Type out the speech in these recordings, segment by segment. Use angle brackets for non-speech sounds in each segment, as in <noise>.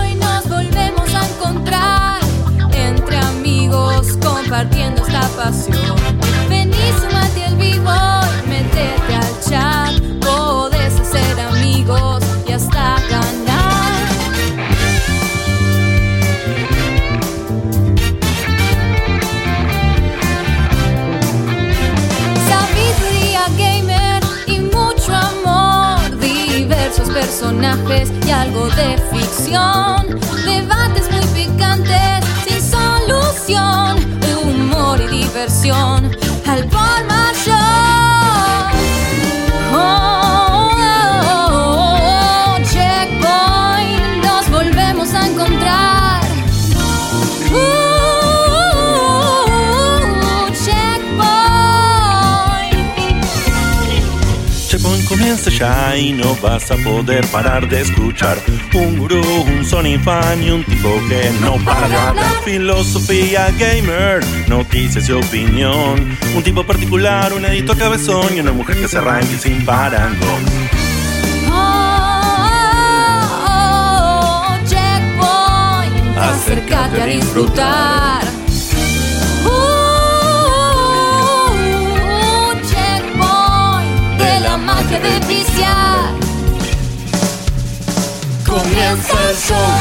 Hoy nos volvemos a encontrar entre amigos compartiendo esta pasión. Vení, sumate al vivo y métete al chat. Podés hacer amigos y hasta ganar. Sabiduría gamer y mucho amor, diversos personajes y algo de ficción, debates muy picantes sin solución, humor y diversión al por mayor. Oh, oh, oh, oh, checkpoint, nos volvemos a encontrar. Uh, checkpoint. Checkpoint comienza ya y no vas a poder parar de escuchar Un gurú, un Sony fan y un tipo que no para de hablar Filosofía gamer, noticias y opinión Un tipo particular, un editor cabezón y una mujer que se arranque sin parangón Oh, oh, oh, oh, checkpoint, acércate a disfrutar. Uh, uh, uh, checkpoint, de la magia de viciar. Comienza el show.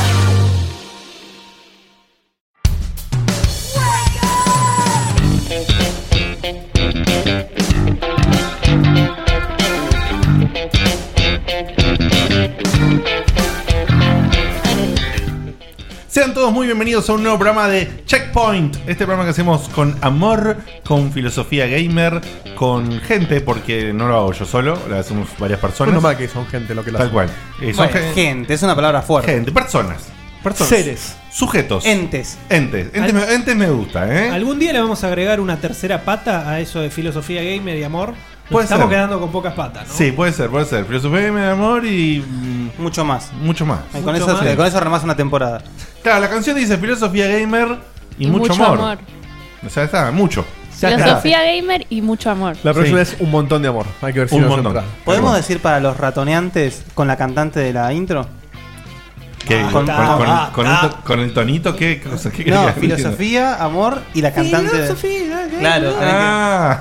Sean todos muy bienvenidos a un nuevo programa de Checkpoint. Este programa que hacemos con amor, con filosofía gamer, con gente, porque no lo hago yo solo, lo hacemos varias personas. Menos mal que son gente lo que lo Tal hacen. cual. Eh, son Bueno, gente, es una palabra fuerte. Gente, personas. personas. Seres. Sujetos. Entes. Entes. Entes, Al- me, entes me gusta, ¿eh? ¿Algún día le vamos a agregar una tercera pata a eso de filosofía gamer y amor? Nos Puede estamos ser. quedando con pocas patas, ¿no? Sí, puede ser, puede ser. Filosofía gamer, amor y. mm, Mucho más. Mucho más. Ay, con, eso, más. con eso armás una temporada. Claro, la canción dice filosofía gamer y, mucho, amor. O sea, está, mucho. Filosofía gamer y mucho amor. La próxima Sí. es un montón de amor. Hay que ver si Un nos montón. entra. ¿Podemos decir para los ratoneantes con la cantante de la intro? ¿Qué? Ah, con, ta, con- con- ah, con el to- con el tonito, ¿qué cosa? ¿Qué No, querías? filosofía, amor y la cantante. Claro, tenés que- Ah,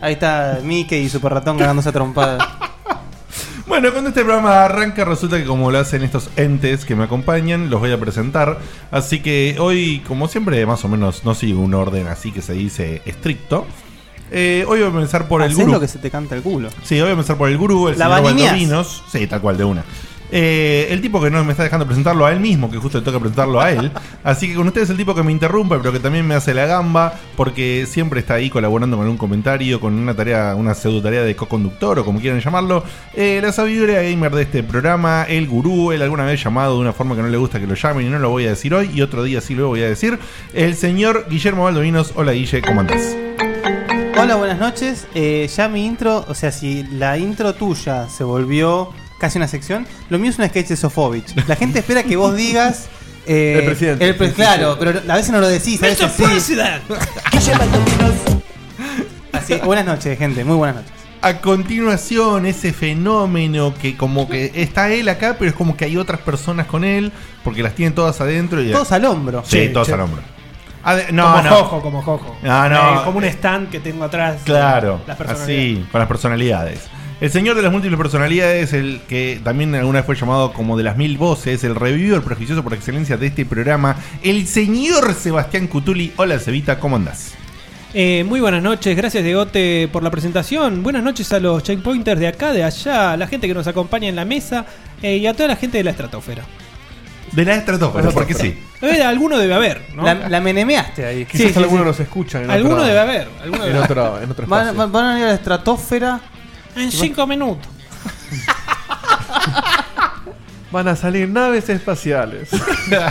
ahí está Mickey y Super Ratón ganándose a trompada. bueno, cuando este programa arranca, resulta que como lo hacen estos entes que me acompañan, los voy a presentar. Así que hoy, como siempre, más o menos no sigo un orden así que se dice estricto. <laughs> Eh, hoy voy a comenzar por el Hacés gurú. lo que se te canta el culo. Sí, voy a comenzar por el gurú, el La señor Balineas. Valdovinos. Sí, tal cual, de una. Eh, el tipo que no me está dejando presentarlo a él mismo, que justo le toca presentarlo a él. Así que con ustedes el tipo que me interrumpe, pero que también me hace la gamba, porque siempre está ahí colaborando con un comentario, con una tarea, una pseudo tarea de co-conductor o como quieran llamarlo. Eh, la sabiduría gamer de este programa, el gurú, el alguna vez llamado de una forma que no le gusta que lo llamen y no lo voy a decir hoy, y otro día sí lo voy a decir. El señor Guillermo Valdovinos. Hola Guille, ¿cómo andás? Hola, buenas noches. Eh, ya mi intro, o sea, si la intro tuya se volvió casi una sección, lo mío es un sketch de Sofovich. La gente espera que vos <laughs> digas. eh, El presidente. el pre- claro, pero a veces no lo decís. a veces sí. Así, buenas noches, gente. Muy buenas noches. A continuación, ese fenómeno que como que está él acá, pero es como que hay otras personas con él, porque las tienen todas adentro y... Todos al hombro. sí, todos sí. al hombro. Ade- no, Como no. jojo, como jojo. Eh, No, no. como un stand que tengo atrás. Claro, Las personas. así, con las personalidades. El señor de las múltiples personalidades, el que también alguna vez fue llamado como de las mil voces, el reviewer prejuicioso por excelencia de este programa, el señor Sebastián Cutuli. Hola, Cevita, ¿cómo andás? Eh, muy buenas noches, gracias Diegote por la presentación. Buenas noches a los checkpointers de acá, de allá, a la gente que nos acompaña en la mesa eh, y a toda la gente de la estratosfera. De la estratosfera, porque sí. Eh, alguno debe haber, ¿no? La, la menemeaste Eh, ahí. Quizás Sí, sí, alguno sí. nos escucha. En alguno otro- debe haber. Alguno debe En haber. otro, en otro Van, espacio. van- van a ir a la estratosfera. En cinco minutos. Van a salir <laughs> naves espaciales. Van a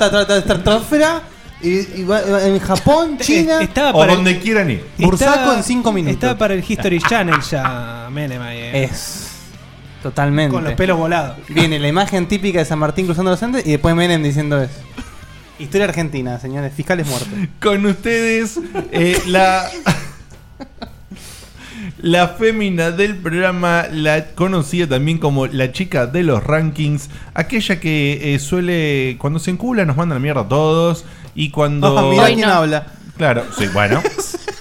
estar- estar- estar- estratosfera. Y, y va- en Japón, China. Eh, estaba O para el- donde quieran ir. estaba- Bursaco en cinco minutos. Ah. Estaba para el History Channel ya, Menem ahí, eh. Es. Totalmente. Con los pelos volados. Viene la imagen típica de San Martín cruzando los Andes y después Menem diciendo eso. Historia argentina, señores. Fiscales muertos. Con ustedes, eh, la. La fémina del programa, la conocida también como la chica de los rankings, aquella que eh, suele, cuando se encula nos manda la mierda a todos y cuando... Ah, mirá Hoy quién no. habla. Claro, sí, <laughs> bueno.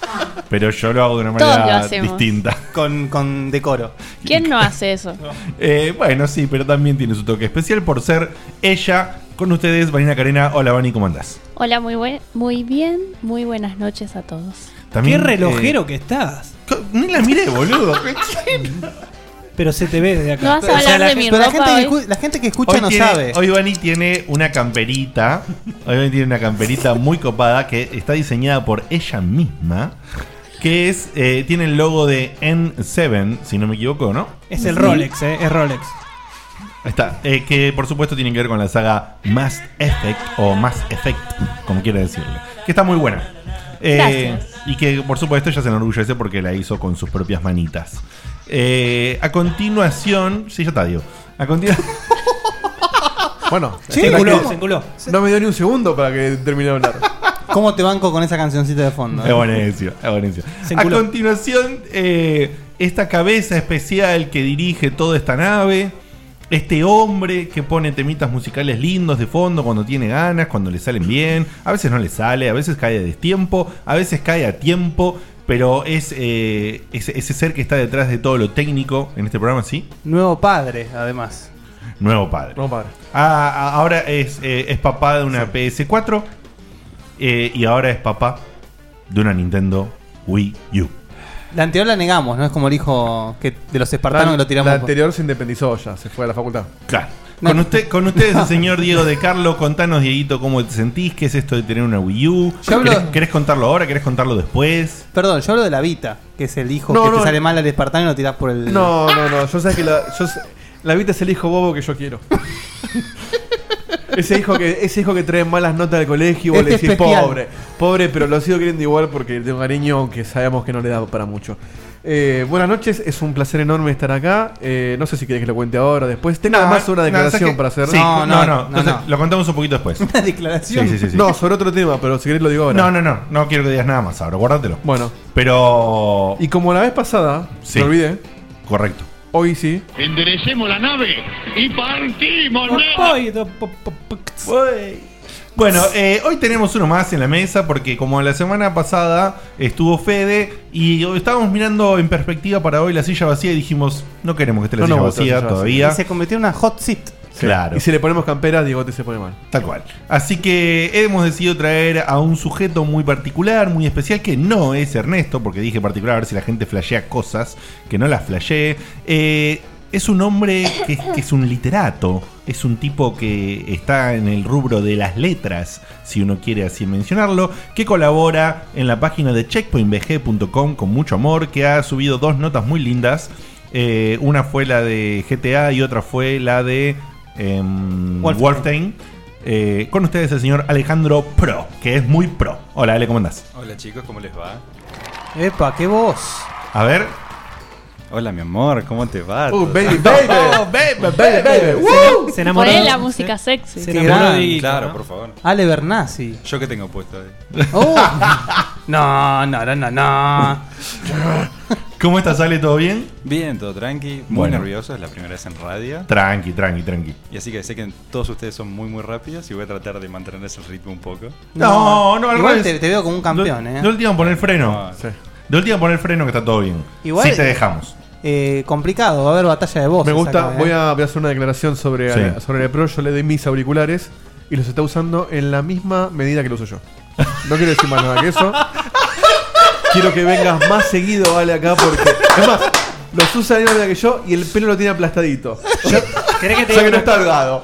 Ah. Pero yo lo hago de una Todos lo manera hacemos. distinta. Con, con decoro. ¿Quién no hace eso? Eh, bueno, sí, pero también tiene su toque especial por ser ella. Con ustedes, Vanina Carena. Hola, Vani, ¿cómo andás? Hola, muy, buen, muy bien, muy buenas noches a todos. También, eh, Qué relojero que estás. Ni la <laughs> miré, boludo. Pero se te ve desde acá. No vas a O sea, hablar la de gen- mi pero la ropa gente hoy. que La gente que escucha no tiene, sabe. Hoy Vani tiene una camperita. Hoy Vani tiene una camperita muy copada que está diseñada por ella misma. Que es, eh, tiene el logo de N7, si no me equivoco, ¿no? Es el Rolex, eh, es Rolex. Ahí está. Eh, que por supuesto tiene que ver con la saga Mass Effect o Mass Effect, como quiere decirle. Que está muy buena. Eh, Gracias. Y que por supuesto ella se enorgullece porque la hizo con sus propias manitas. Eh, a continuación. Sí, ya está, Diego. A <laughs> continuación. <laughs> Bueno, Sí, espera enculó, que- se enculó. No me dio ni un segundo para que termine ¿eh? de hablar. ¿Cómo te banco con esa cancioncita de fondo? eh. Es buenísimo, es buenísimo. Se A enculó. continuación, eh, esta cabeza especial que dirige toda esta nave. Este hombre que pone temitas musicales lindos de fondo cuando tiene ganas, cuando le salen bien. A veces no le sale, a veces cae a destiempo, a veces cae a tiempo. Pero es eh, ese, ese ser que está detrás de todo lo técnico en este programa, ¿sí? Nuevo padre, además. Nuevo padre. Ah, Nuevo padre. ahora es, eh, es papá de una PS4 eh, y ahora es papá de una Nintendo Wii U. La anterior la negamos, ¿no? Es como el hijo que, de los espartanos que lo tiramos. La anterior se independizó ya, se fue a la facultad. Claro. Con, usted, con ustedes, el señor Diego de Carlo, contanos, Dieguito, cómo te sentís, qué es esto de tener una Wii U. ¿Querés, querés contarlo ahora? ¿Querés contarlo después? Perdón, yo hablo de la Vita, que es el hijo No, que no. te sale mal al espartano y lo tirás por el. No, no, no. Yo sé que la. yo sé- la Vita es el hijo bobo que yo quiero. Ese hijo que, ese hijo que trae malas notas del colegio y vos Este le decís especial. pobre. Pobre, pero lo sigo queriendo igual porque tengo cariño, aunque sabemos que no le da para mucho. Eh, buenas noches, es un placer enorme estar acá. Eh, no sé si querés que lo cuente ahora o después. Tengo además una declaración para hacer. Sí, no, no, entonces lo contamos un poquito <laughs> después. Una declaración. Sí, sí, sí, sí. No, sobre otro tema, pero si querés lo digo ahora. No, no, no, no quiero que digas nada más ahora, guárdatelo. Bueno. Pero. Y como la vez pasada, Sí. me olvidé, Correcto. hoy sí. Enderecemos la nave y partimos, Bueno, eh, hoy tenemos uno más en la mesa porque como la semana pasada estuvo Fede y estábamos mirando en perspectiva para hoy la silla vacía y dijimos, no queremos que esté la No silla nos gusta la vacía silla vacía. todavía. Y se convirtió en una hot seat. Sí. Claro. Y si le ponemos camperas, Diego te se pone mal. Tal cual. Así que hemos decidido traer a un sujeto muy particular, muy especial, que no es Ernesto, porque dije particular, a ver si la gente flashea cosas, que no las flashee. Eh, es un hombre que, que es un literato, es un tipo que está en el rubro de las letras, si uno quiere así mencionarlo, que colabora en la página de checkpointbg.com con mucho amor, que ha subido dos notas muy lindas. Eh, una fue la de GTA y otra fue la de em, Wolfenstein. Wolfenstein. Eh, con ustedes el señor Alejandro Pro, que es muy pro. Hola, Ale, ¿cómo andás? Hola chicos, ¿cómo les va? Epa, qué voz. A ver. Hola mi amor, ¿cómo te va? Uh, Todo- <laughs> baby, baby. Oh, baby, baby, baby. Woo. Se enamoró. Ponele la música sexy. Se enamoró de Dieguito, Claro, ¿no? por favor. Ale Bernasi. Yo que tengo puesto ahí. <laughs> Oh. <laughs> no, no, no, no, no. ¿Cómo estás, Ale? ¿Todo bien? Bien, todo tranqui, muy Bueno. nervioso, es la primera vez en radio. Tranqui, tranqui, tranqui. Y así que sé que todos ustedes son muy muy rápidos y voy a tratar de mantener ese ritmo un poco. No, no, al Igual revés. te, te veo como un campeón, de, ¿eh? De última poner freno. No, De última poner freno que está todo bien. Igual- Sí te dejamos. Eh, complicado, va a haber batalla de voces. Me gusta, acá, ¿eh? voy a, voy a hacer una declaración sobre, Sí. Ale- sobre el pro. Yo le doy mis auriculares y los está usando en la misma medida que lo uso yo. No quiero decir más nada que eso. Quiero que vengas más seguido, vale, acá porque. Es más, los usa de la misma manera que yo y el pelo lo tiene aplastadito. ¿Querés que te O diga sea que no una- está holgado.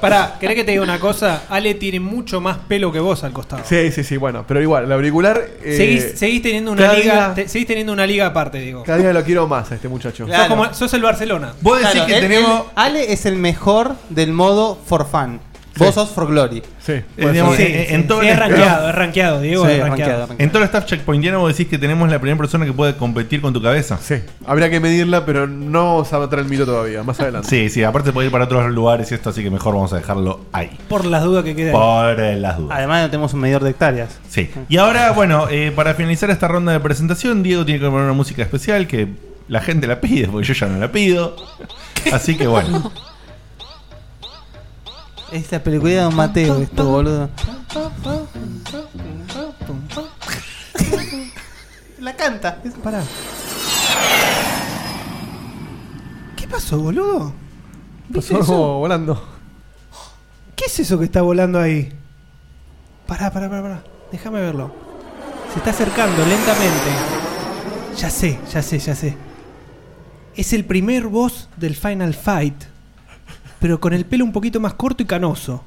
<laughs> Pará, ¿querés que te diga una cosa? Ale tiene mucho más pelo que vos al costado. Sí, sí, sí, bueno, pero igual, el auricular. eh, seguís, seguís teniendo una cada liga, día- te- seguís teniendo una liga aparte, digo. Cada día lo quiero más a este muchacho. Claro. Sos, como- sos el Barcelona. Vos decís Claro, que él- tenemos. él- Ale es el mejor del modo for fun. Vos sos For Glory. Sí. Eh, digamos, Sí, en- sí, en sí, todo es el- rankeado, es rankeado, Diego, Sí, es rankeado, rankeado. rankeado. En todo el staff checkpointiano vos decís que tenemos la primera persona que puede competir con tu cabeza. Sí. Habría que medirla, pero no se va a traer el mito todavía. Más adelante. Sí, sí, aparte puede ir para otros lugares y esto, así que mejor vamos a dejarlo ahí. Por las dudas que quedan. Por eh, las dudas. Además, no tenemos un medidor de hectáreas. Sí. Ah. Y ahora, bueno, eh, para finalizar esta ronda de presentación, Diego tiene que poner una música especial que la gente la pide, porque yo ya no la pido. Así <laughs> que bueno. Es la película de Don Mateo, esto, boludo. La canta. Es- Pará. ¿Qué pasó, boludo? ¿Viste Pasó eso? volando. ¿Qué es eso que está volando ahí? Pará, pará, pará, pará. Déjame verlo. Se está acercando lentamente. Ya sé, ya sé, ya sé. Es el primer boss del Final Fight. Pero con el pelo un poquito más corto y canoso.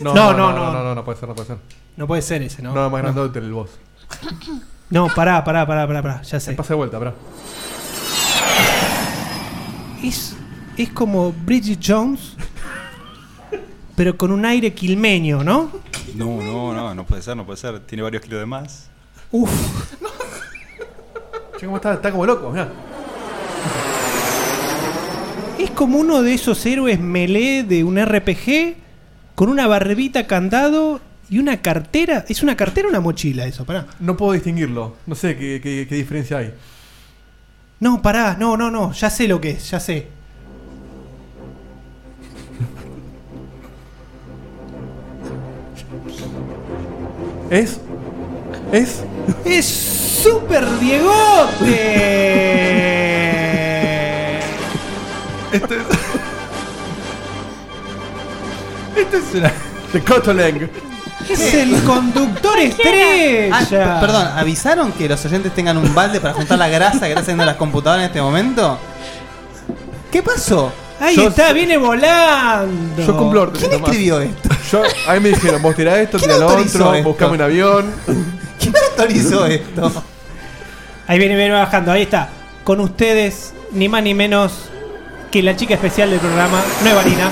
No, No, no, no, no, no, no, no. no, puede ser, no puede ser. No puede ser ese, ¿no? No, más grandote el boss. No, pará, pará, pará, pará, pará. Ya sé. Pasa de vuelta, pará. Es, es como Bridget Jones, pero con un aire quilmeño, ¿no? No, no, no, no puede ser, no puede ser. Tiene varios kilos de más. Uf. Che, ¿cómo está? Está como loco, mirá. Es como uno de esos héroes melee de un RPG con una barbita candado y una cartera. ¿Es una cartera o una mochila eso? Pará. No puedo distinguirlo. No sé qué, qué- qué diferencia hay. No, pará, no, no, no. Ya sé lo que es, ya sé. ¿Es? ¿Es? ¡Es Super Diegote! Este es. Este es una. The Cotoleng. ¡Es el conductor estrella! Ah, p- perdón, ¿avisaron que los oyentes tengan un balde para juntar la grasa que está haciendo las computadoras en este momento? ¿Qué pasó? Ahí Yo está, viene volando. Yo cumplo órdenes. ¿Quién nomás. escribió esto? Yo, ahí me dijeron, vos tirá esto, ¿Quién tirá lo autorizó otro, esto? buscame un avión. ¿Quién <laughs> autorizó esto? Ahí viene, viene bajando, ahí está. Con ustedes, ni más ni menos que la chica especial del programa, Nueva Nina.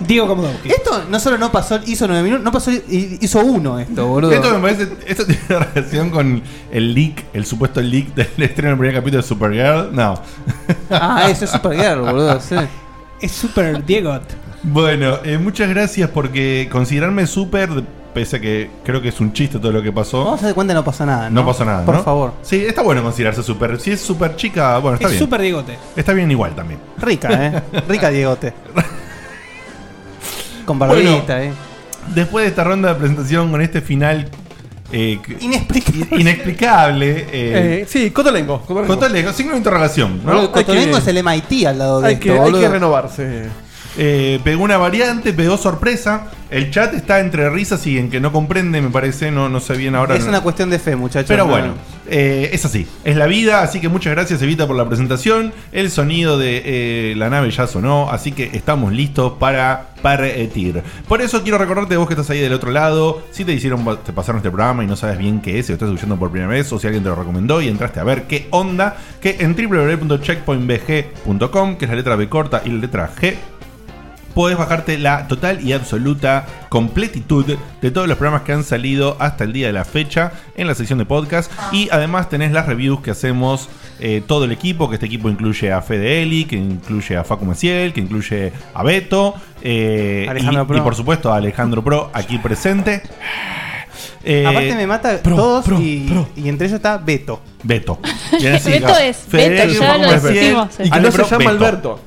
Diego Komodowski. Esto no solo no pasó, hizo nueve minutos, no pasó, hizo uno esto, boludo. Esto me parece. Esto tiene relación con el leak, el supuesto leak <laughs> del estreno del primer capítulo de Supergirl. No. <laughs> Ah, eso es Supergirl, <laughs> boludo. Sí. Es super Diego. Bueno, eh, muchas gracias porque considerarme super, pese a que creo que es un chiste todo lo que pasó. Vamos a dar cuenta que no pasó nada. No, No, pasó nada, Por ¿no? favor. Sí, está bueno considerarse super. Si es super chica, bueno, está Es bien. super Diegote. Está bien igual también. <laughs> Rica, eh. Rica Diegote. Con barbita, eh. Después de esta ronda de presentación con este final eh, que- Inexplicable. inexplicable, eh, Eh, sí, Cotolengo. Cotolengo. con todo el signo de interrogación, ¿no? Hay que- Cotolengo es el MIT al lado de Hay esto, que, hay boludo. que renovarse. Eh, pegó una variante, pegó sorpresa. El chat está entre risas y en que no comprende, me parece, no, no sé bien ahora. es no- una cuestión de fe, muchachos. Pero no- bueno, eh, es así, es la vida, así que muchas gracias Evita por la presentación. El sonido de eh, la nave ya sonó, así que estamos listos para partir. Por eso quiero recordarte vos que estás ahí del otro lado, si te hicieron te pasaron este programa y no sabes bien qué es, si lo estás escuchando por primera vez o si alguien te lo recomendó y entraste a ver qué onda, que en www.checkpointbg.com, que es la letra B corta y la letra G podés bajarte la total y absoluta completitud de todos los programas que han salido hasta el día de la fecha en la sección de podcast. Y además tenés las reviews que hacemos eh, todo el equipo, que este equipo incluye a Fede Eli, que incluye a Facu Maciel, que incluye a Beto, eh, Alejandro y, Pro. y por supuesto a Alejandro Pro aquí presente. Eh, Aparte me mata todos y, y entre ellos está Beto. <laughs> Beto. Y así, Beto claro, es, Fede Beto, Eli, ya Facu lo Maciel, dijimos. Y que no Alejandro se llama <laughs> Beto. Alberto.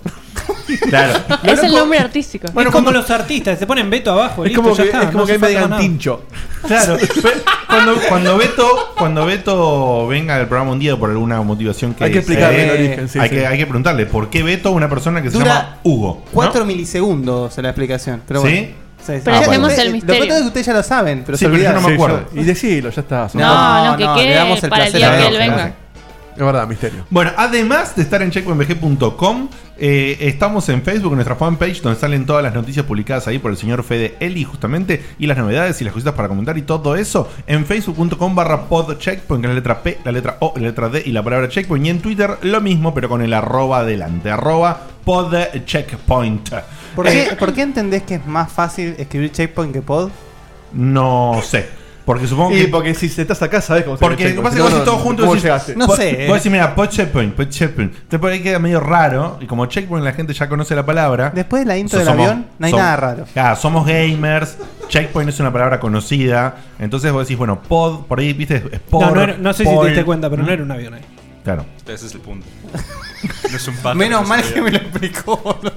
Claro. Es el nombre artístico. es como los artistas, se ponen Beto abajo. Es listo, como ya que, está, es como no que hace me falta digan nada. tincho. <laughs> Claro, pero cuando, cuando Beto, cuando Beto venga al programa un día por alguna motivación que Hay que se explicarle dé, el origen, sí, hay, sí. Que, hay que preguntarle por qué Beto una persona que se Dura llama Hugo. ¿no? Cuatro milisegundos la explicación. Pero bueno. ¿Sí? Sí, sí. Pero ya tenemos ustedes- el Lo misterio. que pasa es que ustedes ya lo saben, pero Sí, se pero yo olvidaron. no me acuerdo. Sí, yo- y decilo, ya está. son- No, no, que no, le damos quede el para el placer día a que Dios, él venga. Es verdad, misterio. Bueno, además de estar en checkpointbg.com, eh, estamos en Facebook, en nuestra fanpage, donde salen todas las noticias publicadas ahí por el señor Fede Eli, justamente, y las novedades y las cositas para comentar y todo eso en facebook.com barra podcheckpoint, con la letra P, la letra O, la letra D y la palabra checkpoint, y en Twitter lo mismo, pero con el arroba Eh, adelante, arroba Pod Checkpoint. ¿Por qué, ¿Por qué entendés que es más fácil escribir checkpoint que pod? No sé. Porque supongo Y que. porque si estás acá, sabes cómo se Porque lo que pasa es que vos decís todo junto. ¿Cómo decís- llegaste? No vos- sé, eh. Vos decís, mira, pod checkpoint, pod checkpoint. Entonces por ahí queda medio raro. Y como checkpoint la gente ya conoce la palabra. Después de la intro So- del somos- avión, no hay som- nada raro. Claro, somos gamers. Checkpoint es una palabra conocida. Entonces vos decís, bueno, pod, por ahí, viste, es pod. No, no era- no sé si pol- te diste cuenta, pero no era un avión ahí. Claro. Ese es el punto. No es un pato, Menos no mal sabía. que me lo explicó. boludo.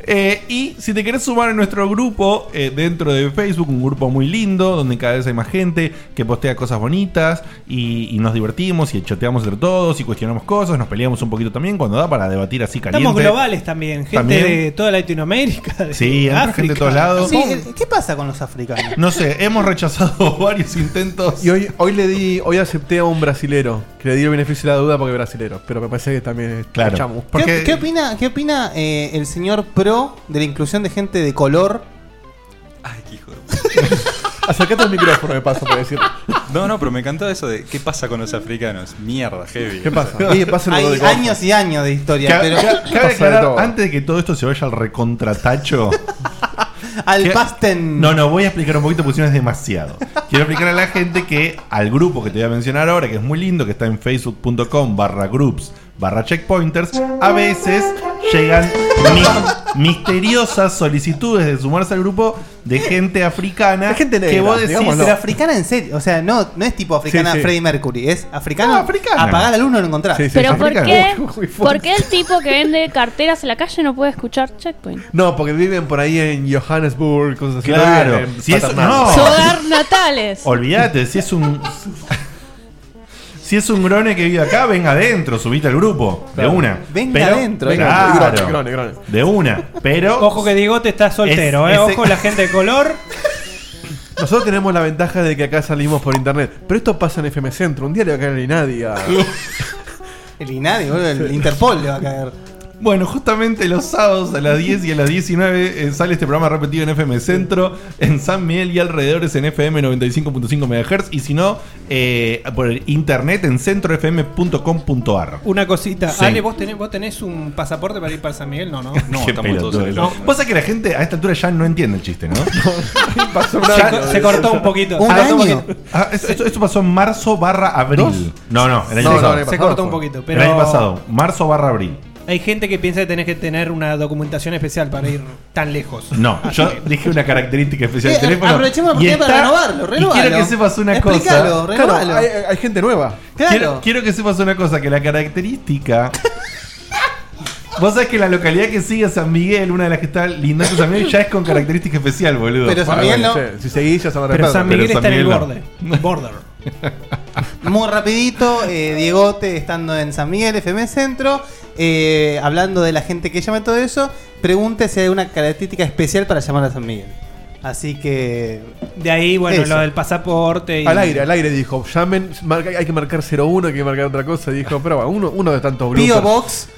Eh, y si te querés sumar a nuestro grupo eh, dentro de Facebook, un grupo muy lindo, donde cada vez hay más gente que postea cosas bonitas y, y nos divertimos y chateamos entre todos y cuestionamos cosas, nos peleamos un poquito también cuando da para debatir así caliente. Estamos globales también, gente También. de toda Latinoamérica. De Sí, entra África. gente de todos lados. Sí, eh, ¿Qué pasa con los africanos? No sé, hemos rechazado varios intentos. Y hoy, hoy le di, hoy acepté a un brasilero, que le di el beneficio de la duda porque es brasilero, pero me parece que también es Claro. chamu. ¿Qué, Porque- qué opina, qué opina eh, el señor pro de la inclusión de gente de color? Ay, qué hijo de... <laughs> Acercate al micrófono, me paso por decir. No, no, pero me encantó eso de qué pasa con los africanos. Mierda, heavy. ¿Qué pasa? O sea, Y pasa lo Hay de- años y años de Que- historia, que- pero cabe <laughs> Pasa de aclarar, todo. antes de que todo esto se vaya <laughs> al recontratacho, al que- pasten. no, no, voy a explicar un poquito porque si no es demasiado. Quiero explicar a la gente que al grupo que te voy a mencionar ahora, que es muy lindo, que está en facebook.com barra groups barra checkpointers, a veces llegan <laughs> mi- misteriosas solicitudes de sumarse al grupo de gente africana De gente que negra, vos decís... digámoslo. Pero africana en serio, o sea, no, no es tipo africana Sí, sí. Freddie Mercury, es africana. No, africana. Apagar la luz no lo encontrás. Sí, sí. Pero ¿por África. qué, Uy, muy fuerte. ¿por qué el tipo que vende carteras en la calle no puede escuchar Checkpoint? No, porque viven por ahí en Johannesburg, cosas así. Claro. no viven en Si eso- Paternal. no. Su hogar natales. Oh, Olvídate, si es un... Si es un grone que vive acá, venga adentro, subite al grupo. Claro. De una. Venga adentro. Venga, claro. grone, grone, grone. De una. <laughs> Pero. Ojo que Digote está soltero, Es- eh. ese- Ojo la gente de color. <laughs> Nosotros tenemos la ventaja de que acá salimos por internet. Pero esto pasa en FM Centro. Un día le va a caer el Inadi a- <laughs> El INADI, boludo, el Interpol le va a caer. Bueno, justamente los sábados a las 10 y a las 19 eh, sale este programa repetido en FM Centro, en San Miguel y alrededores en FM 95.5 MHz. Y si no, eh, por el internet en centrofm.com.ar. Una cosita. Sí. Ale, ¿vos tenés, ¿vos tenés un pasaporte para ir para San Miguel? No, no. No, Qué estamos todos pelotudo. en el- No. Vos sabés que la gente a esta altura ya no entiende el chiste, ¿no? <laughs> Pasó un Se, año co- de se eso. cortó un poquito. Un se cortó año. poquito. Ah, esto, esto- esto pasó en marzo barra abril. No, no, el año No, no, pasado. el año Se pasado cortó fue. un poquito. El Pero año pasado, marzo barra abril. Hay gente que piensa que tenés que tener una documentación especial para ir tan lejos. No, Así yo que- dije una característica especial Eh, del teléfono. aprovechemos la y oportunidad para está- renovarlo, Y renovalo. quiero que sepas una Explícalo, Claro, cosa. renovalo. hay, hay- hay gente nueva. Claro. Quiero, quiero que sepas una cosa, que la característica... Vos sabés que la localidad que sigue San Miguel, una de las que está lindando San Miguel, ya es con característica especial, boludo. Pero San Bueno, Miguel bueno, no. sí, Si seguís ya se van a Pero arreglar. San Miguel San está en el Miguel borde. <laughs> Border. Muy rapidito, eh, Diegote estando en San Miguel, FM Centro, eh, hablando de la gente que llama y todo eso, pregunte si hay una característica especial para llamar a San Miguel. Así que... De ahí, bueno, Eso. lo del pasaporte. y- Al aire, al aire dijo, llamen, marca- hay que marcar 01, hay que marcar otra cosa. Dijo, pero bueno, uno, uno de tantos Pio bloopers. Box,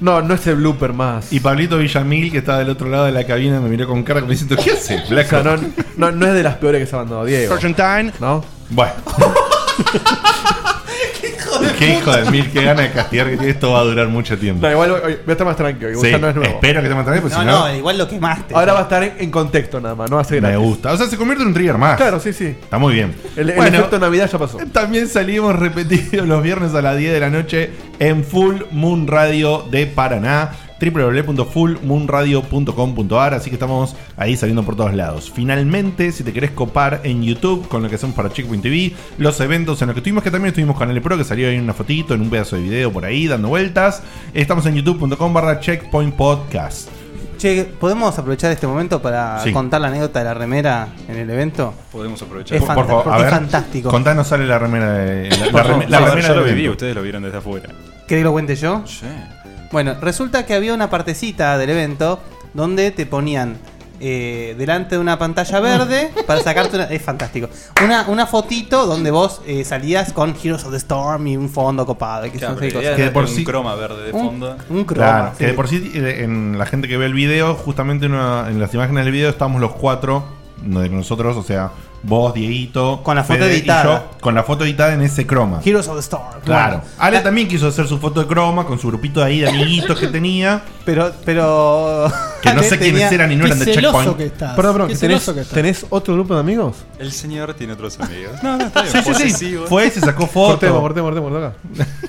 No, no es el blooper más. Y Pablito Villamil, que estaba del otro lado de la cabina, me miró con cara como diciendo, ¿qué hace? O sea, no, no, no es de las peores que se han dado, Diego. ¿No? Bueno. Qué hijo de mil, qué gana de castigar que tiene. Esto va a durar mucho tiempo. No, igual hoy- hoy voy a estar más tranquilo, Sí, no es nuevo. espero que te mantengas, porque no, si no, no, igual lo quemaste. Ahora va a estar en, en contexto nada más, no va a ser me gratis. gusta. O sea, se convierte en un trigger más. Claro, sí, sí. Está muy bien. El, el Bueno, efecto Navidad ya pasó. También salimos repetidos los viernes a las 10 de la noche en Full Moon Radio de Paraná www.fullmoonradio.com.ar Así que estamos ahí saliendo por todos lados. Finalmente, si te querés copar en YouTube con lo que hacemos para Checkpoint TV, los eventos en los que estuvimos, que también estuvimos con el Pro, que salió ahí en una fotito, en un pedazo de video por ahí, dando vueltas. Estamos en youtube.com barra checkpoint podcast. Che, ¿podemos aprovechar este momento para Sí. contar la anécdota de la remera en el evento? Podemos aprovechar. Es Por favor, fantástico. a ver, Es fantástico. Contanos, sale la remera de... La, la reme- No, la yo- remera yo del lo viví, evento. ustedes lo vieron desde afuera. ¿Querés que lo cuente yo? Sí. Bueno, resulta que había una partecita del evento donde te ponían eh, delante de una pantalla <laughs> verde para sacarte una. Es fantástico. Una, una fotito donde vos eh, salías con Heroes of the Storm y un fondo copado. y que son seis cosas. Que de por un sí- croma verde de fondo. Un, un croma. Claro, sí. que de por sí, eh, en la gente que ve el video, justamente en una- en las imágenes del video estamos los cuatro de nosotros, o sea, vos, Dieguito. Con la foto Fede y editada. yo, con la foto editada en ese croma. Heroes of the Storm. Claro. Bueno, Ale también quiso hacer su foto de croma con su grupito de ahí de amiguitos que tenía. Pero, pero. <laughs> Que no sé Ale quiénes tenía- eran y no eran de Checkpoint. Perdón, perdón, Qué que ¿tenés, celoso que estás. ¿tenés otro grupo de amigos? El señor tiene otros <laughs> amigos. No, no, está bien. Sí, sí, sí. posesivo. Fue, se sacó <laughs> Cortemos, foto. cortemos, cortemos, acá.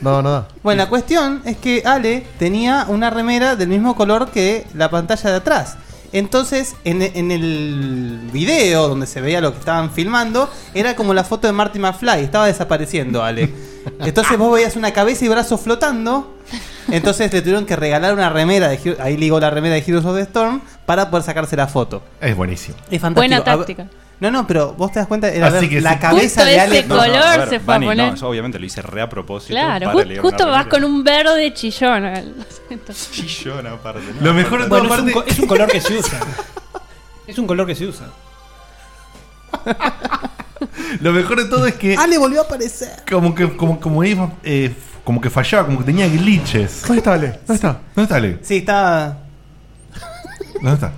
No, no da. Bueno, la cuestión es que Ale tenía una remera del mismo color que la pantalla de atrás. Entonces, en, en el video donde se veía lo que estaban filmando, era como la foto de Marty McFly, estaba desapareciendo <laughs> Ale. Entonces vos veías una cabeza y brazos flotando. Entonces le tuvieron que regalar una remera, de, Hero- ahí ligó la remera de Heroes of the Storm, para poder sacarse la foto. Es buenísimo. Es fantástico. Buena A ver- táctica. No, no, pero vos te das cuenta, era Así ver que la sí. cabeza Justo de Ale. ese No, No, no, a color ver, se fue a Vani, poner. no, yo obviamente lo hice re a propósito. Claro, para ju- leer una justo vas remera. con un verde chillón. al- Chillón aparte. no, Lo mejor de todo, Bueno, es un, aparte- co- es un color que se usa. <laughs> Es un color que se usa. lo mejor de todo es que Ale volvió a aparecer. como que como como iba, eh, como que fallaba, como que tenía glitches. ¿Dónde está Ale? ¿Dónde está? ¿Dónde está Ale? Sí, estaba... ¿Dónde está? <laughs>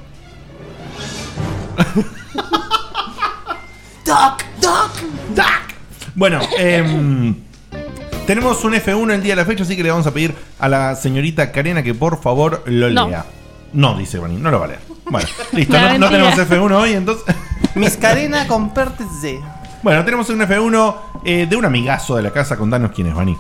Doc, Doc. Bueno, em, tenemos un F1 el día de la fecha, así que le vamos a pedir a la señorita Karena que por favor lo No. lea. No, dice Bani, no lo va a leer. <laughs> Bueno, listo, La no, no mentira. tenemos F1 hoy, entonces. Miscarena con Pertz <laughs> Bueno, tenemos un F1 eh, de un amigazo de la casa. Contanos quién es, Bani.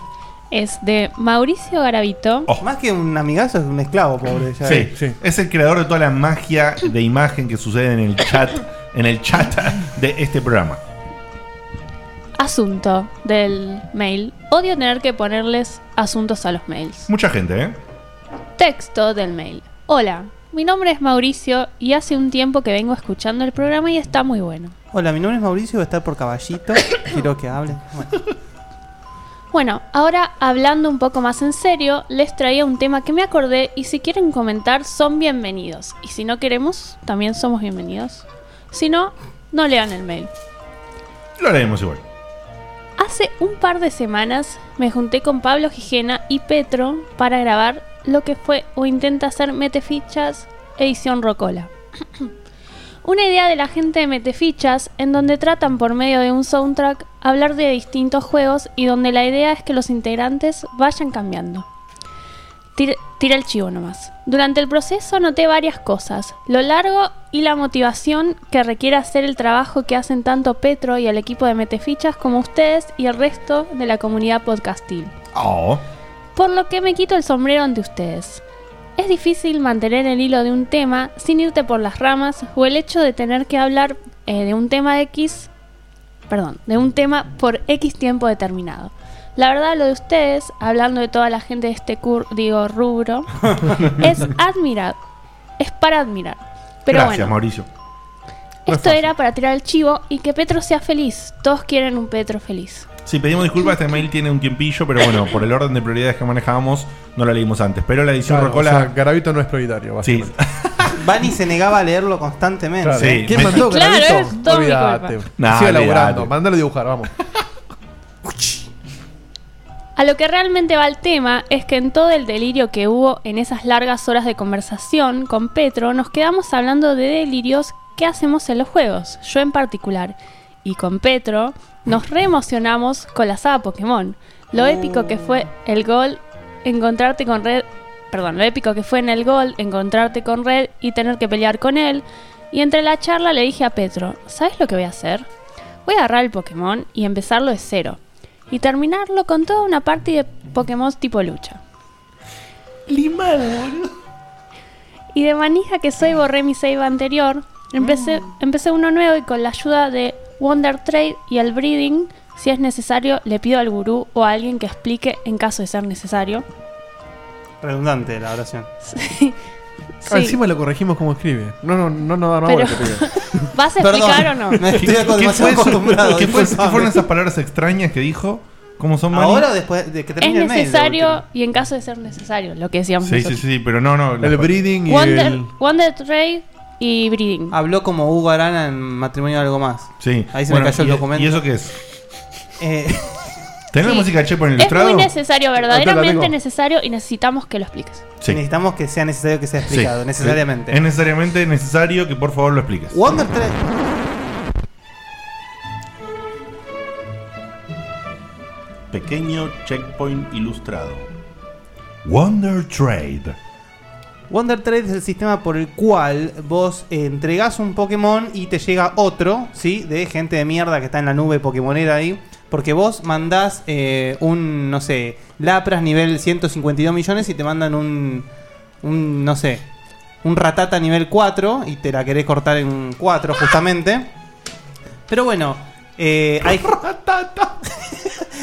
Es de Mauricio Garavito. Oh. Más que un amigazo es un esclavo, pobre. ya Sí, es. sí. es el creador de toda la magia de imagen que sucede en el chat, en el chat de este programa. Asunto del mail. Odio tener que ponerles asuntos a los mails. Mucha gente, ¿eh? Texto del mail. Hola, mi nombre es Mauricio y hace un tiempo que vengo escuchando el programa y está muy bueno. Hola, mi nombre es Mauricio, voy a estar por caballito. <coughs> Quiero que hable. Bueno, Bueno, ahora hablando un poco más en serio, les traía un tema que me acordé y si quieren comentar son bienvenidos. Y si no queremos, también somos bienvenidos. Si no, no lean el mail. Lo leemos igual. Hace un par de semanas me junté con Pablo Gijena y Petro para grabar lo que fue o intenta hacer Metefichas edición Rocola. <clears throat> Una idea de la gente de Metefichas en donde tratan por medio de un soundtrack hablar de distintos juegos y donde la idea es que los integrantes vayan cambiando. Tira, tira el chivo nomás. Durante el proceso noté varias cosas. Lo largo y la motivación que requiere hacer el trabajo que hacen tanto Petro y el equipo de Metefichas como ustedes y el resto de la comunidad podcastil. Oh. Por lo que me quito el sombrero ante ustedes. Es difícil mantener el hilo de un tema sin irte por las ramas o el hecho de tener que hablar eh, de un tema X, perdón, de un tema por X tiempo determinado. La verdad, lo de ustedes, hablando de toda la gente de este cur, digo, rubro, <laughs> es admirar, es para admirar. Pero Gracias, bueno, Mauricio. No es esto fácil. era para tirar el chivo y que Petro sea feliz. Todos quieren un Petro feliz. Sí, pedimos disculpas, este mail tiene un tiempillo, pero bueno, por el orden de prioridades que manejábamos, no lo leímos antes. Pero la edición Claro, Rocola. o sea, Garavito no es prioritario, sí, básicamente. Bani se negaba a leerlo constantemente. Claro. Sí. ¿Quién mandó Claro, Garavito? es todo mi Olvídate. culpa. Nah, Sigue olvídate. laburando. Mándalo a dibujar, vamos. A lo que realmente va el tema es que en todo el delirio que hubo en esas largas horas de conversación con Petro, nos quedamos hablando de delirios que hacemos en los juegos, yo en particular. Y con Petro nos reemocionamos con la saga Pokémon. Lo épico que fue el gol encontrarte con Red, perdón, lo épico que fue en el gol encontrarte con Red y tener que pelear con él. Y entre la charla le dije a Petro, ¿sabes lo que voy a hacer? Voy a agarrar el Pokémon y empezarlo de cero y terminarlo con toda una party de Pokémon tipo lucha. Y de manija que soy borré mi save anterior, Mm. empecé, empecé uno nuevo y con la ayuda de Wonder Trade y el Breeding, si es necesario, le pido al gurú o a alguien que explique en caso de ser necesario. Redundante la oración. Sí. Ah, encima lo corregimos como escribe. No, no, no, no, no. Pero- ahora te pido. <laughs> ¿Vas a explicar o <laughs> no? Me estoy demasiado eso? acostumbrado. ¿Qué fue eso? ¿Qué disculpame. fueron esas palabras extrañas que dijo? ¿Cómo son Mani? ¿Ahora o después de que Es termine el mail? de necesario última? y en caso de ser necesario, lo que decíamos Sí, sí, nosotros. sí, pero no, no. El las- breeding y Wonder, el... Wonder Trade y Breeding. Habló como Hugo Arana en matrimonio de algo más. Sí. Ahí se me cayó el y- documento. ¿Y eso qué es? Eh, ¿Tenemos Sí. música de Chepo en Es ilustrado? muy necesario, Acá la verdaderamente tengo. necesario y necesitamos que lo expliques. <laughs> Sí. Necesitamos que sea necesario que sea explicado, Sí. necesariamente. Es necesariamente necesario que por favor lo expliques. Wonder 3. Pequeño checkpoint ilustrado. Wonder Trade. Wonder Trade es el sistema por el cual vos entregás un Pokémon y te llega otro, ¿sí? De gente de mierda que está en la nube Pokémonera ahí. Porque vos mandás eh, un, no sé, Lapras nivel 152 millones y te mandan un, un, no sé, un Ratata nivel 4 y te la querés cortar en 4 justamente. Pero bueno, eh, hay...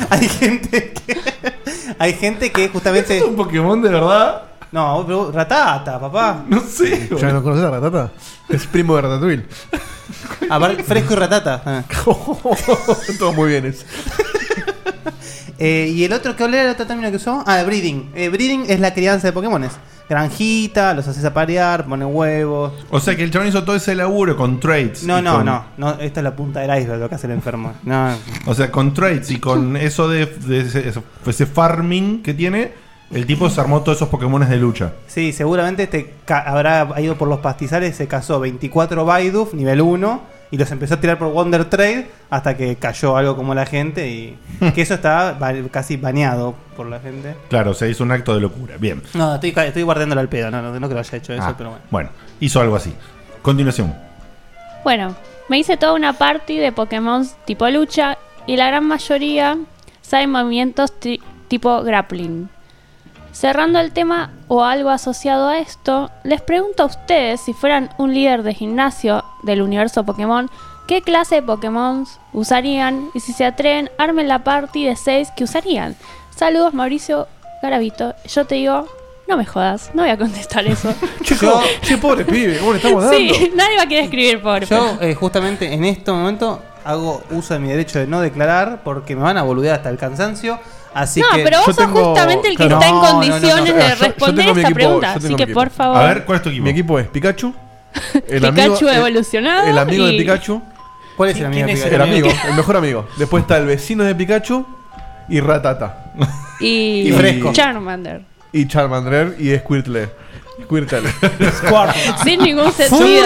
hay gente que... hay gente que justamente... ¿Es un Pokémon de verdad? No, pero Ratata, papá. No sé. <laughs> ¿Ya no conoces a Ratata? Es primo de Ratatouille. Aparte, fresco y ratata. Ah. <laughs> Todo muy bien eso. <laughs> Eh, y el otro, ¿qué olé era el otro término que usó? Ah, breeding. Eh, breeding es la crianza de Pokémones. Granjita, los haces aparear, ponen huevos. O sea que el chabón hizo todo ese laburo con trades. No, y no, con- no, no. Esto es la punta del iceberg, lo que hace el enfermo. No. O sea, con trades <laughs> y con eso de, de ese, eso- ese farming que tiene, el tipo se armó todos esos Pokémones de lucha. Sí, seguramente este ca- habrá ido por los pastizales, se casó 24 Baiduf, nivel 1, y los empezó a tirar por Wonder Trade hasta que cayó algo como la gente <laughs> y que eso está ba- casi baneado por la gente. Claro, o sea, hizo un acto de locura. Bien. No, estoy, ca- estoy guardándolo al pedo, no, no, no creo que haya hecho eso, Ah, pero bueno. Bueno, hizo algo así. Continuación. Bueno, me hice toda una party de Pokémon tipo lucha y la gran mayoría saben movimientos ti- tipo grappling. Cerrando el tema o algo asociado a esto, les pregunto a ustedes si fueran un líder de gimnasio del universo Pokémon, qué clase de Pokémon usarían y si se atreven, armen la party de 6 que usarían. Saludos Mauricio Garavito, yo te digo, no me jodas, no voy a contestar eso. <laughs> Yo- Che, pobre pibe, ¿cómo le estamos dando? sí, <laughs> nadie va a querer escribir por Yo, eh, justamente en este momento, hago uso de mi derecho de no declarar porque me van a boludear hasta el cansancio. Así no, que. pero vos yo sos tengo- justamente el que claro. está en No, no, no, condiciones no, no, yo- de yo responder tengo mi esta equipo, pregunta, yo tengo así mi que equipo. por favor. A ver, ¿cuál es tu equipo? Mi equipo <laughs> es Pikachu. El Pikachu el- evolucionado El, amigo y- de Pikachu. ¿Cuál es el amigo? ¿Quién es que- <laughs> El amigo, el mejor amigo. Después está el vecino de Pikachu y Ratata. Y, Y fresco. Charmander. Y Charmander y Squirtle. <laughs> Squirtle. Sin ningún sentido.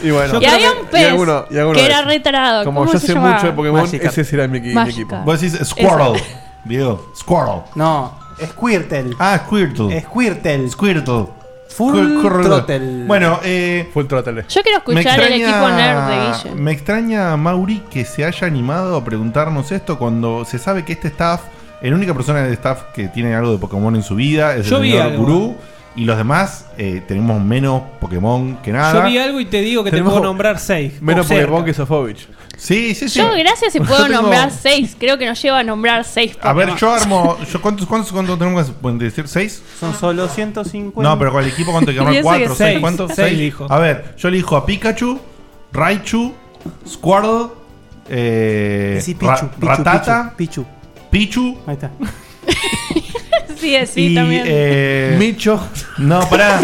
Y bueno. y había un pez alguno- y alguno que de era esos. retarado. Como ¿Cómo yo se sé llamaba? mucho de Pokémon, Magikarp. ese será mi, mi Magikarp. equipo. Vos decís <laughs> Squirtle. Diego, Squirtle. No, Eh, Squirtle. Ah, Squirtle. Squirtle. Squirtle. Full Cor- corredor. Throttle. Bueno, eh. Full Throttle. Yo quiero Me escuchar el equipo nerd de Guille. me extraña, Mauri, que se haya animado a preguntarnos esto cuando se sabe que este staff, la única persona del staff que tiene algo de Pokémon en su vida es Yo el vi señor algo. eh. Gurú. Y los demás eh, tenemos menos Pokémon que nada. Yo vi algo y te digo que Tenemos- te puedo nombrar 6. Menos Pokémon que Sofovich. Sí, sí, sí. Yo, gracias, si Yo puedo tengo- nombrar seis. Creo que nos lleva a nombrar seis. A ver, Pokémon. yo armo. Yo, ¿cuántos, cuántos, cuántos tenemos que decir? ¿Seis? Son solo 150. No, pero con el equipo, ¿cuánto hay que armar? Pienso ¿Cuatro? que ¿Seis? seis. ¿Cuánto? Seis elijo. A ver, yo elijo a Pikachu, Raichu, Squirtle, eh, Sí, Pichu, Ra- Pichu, Ratata, Pichu, Pichu. Pichu Ahí está. <laughs> Sí, sí, y. también. eh, Micho. no, <laughs> pará.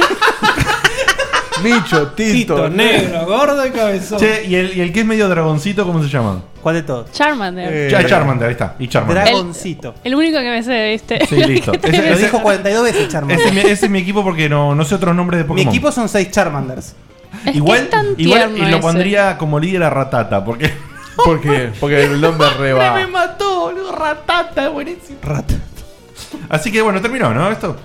Micho, Tito. Tito, negro, gordo y cabezón. Che, y el, y el que es medio dragoncito, ¿cómo se llama? ¿Cuál de todos? Charmander. Eh, Ya, Charmander, ahí está. Y Charmander. Dragoncito. el único que me sé, ¿viste? <laughs> Sí, listo. Ese, Lo ese- dijo 42 veces ese es mi, Charmander. ese es mi equipo porque no, no sé otros nombres de Mi Pokémon. equipo son 6 Charmanders. Es que igual, es tan igual y tierno lo ese. pondría como líder a Ratata, porque ¿Por qué? Porque el nombre reba. mató, boludo, ratata, buenísimo. Rata. Así que bueno, terminó, ¿no? Esto.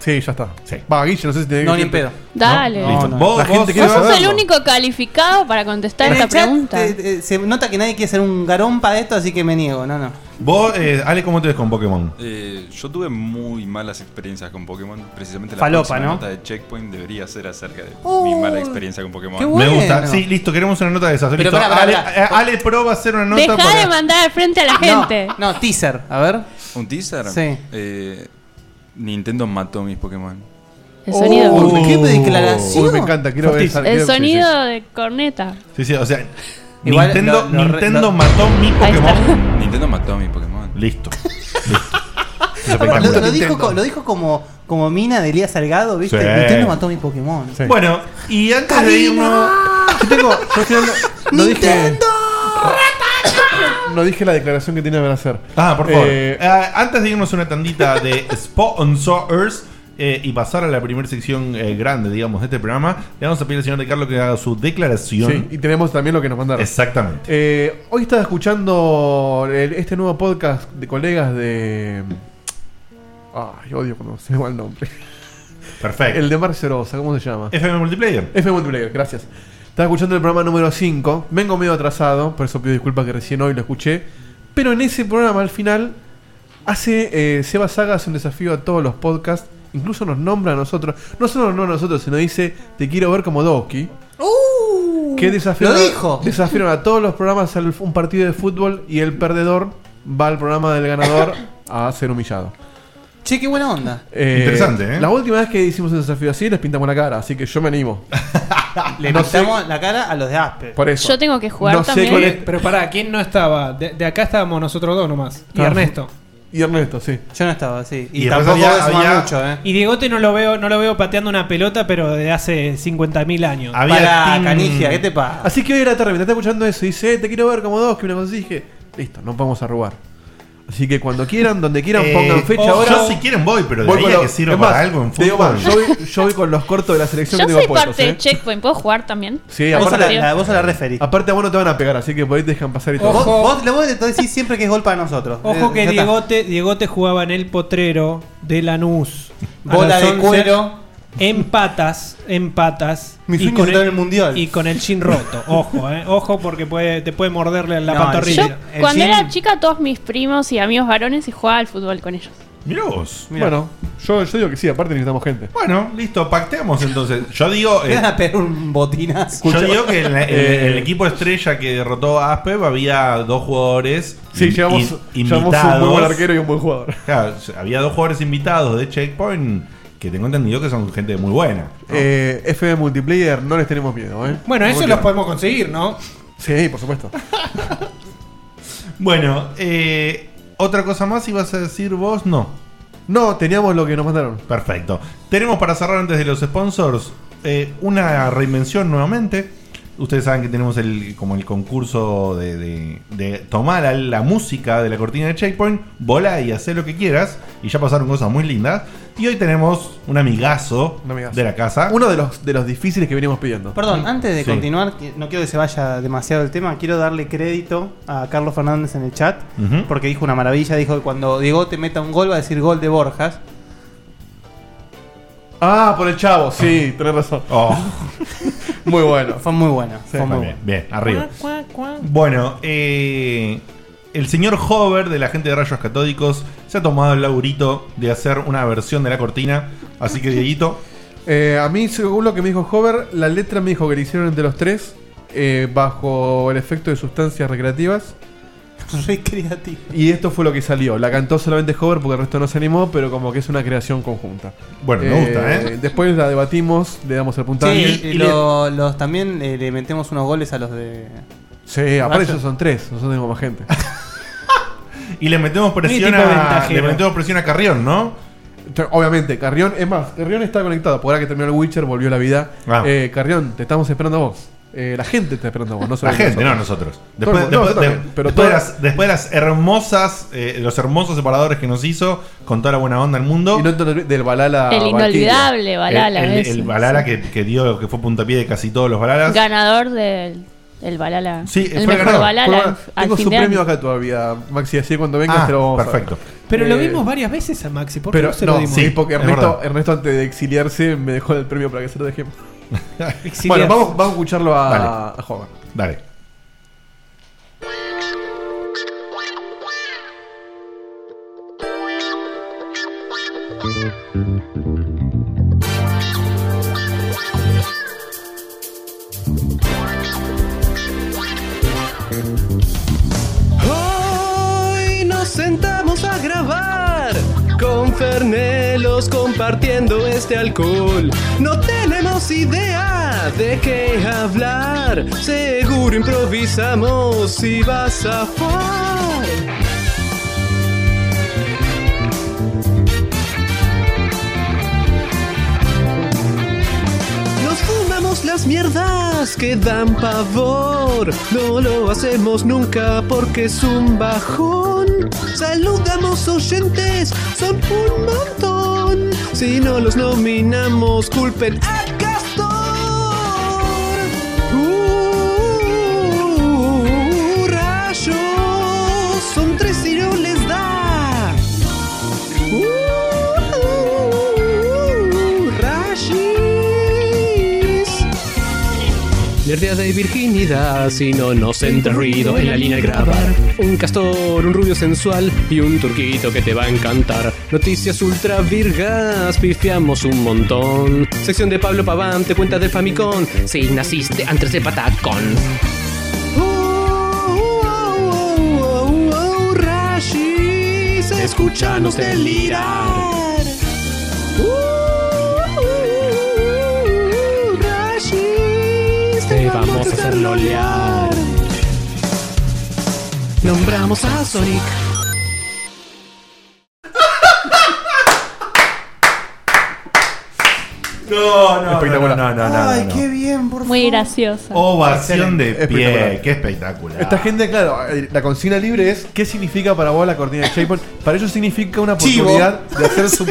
Sí, ya está. Sí. Va, Guille, no sé si tiene No, que- ni en pedo. Dale. No, Listo. no. Vos, La gente vos- Vos quiere vos- sos el saberlo. único calificado para contestar En esta el chat, pregunta. eh, eh, se nota que nadie quiere ser un garompa de esto, así que me niego. No, no. vos, eh, Ale, ¿cómo te ves con Pokémon? Eh, yo tuve muy malas experiencias con Pokémon. Precisamente la Falopa, próxima ¿no? nota de Checkpoint debería ser acerca de mi Oh, mala experiencia con Pokémon. qué bueno. Me gusta. Sí, listo, queremos una nota de esas. Pero Listo. pará, pará, Ale, pará. eh, Ale Pro va a hacer una nota Deja para- de mandar al frente a la gente. No, no, teaser. A ver. ¿Un teaser? Sí. Eh, Nintendo mató mis Pokémon. El sonido. Uy, qué Uh, declaración. Uy, me encanta, quiero ver esa- El quiero- sí, sí. sonido de corneta. Sí, sí, o sea, Igual Nintendo, lo- lo re- Nintendo lo- mató mi Ahí está. Pokémon. Nintendo mató a mis Pokémon. <laughs> Listo. Listo. Es Lo, espectacular. lo dijo, co- lo dijo como, como mina de Elías Salgado, ¿viste? Sí. Nintendo mató a mi Pokémon. Sí. Bueno, <laughs> y antes de irnos. Yo tengo. Yo estoy hablando- no dije. No dije la declaración que tiene que hacer. Ah, por favor. Eh, Ah, antes de irnos una tandita de sponsors, eh, y pasar a la primera sección eh, grande, digamos, de este programa, le vamos a pedir al señor Ricardo que haga su declaración. Sí, y tenemos también lo que nos mandaron. Exactamente. Eh, hoy estaba escuchando el- este nuevo podcast de colegas de. Ay, odio cuando se me va el nombre. Perfecto. El de Marcerosa, ¿cómo se llama? FM Multiplayer. FM Multiplayer, gracias. Estaba escuchando el programa número 5. Vengo medio atrasado, por eso pido disculpas que recién hoy lo escuché. Pero en ese programa, al final, hace eh, Seba Saga hace un desafío a todos los podcasts. Incluso nos nombra a nosotros. No solo nos nombra a nosotros, sino dice: Te quiero ver como Doki. Que desafiaron, Uh. Lo dijo. desafiaron a todos los programas a un partido de fútbol y el perdedor va al programa del ganador a ser humillado. Che, qué buena onda. Eh, Interesante, ¿eh? La última vez que hicimos un desafío así les pintamos la cara, así que yo me animo. <laughs> Le No pintamos la cara a los de Aspe. Por eso. Yo tengo que jugar No sé también. cuál es- Pero pará, ¿quién no estaba? De, de acá estábamos nosotros dos nomás. Y Ah. Ernesto. Y Ernesto, sí. Yo no estaba, sí. Y, Y después tampoco había- había, había- mucho, ¿eh? Y Diegote no lo veo, no lo veo pateando una pelota, pero de hace 50.000 años. Había Para team- Canigia, ¿qué te pasa? Así que hoy era tarde, me está escuchando eso y dice, "Eh, te quiero ver como dos, que una cosa así", dije, listo, nos vamos a robar. Así que cuando quieran, donde quieran, Eh, pongan fecha yo ahora. si quieren voy, pero de Voy ahí con a lo- que sirva es más, para algo en te digo fútbol. más, yo, voy, yo voy con los cortos de la selección Yo que tengo soy puestos, parte eh. de Checkpoint, ¿puedo jugar también? Sí, Vos a la, aparte, la- vos a la referí. aparte a vos no te van a pegar, así que por ahí te dejan pasar y todo. Vos, Ojo. vos, le- vos le decís siempre que es gol para nosotros. Ojo Eh, que ya está. Diegote, Diegote jugaba en el potrero de Lanús. a Bola las de 11, cuero. En patas, en patas. Mi sueño es estar en el Mundial. Y con el chin roto. Ojo, eh. Ojo porque puede, te puede morderle la No, Yo, pantorrilla. El cuando gym- era chica, todos mis primos y amigos varones y jugaba al fútbol con ellos. Mirá vos. Mirá. Bueno, yo, yo digo que sí, aparte necesitamos gente. Bueno, listo, pacteamos entonces. <laughs> Yo digo. Me eh, van a pegar un botinazo. yo digo que en <laughs> la- en Eh. el, equipo estrella que derrotó a Aspev había dos jugadores. Sí, in- llevamos, in- llevamos un muy invitados. buen arquero y un buen jugador. Claro, había dos jugadores invitados de Checkpoint que tengo entendido que son gente muy buena. Eh, FM Multiplayer, no les tenemos miedo, ¿eh? Bueno, eso Muy los bien. podemos conseguir, ¿no? Sí, por supuesto. Bueno, eh, otra cosa más ibas a decir vos, no. No, teníamos lo que nos mandaron. Perfecto. Tenemos para cerrar antes de los sponsors eh, una reinvención nuevamente. Ustedes saben que tenemos el, como el concurso de, de- de tomar a la música de la cortina de Checkpoint, volá y hacé lo que quieras. Y ya pasaron cosas muy lindas. Y hoy tenemos un amigazo, Un amigazo. de la casa. Uno de los, de los difíciles que venimos pidiendo. Perdón, antes de Mm. Sí. continuar, que- no quiero que se vaya demasiado el tema, quiero darle crédito a Carlos Fernández en el chat, Ujú. porque dijo una maravilla, dijo que cuando Diego te meta un gol va a decir gol de Borjas. Ah, por el chavo, sí, tenés razón. Oh, <laughs> Muy bueno. Fue muy bueno, fue muy bien, bueno. bien, arriba. Bueno, eh, el señor Hover de la gente de Rayos Catódicos se ha tomado el laburito de hacer una versión de la cortina. Así que, Dieguito, Eh, a mí, según lo que me dijo Hover, la letra me dijo que le hicieron entre los tres eh, bajo el efecto de sustancias <laughs> recreativas. Re creativo. Y esto fue lo que salió. La cantó solamente Hover porque el resto no se animó, pero como que es una creación conjunta. bueno, me gusta, ¿eh? Después la debatimos, le damos el Sí, puntaje. y, lo- los también eh, le metemos unos goles a los de... Sí, aparte Vaya. esos son tres, nosotros tenemos más gente. <laughs> Y le metemos presión Muy tipo a. Le ventajero. metemos presión a Carrión, ¿no? Entonces, Obviamente, Carrión, es más, Carrión está conectado. Por ahora que terminó el Witcher, volvió la vida. Ah. Eh, Carrión, te estamos esperando a vos. Eh, la gente te está esperando a vos, no La solamente gente, no nosotros. nosotros. Todo el Después, mundo, después- nosotros de- también, pero después de todo- las, después de las hermosas, eh, los hermosos separadores que nos hizo, con toda la buena onda del mundo. Y no te olvides del Balala. el Valkyria. inolvidable Balala. el, el, ese. el Balala que, que dio, que fue puntapié de casi todos los Balalas. Ganador del el Balala. Ah. Sí, fue el mejor ganador. Balala Bueno, al- al Tengo fin su de premio año. acá todavía, Maxi. Así que cuando vengas Ah, te lo vamos a dar. perfecto. Pero lo Eh, vimos varias veces a Maxi. ¿Por qué Pero no se no, lo dimos? sí, Sí, porque es Ernesto, verdad. Ernesto antes de exiliarse me dejó el premio para que se <laughs> lo dejemos. Exiliarse. Bueno, vamos, vamos a escucharlo a, Dale. a Homer. Dale. Hoy nos sentamos a grabar con Fernelos compartiendo este alcohol. No tenemos idea de qué hablar. Seguro improvisamos y vas a jugar. Nos fumamos las mierdas que dan pavor. No lo hacemos nunca porque es un bajón. Saludamos oyentes, son un montón. Si Si no los nominamos, culpen a Castor. Uh, rayos, son tres y no les da. Uh, rayos. Nerdeas de virginidad, si no nos enterrido en la línea de grabar. Un castor, un rubio sensual y un turquito que te va a encantar. Noticias ultra virgas, pifiamos un montón. Sección de Pablo Paván, te cuenta de Famicom, si naciste antes de Patacón. Oh, Escuchanos delirar. Uh, Te vamos a hacer lolear. Nombramos a Sonic. No, no, Espectacular. no, no, no, no, Ay, no. qué bien, por Muy favor. graciosa. Oh, Ovación de pie, Espectacular. qué espectacular. Esta gente, claro, eh, la consigna libre es ¿qué significa para vos la cortina de Chapon? Para ellos significa una Chivo. oportunidad de hacer su,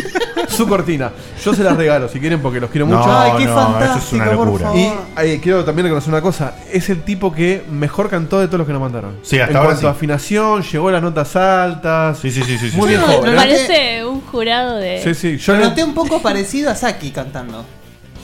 su cortina. Yo se las regalo si quieren porque los quiero No, mucho. Ay, qué no, fantástico, eso es una por locura. favor. Y eh, quiero también reconocer una cosa, es el tipo que mejor cantó de todos los que nos mandaron. Sí, hasta en ahora cuanto sí. a afinación, llegó a las notas altas. Sí, sí, sí, sí. sí. Muy bien No, joven. Me no, ¿eh? parece un jurado de. Sí, sí, yo Lo le- noté un poco parecido a Saki cantando.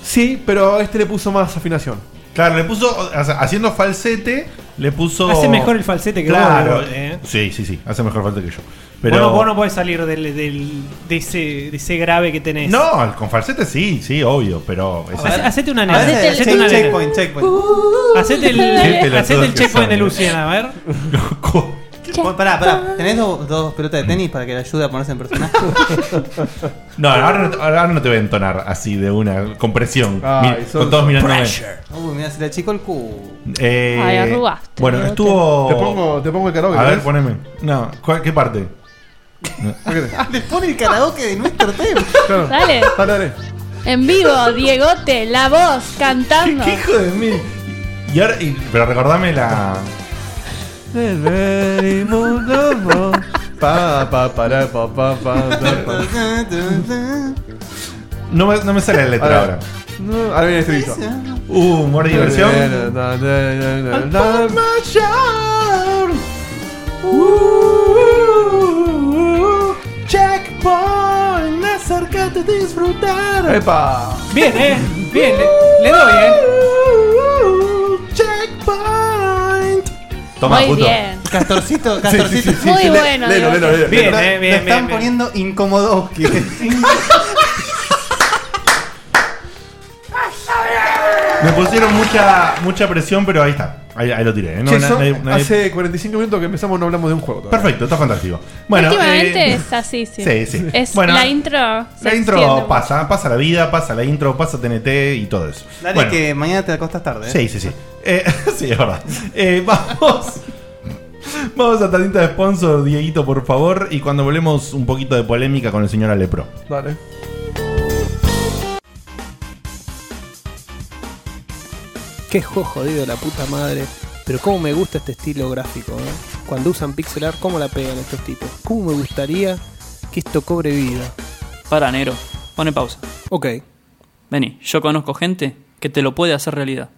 sí, pero este le puso más afinación. Claro, le puso, o sea, haciendo falsete, le puso... Hace mejor el falsete que Claro. vos, Bebote, ¿eh? Sí, sí, sí, hace mejor falta que yo. Pero... Pero... Vos, no, vos no podés salir del, del- de, ese, de ese grave que tenés. No, con falsete sí, sí, obvio, pero... es- Hace- Hacete una A nena. ver, Hacete, check- una nena. checkpoint, checkpoint. Hacete el, Qué pelotudos hacete el que checkpoint son, de eh. Luciana, a ver. <laughs> Bueno, pará, pará. ¿Tenés dos, dos pelotas de tenis para que le ayude a ponerse <laughs> en personaje? No, ahora no, te- ahora no te voy a entonar así de una compresión. Ay, con sos- todos mirándome. Uy, mira, se le achicó el culo. Eh, Ay, arrugaste, Bueno, Bebote. estuvo... Te pongo, te pongo el karaoke. A ver, ¿querés? poneme. No, ¿cuál- ¿qué parte? <laughs> ¿Qué querés? Ah, Le pone el karaoke <laughs> de nuestro tema. Claro. Dale, Dale, dale. en vivo, Diegote, la voz cantando. hijo de mí? Y ahora, y- pero recordame la... El verimundo, pa, pa, para, pa, pa, <laughs> pa, pa, pa. No me, no me sale la letra ahora. No, ahora viene el estribillo. Uh, humor y diversión. Na, na, na, na, na, na. Uh, Checkpoint, acércate a disfrutar. ¡Epa! Bien, eh. Bien, le, le doy, eh. Checkpoint. Toma, Muy puto. bien. Castorcito, Castorcito. Muy bueno, Lelo, Diegote. lelo, lelo. Bien, Lo- eh, lo bien, bien. están bien. poniendo incómodos. Me pusieron mucha mucha presión, pero ahí está. Ahí, ahí lo tiré. ¿eh? No, Che, na- son- nadie- nadie- Hace 45 minutos que empezamos no hablamos de un juego. todavía. Perfecto, está fantástico. Bueno, Últimamente eh, es así, sí. sí, sí. Es Bueno, la intro. se La extiende intro pasa, pasa la vida, pasa la intro, pasa TNT y todo eso. Dale Bueno, que mañana te acostas tarde. ¿eh? Sí, sí, <laughs> sí. <laughs> Eh, sí, es verdad. Eh, vamos. Vamos a tantita de sponsor, Dieguito, por favor. Y cuando volvemos, un poquito de polémica con el señor Alepro. Dale. Qué juego jodido la puta madre. Pero cómo me gusta este estilo gráfico, ¿eh? Cuando usan pixel art, cómo la pegan estos tipos. Cómo me gustaría que esto cobre vida. Para, negro. Pone pausa. Ok. Vení, yo conozco gente que te lo puede hacer realidad.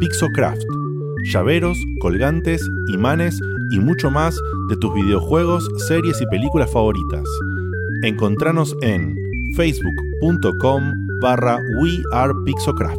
Pixocraft. Llaveros, colgantes, imanes y mucho más de tus videojuegos, series y películas favoritas. Encontranos en facebook.com barra we are Pixocraft.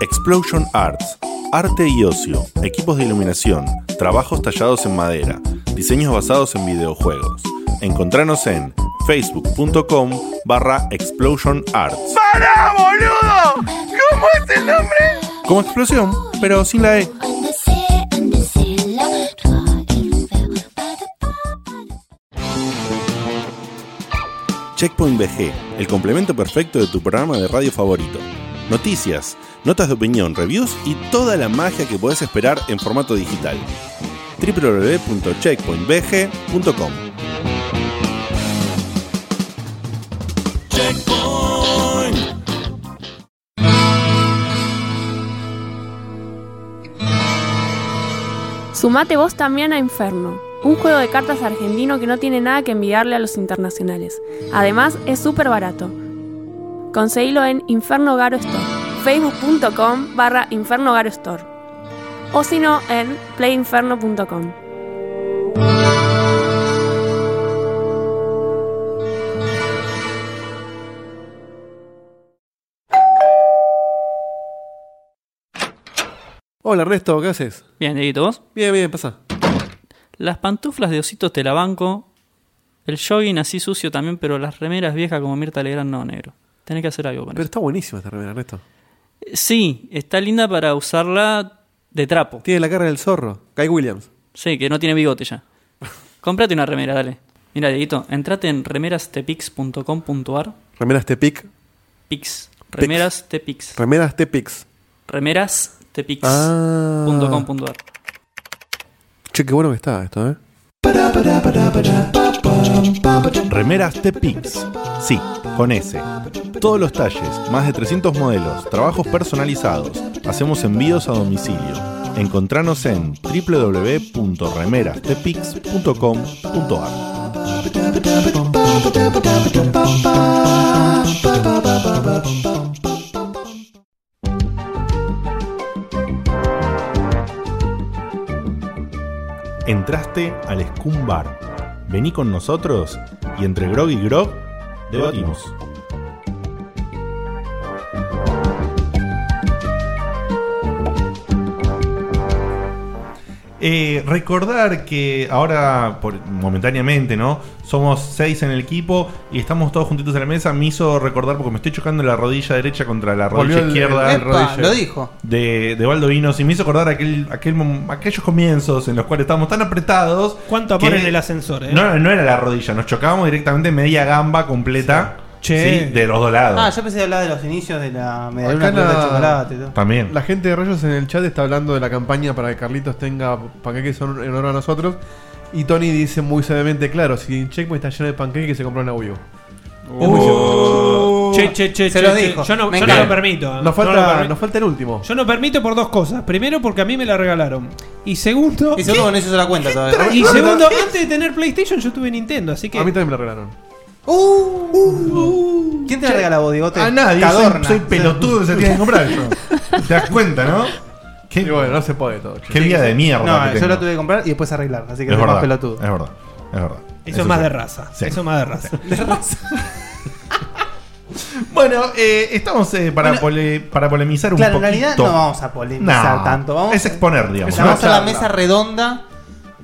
Explosion Arts. Arte y ocio, equipos de iluminación, trabajos tallados en madera, diseños basados en videojuegos. Encontranos en facebook.com barra Explosion Arts. ¡Para, boludo! ¿Cómo es el nombre? Como explosión, pero sin la E. Understand, understand. Checkpoint BG, el complemento perfecto de tu programa de radio favorito. Noticias, notas de opinión, reviews y toda la magia que podés esperar en formato digital. www.checkpointbg.com Sumate vos también a Inferno, un juego de cartas argentino que no tiene nada que enviarle a los internacionales. Además, es súper barato. Conseguilo en Inferno Garo Store, facebook.com barra Inferno Garo Store o si no en playinferno.com. Hola Ernesto, ¿qué haces? Bien, Dieguito, ¿vos? Bien, bien, pasa. Las pantuflas de ositos te la banco. El jogging así sucio también, pero las remeras viejas como Mirta Legrand no, negro. Tenés que hacer algo con Pero eso. está buenísima esta remera, Ernesto. Sí, está linda para usarla de trapo. Tiene la cara del zorro. Guy Williams. Sí, que no tiene bigote ya. Comprate una remera, dale. Mira, Dieguito, entrate en remerastepix.com.ar. Remeras Tepic. Pix. Remeras Tepix. Remeras Tepix. Ah. Remerastepix.com.ar. Che, qué bueno que está esto, ¿eh? Remeras Tepix. Sí, con S. Todos los talles, más de 300 modelos, trabajos personalizados. Hacemos envíos a domicilio. Encontranos en www.remerastepix.com.ar. Entraste al Scum Bar. Vení con nosotros y entre grog y grog debatimos. Eh, recordar que ahora, por- momentáneamente, ¿no? Somos seis en el equipo y estamos todos juntitos en la mesa. Me hizo recordar porque me estoy chocando la rodilla derecha contra la Volvió rodilla el- izquierda. Epa, rodilla lo dijo. De, de Baldovinos y me hizo acordar aquel, aquel, mom- aquellos comienzos en los cuales estábamos tan apretados. ¿Cuánto amor en el ascensor, eh? No, no era la rodilla, nos chocábamos directamente media gamba completa. Che. sí, de los dos lados. Ah, yo pensé que hablaba de los inicios de la media Acá cantidad de la- chocolate. y todo. También. La gente de Rayos en el chat está hablando de la campaña para que Carlitos tenga panqueques en honor a nosotros. Y Tony dice muy sabiamente, claro, si Checkpoint está lleno de panqueques, se compró una Wii U. Uy. Che, che, che, Se che, lo che. dijo. Yo no- Me yo no encanta. lo permito, eh. Nos No lo falta, permi- nos falta el último. Yo no permito por dos cosas. Primero, porque a mí me la regalaron. Y segundo. Y segundo, no hizo la cuenta todavía. Y segundo, antes de tener PlayStation, yo tuve Nintendo, así que. A mí también me la regalaron. Uh, ¿Quién te la regala vos, Digote? A uh. Ah, nadie, soy- Cadorna. soy pelotudo que se tiene que comprar <laughs> yo. ¿Te das cuenta, no? ¿Qué, bueno, no se puede todo. Qué vida de mierda. No, que yo tengo. la tuve que comprar y después arreglar. Así que soy es más verdad, pelotudo. Es verdad, es verdad. Eso, es más sí. de raza. Sí. Eso es más de raza. De raza. <laughs> Bueno, eh, estamos eh, para, pole- para polemizar un Claro, en poquito. realidad no vamos a polemizar No, tanto. Vamos, es exponer, digamos. Vamos a la Charla. mesa redonda.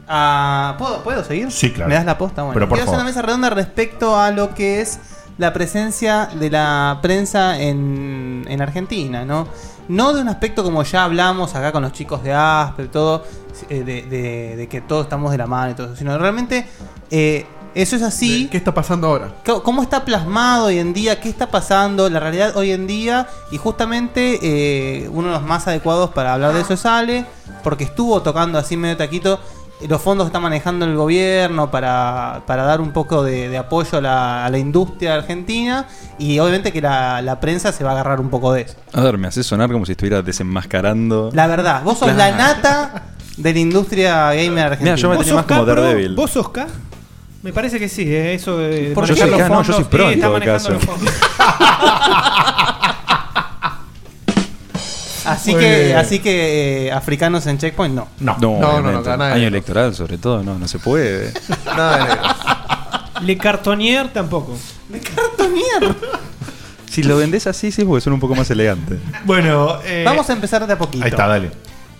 a- ¿puedo, puedo seguir? Sí, claro. ¿Me das la posta? Bueno, Pero por quiero hacer favor. una mesa redonda respecto a lo que es la presencia de la prensa en, en Argentina, ¿no? No de un aspecto como ya hablamos acá con los chicos de ASPE y todo, eh, de, de- de que todos estamos de la mano y todo eso, sino realmente eh, eso es así. ¿Qué está pasando ahora? ¿Cómo está plasmado hoy en día? ¿Qué está pasando? La realidad hoy en día. Y justamente eh, uno de los más adecuados para hablar de eso es Ale, porque estuvo tocando así medio taquito eh, los fondos que está manejando el gobierno para, para dar un poco de, de apoyo a la, a la industria argentina. Y obviamente que la, la prensa se va a agarrar un poco de eso. A ver, me hace sonar como si estuviera desenmascarando. La verdad, vos sos Claro. la nata de la industria gamer argentina. Mira, yo me ¿Vos tenía sos más como Capro? Daredevil. ¿Vos sos K? Me parece que sí, eh, eso de. Yo soy Ah, manejar K, no, yo soy pro sí, en está todo manejando caso. los <laughs> fondos. Así Muy que, bien. así que eh, africanos en checkpoint no. No, No, no, obviamente. no, acá nada de Año eso. electoral, sobre todo, no, no se <laughs> puede. Le Cartonier tampoco. Si lo vendés así, sí, porque son un poco más elegantes. Bueno, vamos a empezar de a poquito. Ahí está, dale.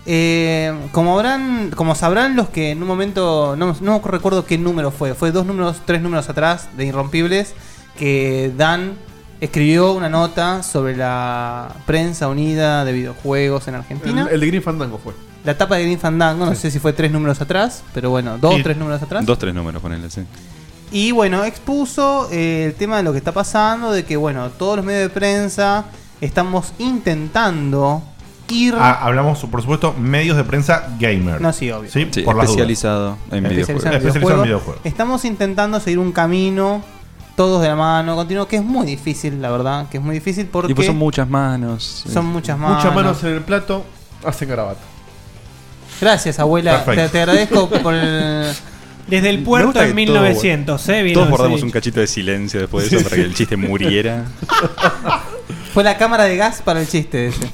Eh, como habrán, como sabrán los que en un momento no, no recuerdo qué número fue, fue dos números, tres números atrás de Irrompibles que Dan escribió una nota sobre la prensa unida de videojuegos en Argentina. El, el de Green Fandango fue. la etapa de Green Fandango, no sé si fue tres números atrás, pero bueno, dos, tres números atrás. Dos, tres números, ponele, sí. Y bueno, expuso eh, el tema de lo que está pasando, de que bueno, todos los medios de prensa estamos intentando ir... Ah, hablamos, por supuesto, medios de prensa gamer. No, sí, obvio. Sí, Sí, por las dudas. especializado en videojuegos. especializado en Especializado en videojuegos. Estamos intentando seguir un camino todos de la mano, continuo, que es muy difícil, la verdad, que es muy difícil porque... Y pues son muchas manos. Son muchas manos. Muchas manos en el plato hacen garabato. Gracias, abuela. Perfecto. Te, te <laughs> agradezco por el... Desde el Me puerto gusta en que todo, 1900, bueno. ¿eh? Vino Todos ese guardamos dicho. un cachito de silencio después de eso para <laughs> que el chiste muriera. Fue la cámara de gas para el chiste ese.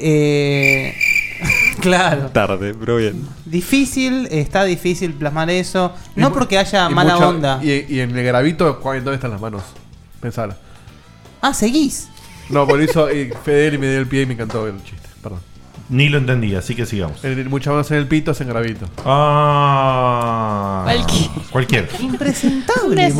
Eh, <laughs> claro. Tarde, pero bien. Difícil, está difícil plasmar eso. No porque haya Y mala mucha- onda. Y, y en el garabito, ¿cu- ¿dónde están las manos? Pensar. Ah, seguís. No, por eso eh, Fedel y me dio el pie y me encantó el chiste. Perdón. Ni lo entendí, así que sigamos. El- muchas manos en el pito hacen garabito. Ah. Cualquier. Cualquier. Impresentable.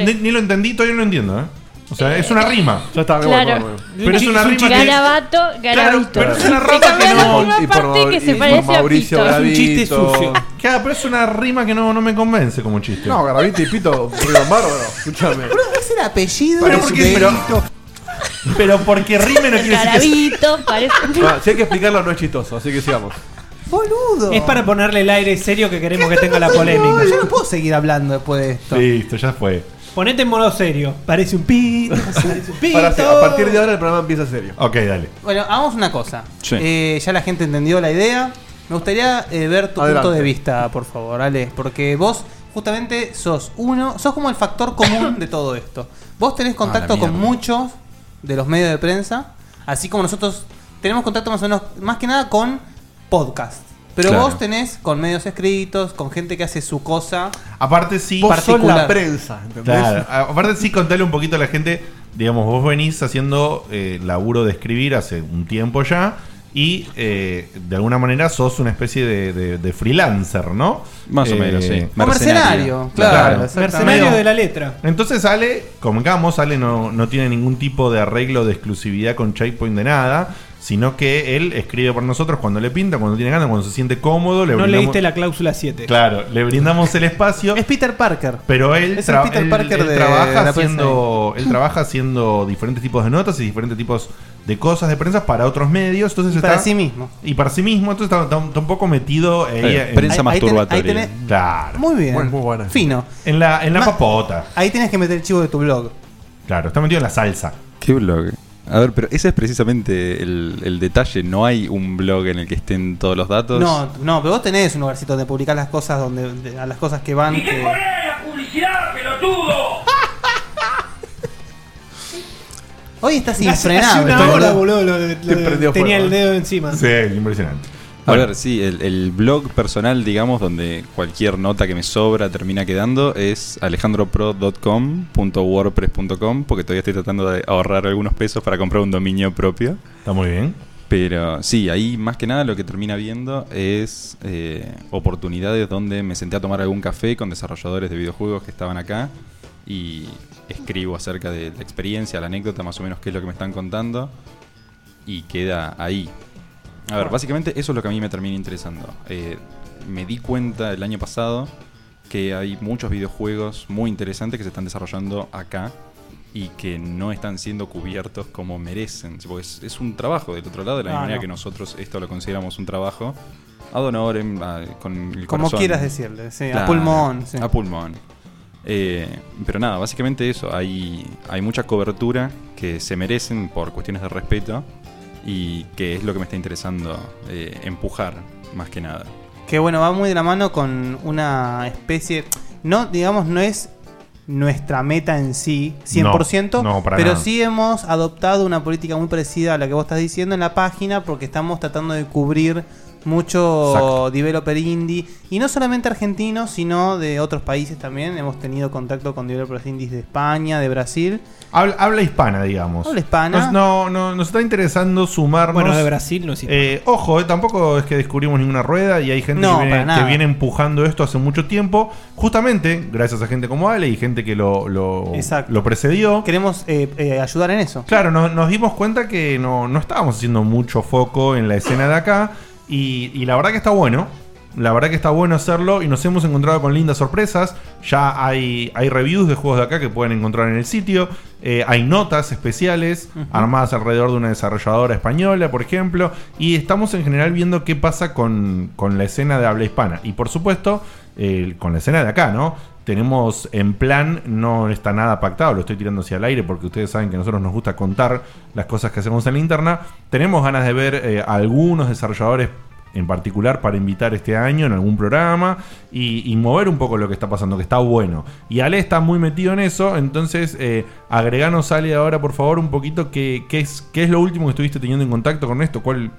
Ni, ni lo entendí, todavía no lo entiendo, ¿eh? O sea, es una rima. Ya está, me voy, Claro. me voy, me voy. Pero es una rima que. Garabato, Claro, garabito. pero es una Te rima que cambiaron no. una parte que se parece a Pito. Claro, pero es una rima que no, no me convence como chiste. No, garabito y pito, río bárbaro. Escúchame. Es el Este apellido. Pero porque, pero, <laughs> pero porque rime no El quiere decir que. garabito parece... Ah, si hay que explicarlo, no es chistoso, así que sigamos. <laughs> Boludo. Es para ponerle el aire serio que queremos que tenga la polémica. Yo no puedo seguir hablando después de esto. Listo, ya fue. Ponete en modo serio. Parece un <laughs> pito. parece un pito. Para, a partir de ahora el programa empieza serio. Ok, dale. Bueno, hagamos una cosa. Sí. Eh, ya la gente entendió la idea. Me gustaría eh, ver tu Adelante. punto de vista, por favor, Ale. Porque vos justamente sos uno, sos como el factor común de todo esto. Vos tenés contacto con muchos de los medios de prensa, así como nosotros tenemos contacto más o menos, más que nada con podcast. Pero Claro. vos tenés con medios escritos, con gente que hace su cosa. Aparte sí, particular. Claro. Aparte sí, contale un poquito a la gente, digamos, vos venís haciendo eh, laburo de escribir hace un tiempo ya y eh, de alguna manera sos una especie de, de- de freelancer, ¿no? Más o Eh, menos, sí. O mercenario, claro, exactamente. Mercenario de la letra. Entonces Ale, convengamos, Ale no, no tiene ningún tipo de arreglo de exclusividad con Checkpoint de nada, sino que él escribe por nosotros cuando le pinta, cuando tiene ganas, cuando se siente cómodo. Le No brindamos- leíste la cláusula 7. Claro, le brindamos el espacio. Es Peter Parker. Pero él, Es el tra- Peter él- Parker él de trabaja la prensa. haciendo, él trabaja haciendo diferentes tipos de notas y diferentes tipos de cosas de prensa para otros medios. Entonces para está- sí mismo. Y para sí mismo, entonces está, está un- está un poco metido ahí Eh, prensa Ahí- ahí tenés- masturbatoria. ahí tenés- Claro. Muy bien. Bueno, Fino. En la, en la Ma- papota. Ahí tenés que meter el chivo de tu blog. Claro, está metido en la salsa. ¿Qué blog? A ver, pero ese es precisamente el, el detalle. No hay un blog en el que estén todos los datos. No, no, pero vos tenés un lugarcito donde publicás las cosas, donde de- a las cosas que van. que- ¡Publicidad, <laughs> pelotudo! Hoy estás Hace- hace infrenable. una hora, boludo, lo- lo- Te prendió tenía fuego, el ¿eh? dedo encima. Sí, impresionante. A ver, sí, el, el blog personal, digamos, donde cualquier nota que me sobra termina quedando es alejandropro.com.wordpress.com porque todavía estoy tratando de ahorrar algunos pesos para comprar un dominio propio. Está muy bien. Pero sí, ahí más que nada lo que termina viendo es eh, oportunidades donde me senté a tomar algún café con desarrolladores de videojuegos que estaban acá y escribo acerca de la experiencia, la anécdota, más o menos qué es lo que me están contando y queda ahí. A ver, básicamente eso es lo que a mí me termina interesando. Eh, me di cuenta el año pasado que hay muchos videojuegos muy interesantes que se están desarrollando acá y que no están siendo cubiertos como merecen. Tipo, es, es un trabajo del otro lado, de la Ah, misma manera no. que nosotros esto lo consideramos un trabajo. Ad honorem, a- con el Como corazón. quieras decirle, sí, a pulmón, sí. A pulmón. Eh, pero nada, básicamente eso. Hay, hay mucha cobertura que se merecen por cuestiones de respeto y que es lo que me está interesando eh, empujar, más que nada. Que bueno, va muy de la mano con una especie. No, digamos, no es nuestra meta en sí, 100%, No, no, para pero nada. sí hemos adoptado una política muy parecida a la que vos estás diciendo en la página porque estamos tratando de cubrir mucho developer indie y no solamente argentinos, sino de otros países también. Hemos tenido contacto con developers indies de España, de Brasil. Habla, habla hispana, digamos. Habla hispana. Nos- No, no, nos está interesando sumarnos. Bueno, de Brasil no es hispana. Eh, ojo, eh, tampoco es que descubrimos ninguna rueda y hay gente No, que, para viene, nada. que viene empujando esto hace mucho tiempo. Justamente gracias a gente como Ale y gente que lo, lo, Exacto. lo precedió. Queremos eh, ayudar en eso. Claro, no- nos dimos cuenta que no, no estábamos haciendo mucho foco en la escena de acá. Y, y la verdad que está bueno. La verdad que está bueno hacerlo y nos hemos encontrado con lindas sorpresas. Ya hay, hay reviews de juegos de acá que pueden encontrar en el sitio. Eh, hay notas especiales Ujú. armadas alrededor de una desarrolladora española, por ejemplo. Y estamos en general viendo qué pasa con, con la escena de habla hispana. Y por supuesto, eh, con la escena de acá, ¿no? Tenemos en plan, no está nada pactado, lo estoy tirando hacia el aire porque ustedes saben que a nosotros nos gusta contar las cosas que hacemos en la interna. Tenemos ganas de ver eh, a algunos desarrolladores en particular para invitar este año en algún programa y, y mover un poco lo que está pasando, que está bueno. Y Ale está muy metido en eso, entonces eh, agreganos Ale ahora por favor un poquito qué, qué es, qué es lo último que estuviste teniendo en contacto con esto, cuál,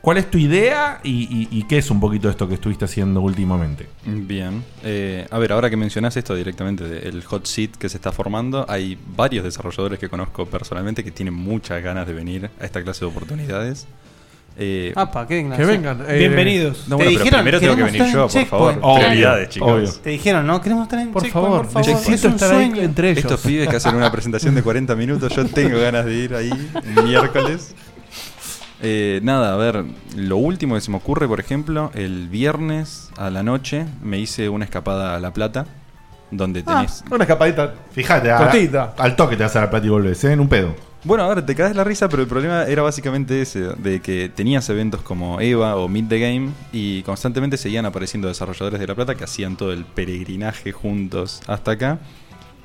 cuál es tu idea y, y- y qué es un poquito esto que estuviste haciendo últimamente. Bien. Eh, a ver, ahora que mencionás esto directamente del hot seat que se está formando, hay varios desarrolladores que conozco personalmente que tienen muchas ganas de venir a esta clase de oportunidades. Eh, Apa, que vengan. Que vengan, eh, Bienvenidos. No, bueno, pero primero tengo que queremos venir estar yo, en por Checkpoint. favor. Prioridades, chicos. Te dijeron, ¿no? Queremos estar en Por Checkpoint, favor, por favor. necesito Es un estar ahí sueño. entre ellos. Estos pibes que hacen una presentación de 40 minutos, yo tengo ganas de ir ahí un miércoles. Eh, nada, a ver, lo último que se me ocurre, por ejemplo, el viernes a la noche me hice una escapada a La Plata, donde Ah, tenés... una escapadita. Fíjate, a- Cortita. al toque te vas a la plata y volvés, ¿eh? en un pedo. Bueno, a ver, te caes la risa, pero el problema era básicamente ese, de que tenías eventos como EVA o Meet the Game y constantemente seguían apareciendo desarrolladores de La Plata que hacían todo el peregrinaje juntos hasta acá.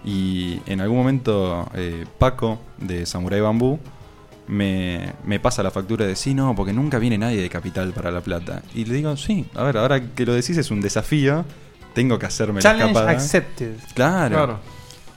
Y en algún momento eh, Paco de Samurai Bambú me, me pasa la factura de sí, no, porque nunca viene nadie de Capital para La Plata. Y le digo, sí, a ver, ahora que lo decís es un desafío, tengo que hacerme la Challenge escapada. accepted. Claro. Claro.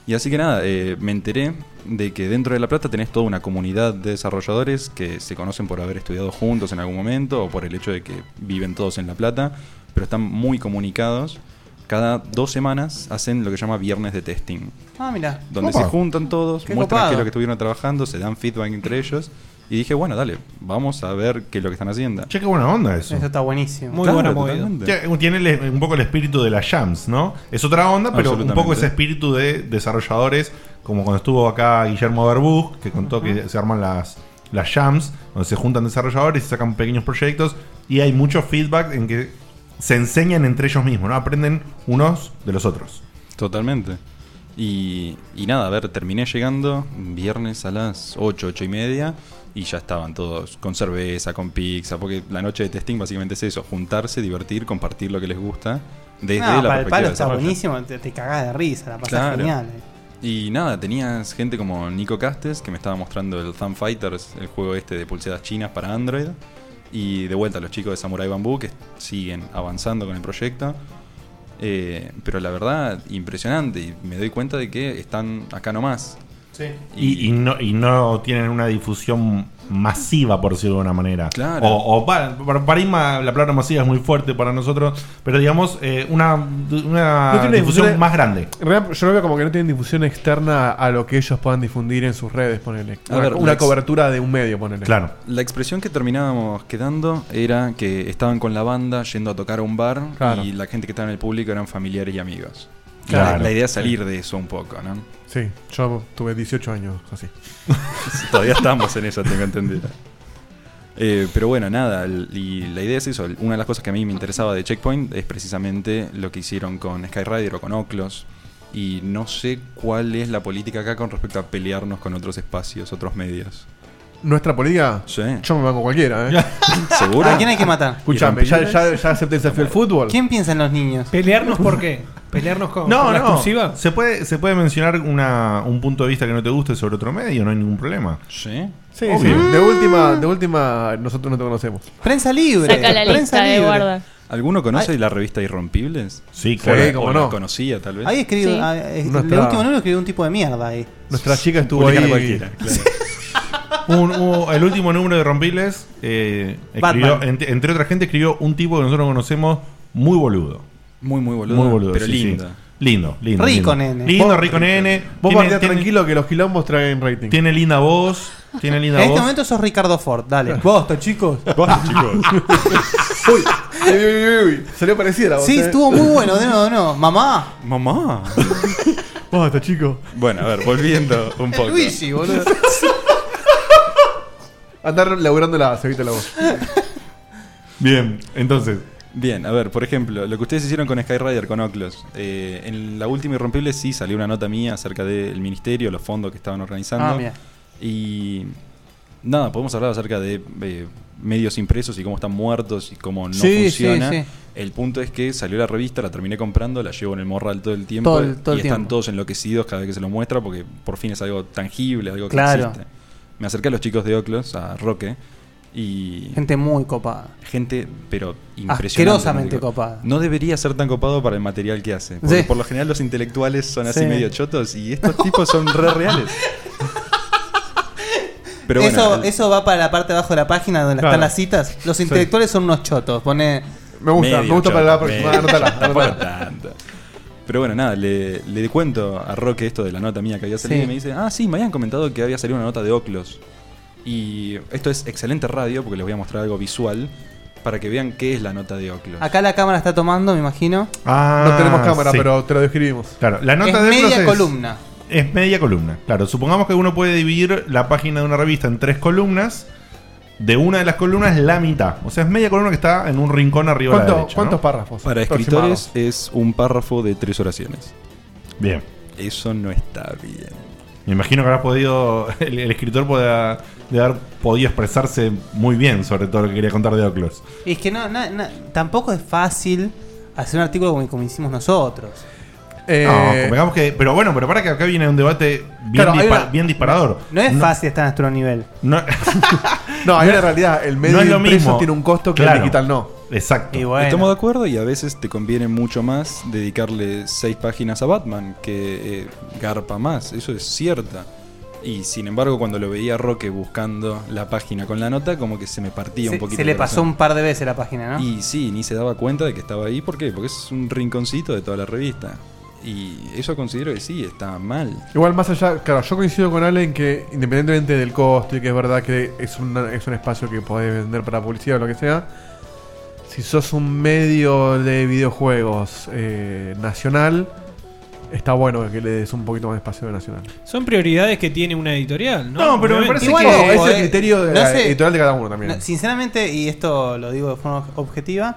Y así que nada, eh, me enteré de que dentro de La Plata tenés toda una comunidad de desarrolladores que se conocen por haber estudiado juntos en algún momento o por el hecho de que viven todos en La Plata, pero están muy comunicados. Cada dos semanas hacen lo que se llama viernes de testing, Ah, mira. donde se juntan todos, Qué muestran copado. qué es lo que estuvieron trabajando, se dan feedback entre ellos. Y dije, bueno, dale, vamos a ver qué es lo que están haciendo. Che, qué buena onda eso. Eso está buenísimo. Muy Claro, buena movida. totalmente. Tiene- Tiene el- un poco el espíritu de las jams, ¿no? Es otra onda, pero un poco Absolutamente. ese espíritu de desarrolladores, como cuando estuvo acá Guillermo Verbuch, que contó que se arman las, las jams, donde se juntan desarrolladores y sacan pequeños proyectos, y hay mucho feedback en que se enseñan entre ellos mismos, ¿no? Aprenden unos de los otros. Totalmente. Y, y nada, a ver, terminé llegando viernes a las 8, 8 y media y ya estaban todos con cerveza, con pizza, porque la noche de testing básicamente es eso, juntarse, divertir, compartir lo que les gusta desde No, la Ah, para el perspectiva palo de está desarrollo. buenísimo, te, te cagás de risa, la pasás Claro. genial. Y nada, tenías gente como Nico Castes que me estaba mostrando el Thumb Fighters, el juego este de pulseras chinas para Android. Y de vuelta los chicos de Samurai Bamboo que siguen avanzando con el proyecto. Eh, pero la verdad, impresionante. Y me doy cuenta de que están acá nomás. Sí. Y, y no, y no tienen una difusión masiva, por decirlo de una manera. Claro. O, o para, para- para ir ma- la palabra masiva es muy fuerte para nosotros, pero digamos, eh, una, una No tiene difusión difusión- más grande. En realidad, yo lo veo como que no tienen difusión externa a lo que ellos puedan difundir en sus redes, ponele. A Una, ver, una Lex- cobertura de un medio, ponele. La expresión que terminábamos quedando era que estaban con la banda yendo a tocar a un bar Claro. y la gente que estaba en el público eran familiares y amigos. Y Claro. La, la idea es salir de eso un poco, ¿no? Sí, yo tuve 18 años así. Todavía estamos en eso, tengo entendido. Eh, pero bueno, nada, el- y la idea es eso. Una de las cosas que a mí me interesaba de Checkpoint es precisamente lo que hicieron con Skyrider o con Oclos. Y no sé cuál es la política acá con respecto a pelearnos con otros espacios, otros medios. Nuestra política, yo me banco cualquiera, ¿eh? ¿Seguro? ¿A quién hay que matar? Escuchame, ya, ya, ya acepté el desafío del fútbol. ¿Quién piensa en los niños? ¿Pelearnos por qué? ¿Pelearnos con, No, con la no. exclusiva? Se puede, se puede mencionar una, un punto de vista que no te guste sobre otro medio, no hay ningún problema. Sí. Sí, sí. De última, de última, nosotros no te conocemos. Prensa libre. Saca la Prensa lista, eh, libre. guarda. ¿Alguno conoce la revista Irrompibles? Sí, claro. Sí, cómo o la no. conocía, tal vez. Ahí escribe. Sí. ah, eh, Nuestra- El último número escribió un tipo de mierda ahí. Nuestra chica estuvo Publican a ahí. cualquiera, claro. Un- hubo- el último número de Rompiles, eh, escribió- Batman. ent- entre otra gente, escribió un tipo que nosotros conocemos muy boludo. Muy, muy boludo, pero sí, lindo. sí. Lindo, lindo. lindo. Lindo, Vos- rico nene. Vos Tiene- partidás tiene- tranquilo que los quilombos traen rating. Tiene linda voz. Tiene En linda este voz. momento sos Ricardo Ford, <laughs> dale. Basta, chicos. Basta, <laughs> chicos. Uy, uy, uy, uy, uy. Salió parecida la voz. Sí, ¿eh? estuvo muy bueno, de nuevo, de nuevo. Mamá. Mamá. Basta, chico. Bueno, a ver, volviendo un poco. <laughs> Luigi, <laughs> boludo. Andar laburando la cevita la voz. Bien, entonces. Bien, a ver, por ejemplo, lo que ustedes hicieron con Skyrider, con Oculus. eh, en la última Irrompible sí salió una nota mía acerca del ministerio, los fondos que estaban organizando. Ah, mira. Y nada, podemos hablar acerca de eh, medios impresos y cómo están muertos y cómo no Sí, sí, funciona. sí. El punto es que salió la revista, la terminé comprando, la llevo en el morral todo el tiempo Todo el- todo y el están tiempo. todos enloquecidos cada vez que se lo muestra porque por fin es algo tangible, algo que Claro. existe. Me acerqué a los chicos de Oculus, a Roque, y Gente muy copada. gente, pero impresionante. Asquerosamente ¿no? Digo, copada. No debería ser tan copado para el material que hace. Porque Sí. por lo general los intelectuales son así Sí. medio chotos y estos tipos son re reales. Pero bueno, eso, el- eso va para la parte de abajo de la página donde Claro. están las citas. Los intelectuales son unos chotos. Pone. Me medio choto, medio choto, tampoco tanto. Pero bueno, nada, le, le cuento a Roque esto de la nota mía que había salido Sí. y me dice, ah, sí, me habían comentado que había salido una nota de Oclos. Y esto es excelente radio porque les voy a mostrar algo visual para que vean qué es la nota de Oclos. Acá la cámara está tomando, me imagino. Ah, No tenemos cámara, sí. pero te lo describimos. Claro, la nota Es de media Plus columna. Es media columna, claro. Supongamos que uno puede dividir la página de una revista en tres columnas. De una de las columnas, la mitad. O sea, es media columna que está en un rincón arriba a la ¿Cuánto- derecha. cuántos párrafos? Para escritores es un párrafo de tres oraciones. Bien. Eso no está bien. Me imagino que habrá podido. <laughs> El, el escritor puede, de haber podido expresarse muy bien sobre todo lo que quería contar de Oclos. Y es que no, na- na- tampoco es fácil hacer un artículo como, como hicimos nosotros. Eh, no, convengamos que. Pero bueno, pero para que acá viene un debate bien, Claro, hay dispa- una- bien disparador. No es fácil estar a nuestro nivel. <laughs> No, No, hay una realidad. El medio no es lo impreso mismo. tiene un costo que el Claro. digital no. Exacto. Estamos de acuerdo y a veces te conviene mucho más dedicarle seis páginas a Batman que eh, garpa más, eso es cierta. Y sin embargo, cuando lo veía a Roque buscando la página con la nota, como que se me partía Se, un poquito. se el le corazón. pasó un par de veces la página, ¿no? Y sí, ni se daba cuenta de que estaba ahí. ¿Por qué? Porque es un rinconcito de toda la revista. Y eso considero que sí, está mal. Igual más allá, claro, yo coincido con Ale en que independientemente del costo y que es verdad que es un, es un espacio que podés vender para publicidad o lo que sea, si sos un medio de videojuegos eh, nacional, está bueno que le des un poquito más de espacio de nacional. Son prioridades que tiene una editorial, ¿no? Obviamente. Ojo, es el eh, criterio de no la sé. editorial de cada uno también. No, sinceramente, y esto lo digo de forma objetiva,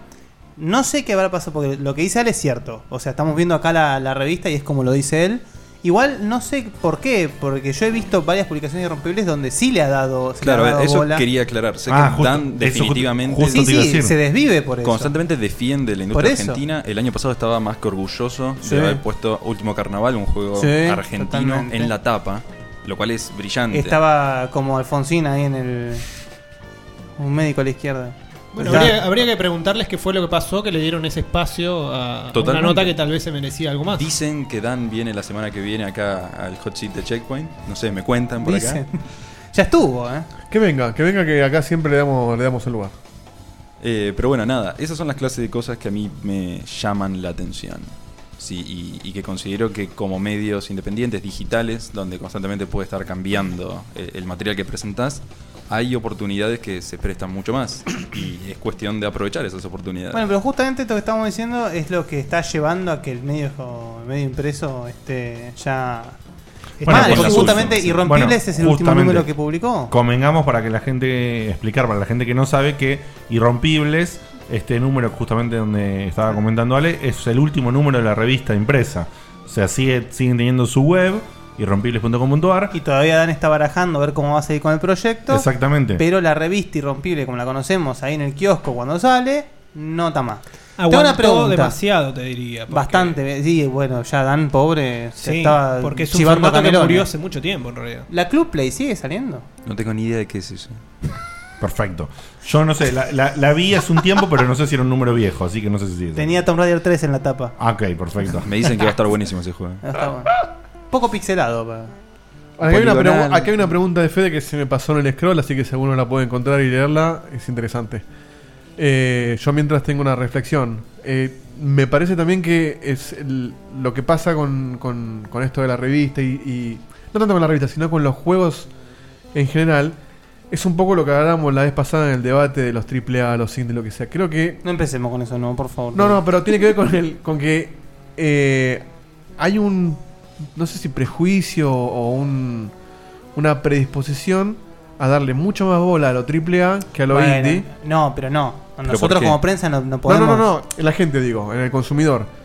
no sé qué habrá pasado, porque lo que dice él es cierto. O sea, estamos viendo acá la, la revista y es como lo dice él. Igual no sé por qué, porque yo he visto varias publicaciones irrompibles donde sí le ha dado. se le ha Claro, dado eso bola. quería aclarar. Sé que Ah, justo, Dan eso definitivamente ju- justo Sí, te iba a sí, decir. se desvive por eso. Constantemente defiende la industria Por eso. argentina. El año pasado estaba más que orgulloso Sí. de haber puesto Último Carnaval, un juego Sí, argentino, totalmente. en la tapa, lo cual es brillante. Estaba como Alfonsina ahí en el. Un médico a la izquierda. Bueno, Ya. habría, habría que preguntarles qué fue lo que pasó, que le dieron ese espacio a Totalmente. una nota que tal vez se merecía algo más. Dicen que Dan viene la semana que viene acá al hot seat de Checkpoint. No sé, me cuentan por Dicen. acá. Ya estuvo, ¿eh? Que venga, que venga, que acá siempre le damos, le damos el lugar. Eh, pero bueno, nada, esas son las clases de cosas que a mí me llaman la atención. Sí, y, y que considero que como medios independientes, digitales, donde constantemente puede estar cambiando eh, el material que presentás, hay oportunidades que se prestan mucho más. Y es cuestión de aprovechar esas oportunidades. Bueno, pero justamente esto que estamos diciendo es lo que está llevando a que el medio, el medio impreso esté ya. Está Bueno, mal, pues porque las justamente últimas. Irrompibles Bueno, es el último justamente. número que publicó. Convengamos para que la gente explicar para la gente que no sabe que Irrompibles, este número justamente donde estaba comentando Ale, es el último número de la revista impresa. O sea, sigue, siguen teniendo su web irrompibles.com.ar y todavía Dan está barajando a ver cómo va a seguir con el proyecto. Exactamente. Pero la revista Irrompible, como la conocemos ahí en el kiosco cuando sale, no está más. Aguantó demasiado, te diría. porque- Bastante, sí, bueno, ya Dan, pobre, se Sí, estaba porque es un chivando formato que canelones. murió hace mucho tiempo, en realidad. ¿La Club Play sigue saliendo? No tengo ni idea de qué es eso. Perfecto. Yo no sé, la, la- la vi hace un tiempo, pero no sé si era un número viejo, así que no sé si es. Tenía Tomb Raider 3 en la tapa. Ah, Ok, perfecto. Me dicen que va a estar buenísimo ese juego. No está bueno. Poco pixelado. pa. Acá hay, una Poligonal. pregu- acá hay una pregunta de Fede que se me pasó en el scroll, así que si alguno la puede encontrar y leerla, es interesante. Eh, yo mientras tengo una reflexión. Eh, me parece también que es el- lo que pasa con, con- con esto de la revista y, y- No tanto con la revista, sino con los juegos en general. Es un poco lo que hablábamos la vez pasada en el debate de los AAA, los indies, lo que sea. Creo que No empecemos con eso, no, por favor. no, no, pero tiene que ver con el, con que eh, hay un, no sé si prejuicio o un, una predisposición a darle mucho más bola a lo AAA que a lo Bueno, indie. No, pero no. Pero nosotros ¿por qué? como prensa no- no No, podemos- no, no, la gente, digo, en el consumidor.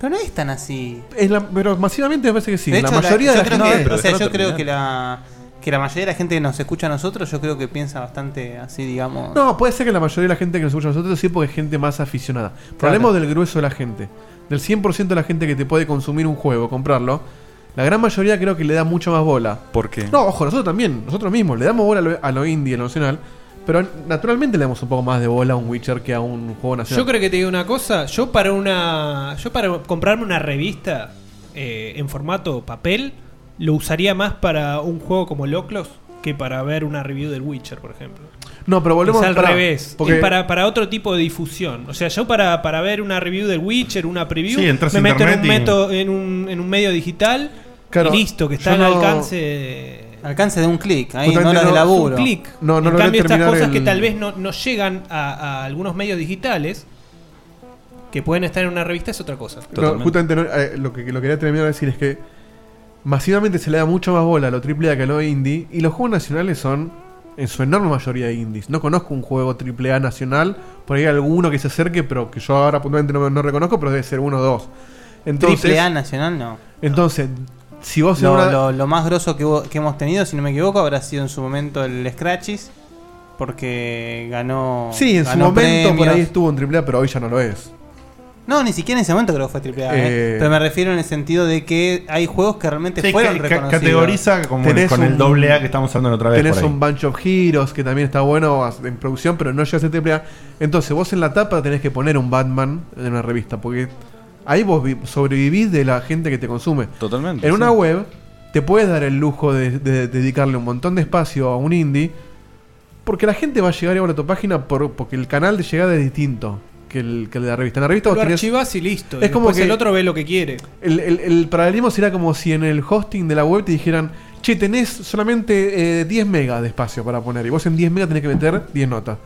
Pero no es tan así. Es la- pero masivamente me parece que sí. De la hecho, la- mayoría yo de la creo gente. que, o sea, yo creo que la que la mayoría de la gente que nos escucha a nosotros, yo creo que piensa bastante así, digamos. No, puede ser que la mayoría de la gente que nos escucha a nosotros sí, porque es gente más aficionada. Hablemos del grueso de la gente. Del 100% de la gente que te puede consumir un juego, comprarlo. La gran mayoría creo que le da mucho más bola. ¿Por qué? No, ojo, nosotros también, nosotros mismos, le damos bola a lo, a lo indie, a lo nacional. Pero naturalmente le damos un poco más de bola a un Witcher que a un juego nacional. Yo creo que te digo una cosa, yo para una yo para comprarme una revista eh, en formato papel lo usaría más para un juego como Loclos que para ver una review del Witcher, por ejemplo. No, pero volvemos- es al pará, revés, porque- es para, para otro tipo de difusión. O sea, yo para, para ver una review del Witcher, una preview, Sí, me entras meto a en un, internet y- meto- en, un, en un medio digital Claro, y listo, que está yo al no- alcance Alcance de un clic, ahí en Justamente horas de no- laburo. Un clic. No, no en logré cambio, estas terminar cosas que el- tal vez no, no llegan a, a algunos medios digitales, que pueden estar en una revista, es otra cosa. No, justamente no, eh, lo, que, lo que quería terminar de decir es que masivamente se le da mucho más bola a lo AAA que a lo indie. Y los juegos nacionales son en su enorme mayoría indies. No conozco un juego AAA nacional. Por ahí alguno que se acerque, pero que yo ahora puntualmente no, no reconozco, pero debe ser uno o dos. Entonces, AAA nacional no. Entonces, si vos en lo, una- lo- lo más grosso que, hubo- que hemos tenido, si no me equivoco, habrá sido en su momento el Scratchis. Porque ganó. Sí, en su ganó momento por premios. ahí estuvo en AAA, pero hoy ya no lo es. No, ni siquiera en ese momento creo que fue AAA. ¿eh? Eh. Pero me refiero en el sentido de que hay juegos que realmente Sí, fueron ca- ca- reconocidos. categoriza como el- con el doble A que estamos hablando la otra vez Tenés por ahí. un Bunch of Heroes que también está bueno as- en producción, pero no llega a ser AAA. Entonces, vos en la tapa tenés que poner un Batman en una revista, porque ahí vos vi- sobrevivís de la gente que te consume. Totalmente. En una sí. web te puedes dar el lujo de, de dedicarle un montón de espacio a un indie, porque la gente va a llegar igual a tu página por- porque el canal de llegada es distinto que el, que el de la revista. En la revista Lo vos tenés- archivás y listo. Es como que el otro ve lo que quiere. el, el- el paralelismo será como si en el hosting de la web te dijeran, che, tenés solamente eh, 10 megas de espacio para poner y vos en 10 megas tenés que meter 10 notas.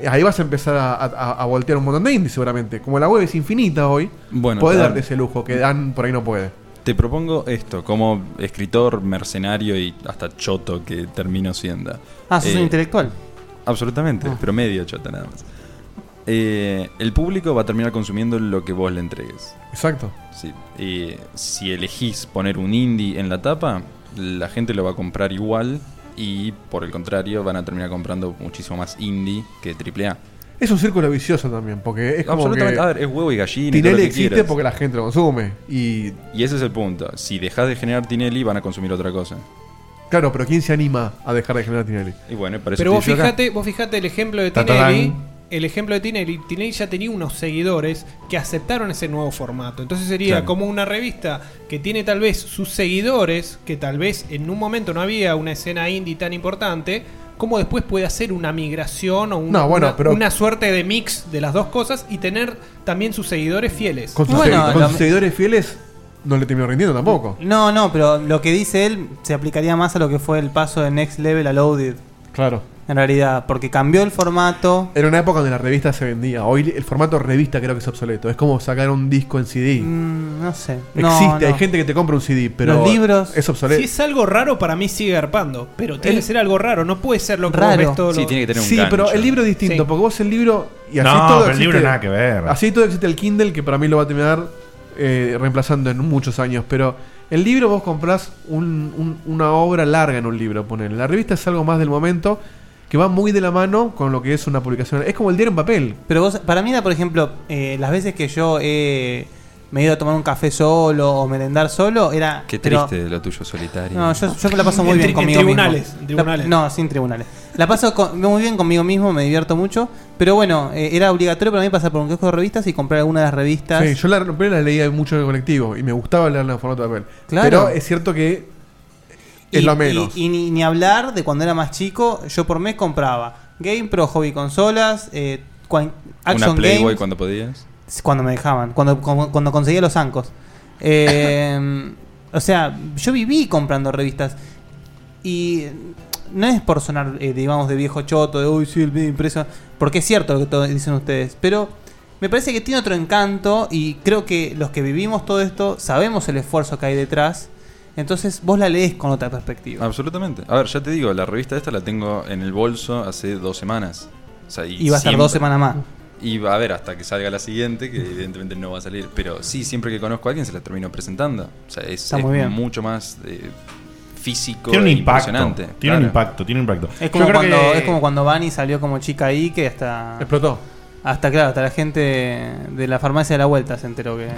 Eh, Ahí vas a empezar a, a- a voltear un montón de indies seguramente. Como la web es infinita hoy, Bueno, podés claro. darte ese lujo que Dan por ahí no puede. Te propongo esto, como escritor, mercenario y hasta choto que termino siendo. Eh, Ah, sos un intelectual. Absolutamente, Ah. pero medio choto nada más. Eh, el público va a terminar consumiendo lo que vos le entregues. Exacto. Sí. Y si elegís poner un indie en la tapa, la gente lo va a comprar igual y por el contrario van a terminar comprando muchísimo más indie que AAA. Es un círculo vicioso también, porque es como que... Absolutamente, a ver, es huevo y gallina y todo lo Tinelli que existe quieras. porque la gente lo consume. Y Y ese es el punto. Si dejas de generar Tinelli, van a consumir otra cosa. claro, pero ¿quién se anima a dejar de generar Tinelli? Y bueno, para eso Pero vos estoy yo acá. fijate, vos fijate el ejemplo de Tatarán. Tinelli. El ejemplo de Tinelli. Tinelli ya tenía unos seguidores que aceptaron ese nuevo formato. Entonces sería Claro. como una revista que tiene tal vez sus seguidores, que tal vez en un momento no había una escena indie tan importante. Como después puede hacer una migración o una, No, bueno, una- pero- una suerte de mix de las dos cosas y tener también sus seguidores fieles. Con sus, segui- con sus seguidores fieles no le terminó rindiendo tampoco. No, no, pero lo que dice él se aplicaría más a lo que fue el paso de Next Level a Loaded. Claro. En realidad, porque cambió el formato. Era una época donde la revista se vendía. Hoy el formato revista creo que es obsoleto. Es como sacar un disco en CD. no sé. Existe, Mm, No, hay no. gente que te compra un CD, pero es obsoleto. Si es algo raro, para mí sigue garpando. Pero tiene El- que ser algo raro. No puede ser lo que vos ves todo lo- Sí, pero el libro es distinto, porque vos el libro y así No, todo pero el existe- libro nada que ver. Así todo existe el Kindle que para mí lo va a terminar eh, reemplazando en muchos años, pero el libro vos comprás un- un- una obra larga en un libro, ponen. La revista es algo más del momento que va muy de la mano con lo que es una publicación. Es como el diario en papel. Pero vos, para mí, era, por ejemplo, eh, las veces que yo eh, me he ido a tomar un café solo o merendar solo, era. Qué pero- triste lo tuyo solitario. No, yo, yo la paso muy En tri- bien en conmigo tribunales, mismo. en tribunales. La- no, sin tribunales. La paso con- muy bien conmigo mismo, me divierto mucho. Pero bueno, eh, era obligatorio para mí pasar por un kiosco de revistas y comprar alguna de las revistas. Sí, yo la pero la leía mucho en el colectivo y me gustaba leerla en formato de papel. Claro. Pero es cierto que es Y- lo menos. Y, y ni, ni hablar de cuando era más chico, yo por mes compraba Game Pro, Hobby Consolas, eh, cuan- Una Action Playboy Games, cuando podías. cuando me dejaban, cuando, cuando, cuando conseguía los ancos. Eh, o sea, yo viví comprando revistas. Y no es por sonar, eh, digamos, de viejo choto, de uy, sí, el video impreso. Porque es cierto lo que to- dicen ustedes. Pero me parece que tiene otro encanto. Y creo que los que vivimos todo esto sabemos el esfuerzo que hay detrás. Entonces vos la lees con otra perspectiva. Absolutamente. A ver, ya te digo, la revista esta la tengo en el bolso hace dos semanas. O sea, Y va a estar dos semanas más. Y va a ver hasta que salga la siguiente, que evidentemente no va a salir. Pero sí, siempre que conozco a alguien se la termino presentando. O sea, es, Está muy es bien. mucho más eh, físico. Tiene un e impacto. impresionante, Tiene claro. un impacto, tiene un impacto. Es como, Yo creo cuando, que- es como cuando Bunny salió como chica ahí que hasta. Explotó. Hasta, claro, hasta la gente de la farmacia de la vuelta se enteró <laughs> que.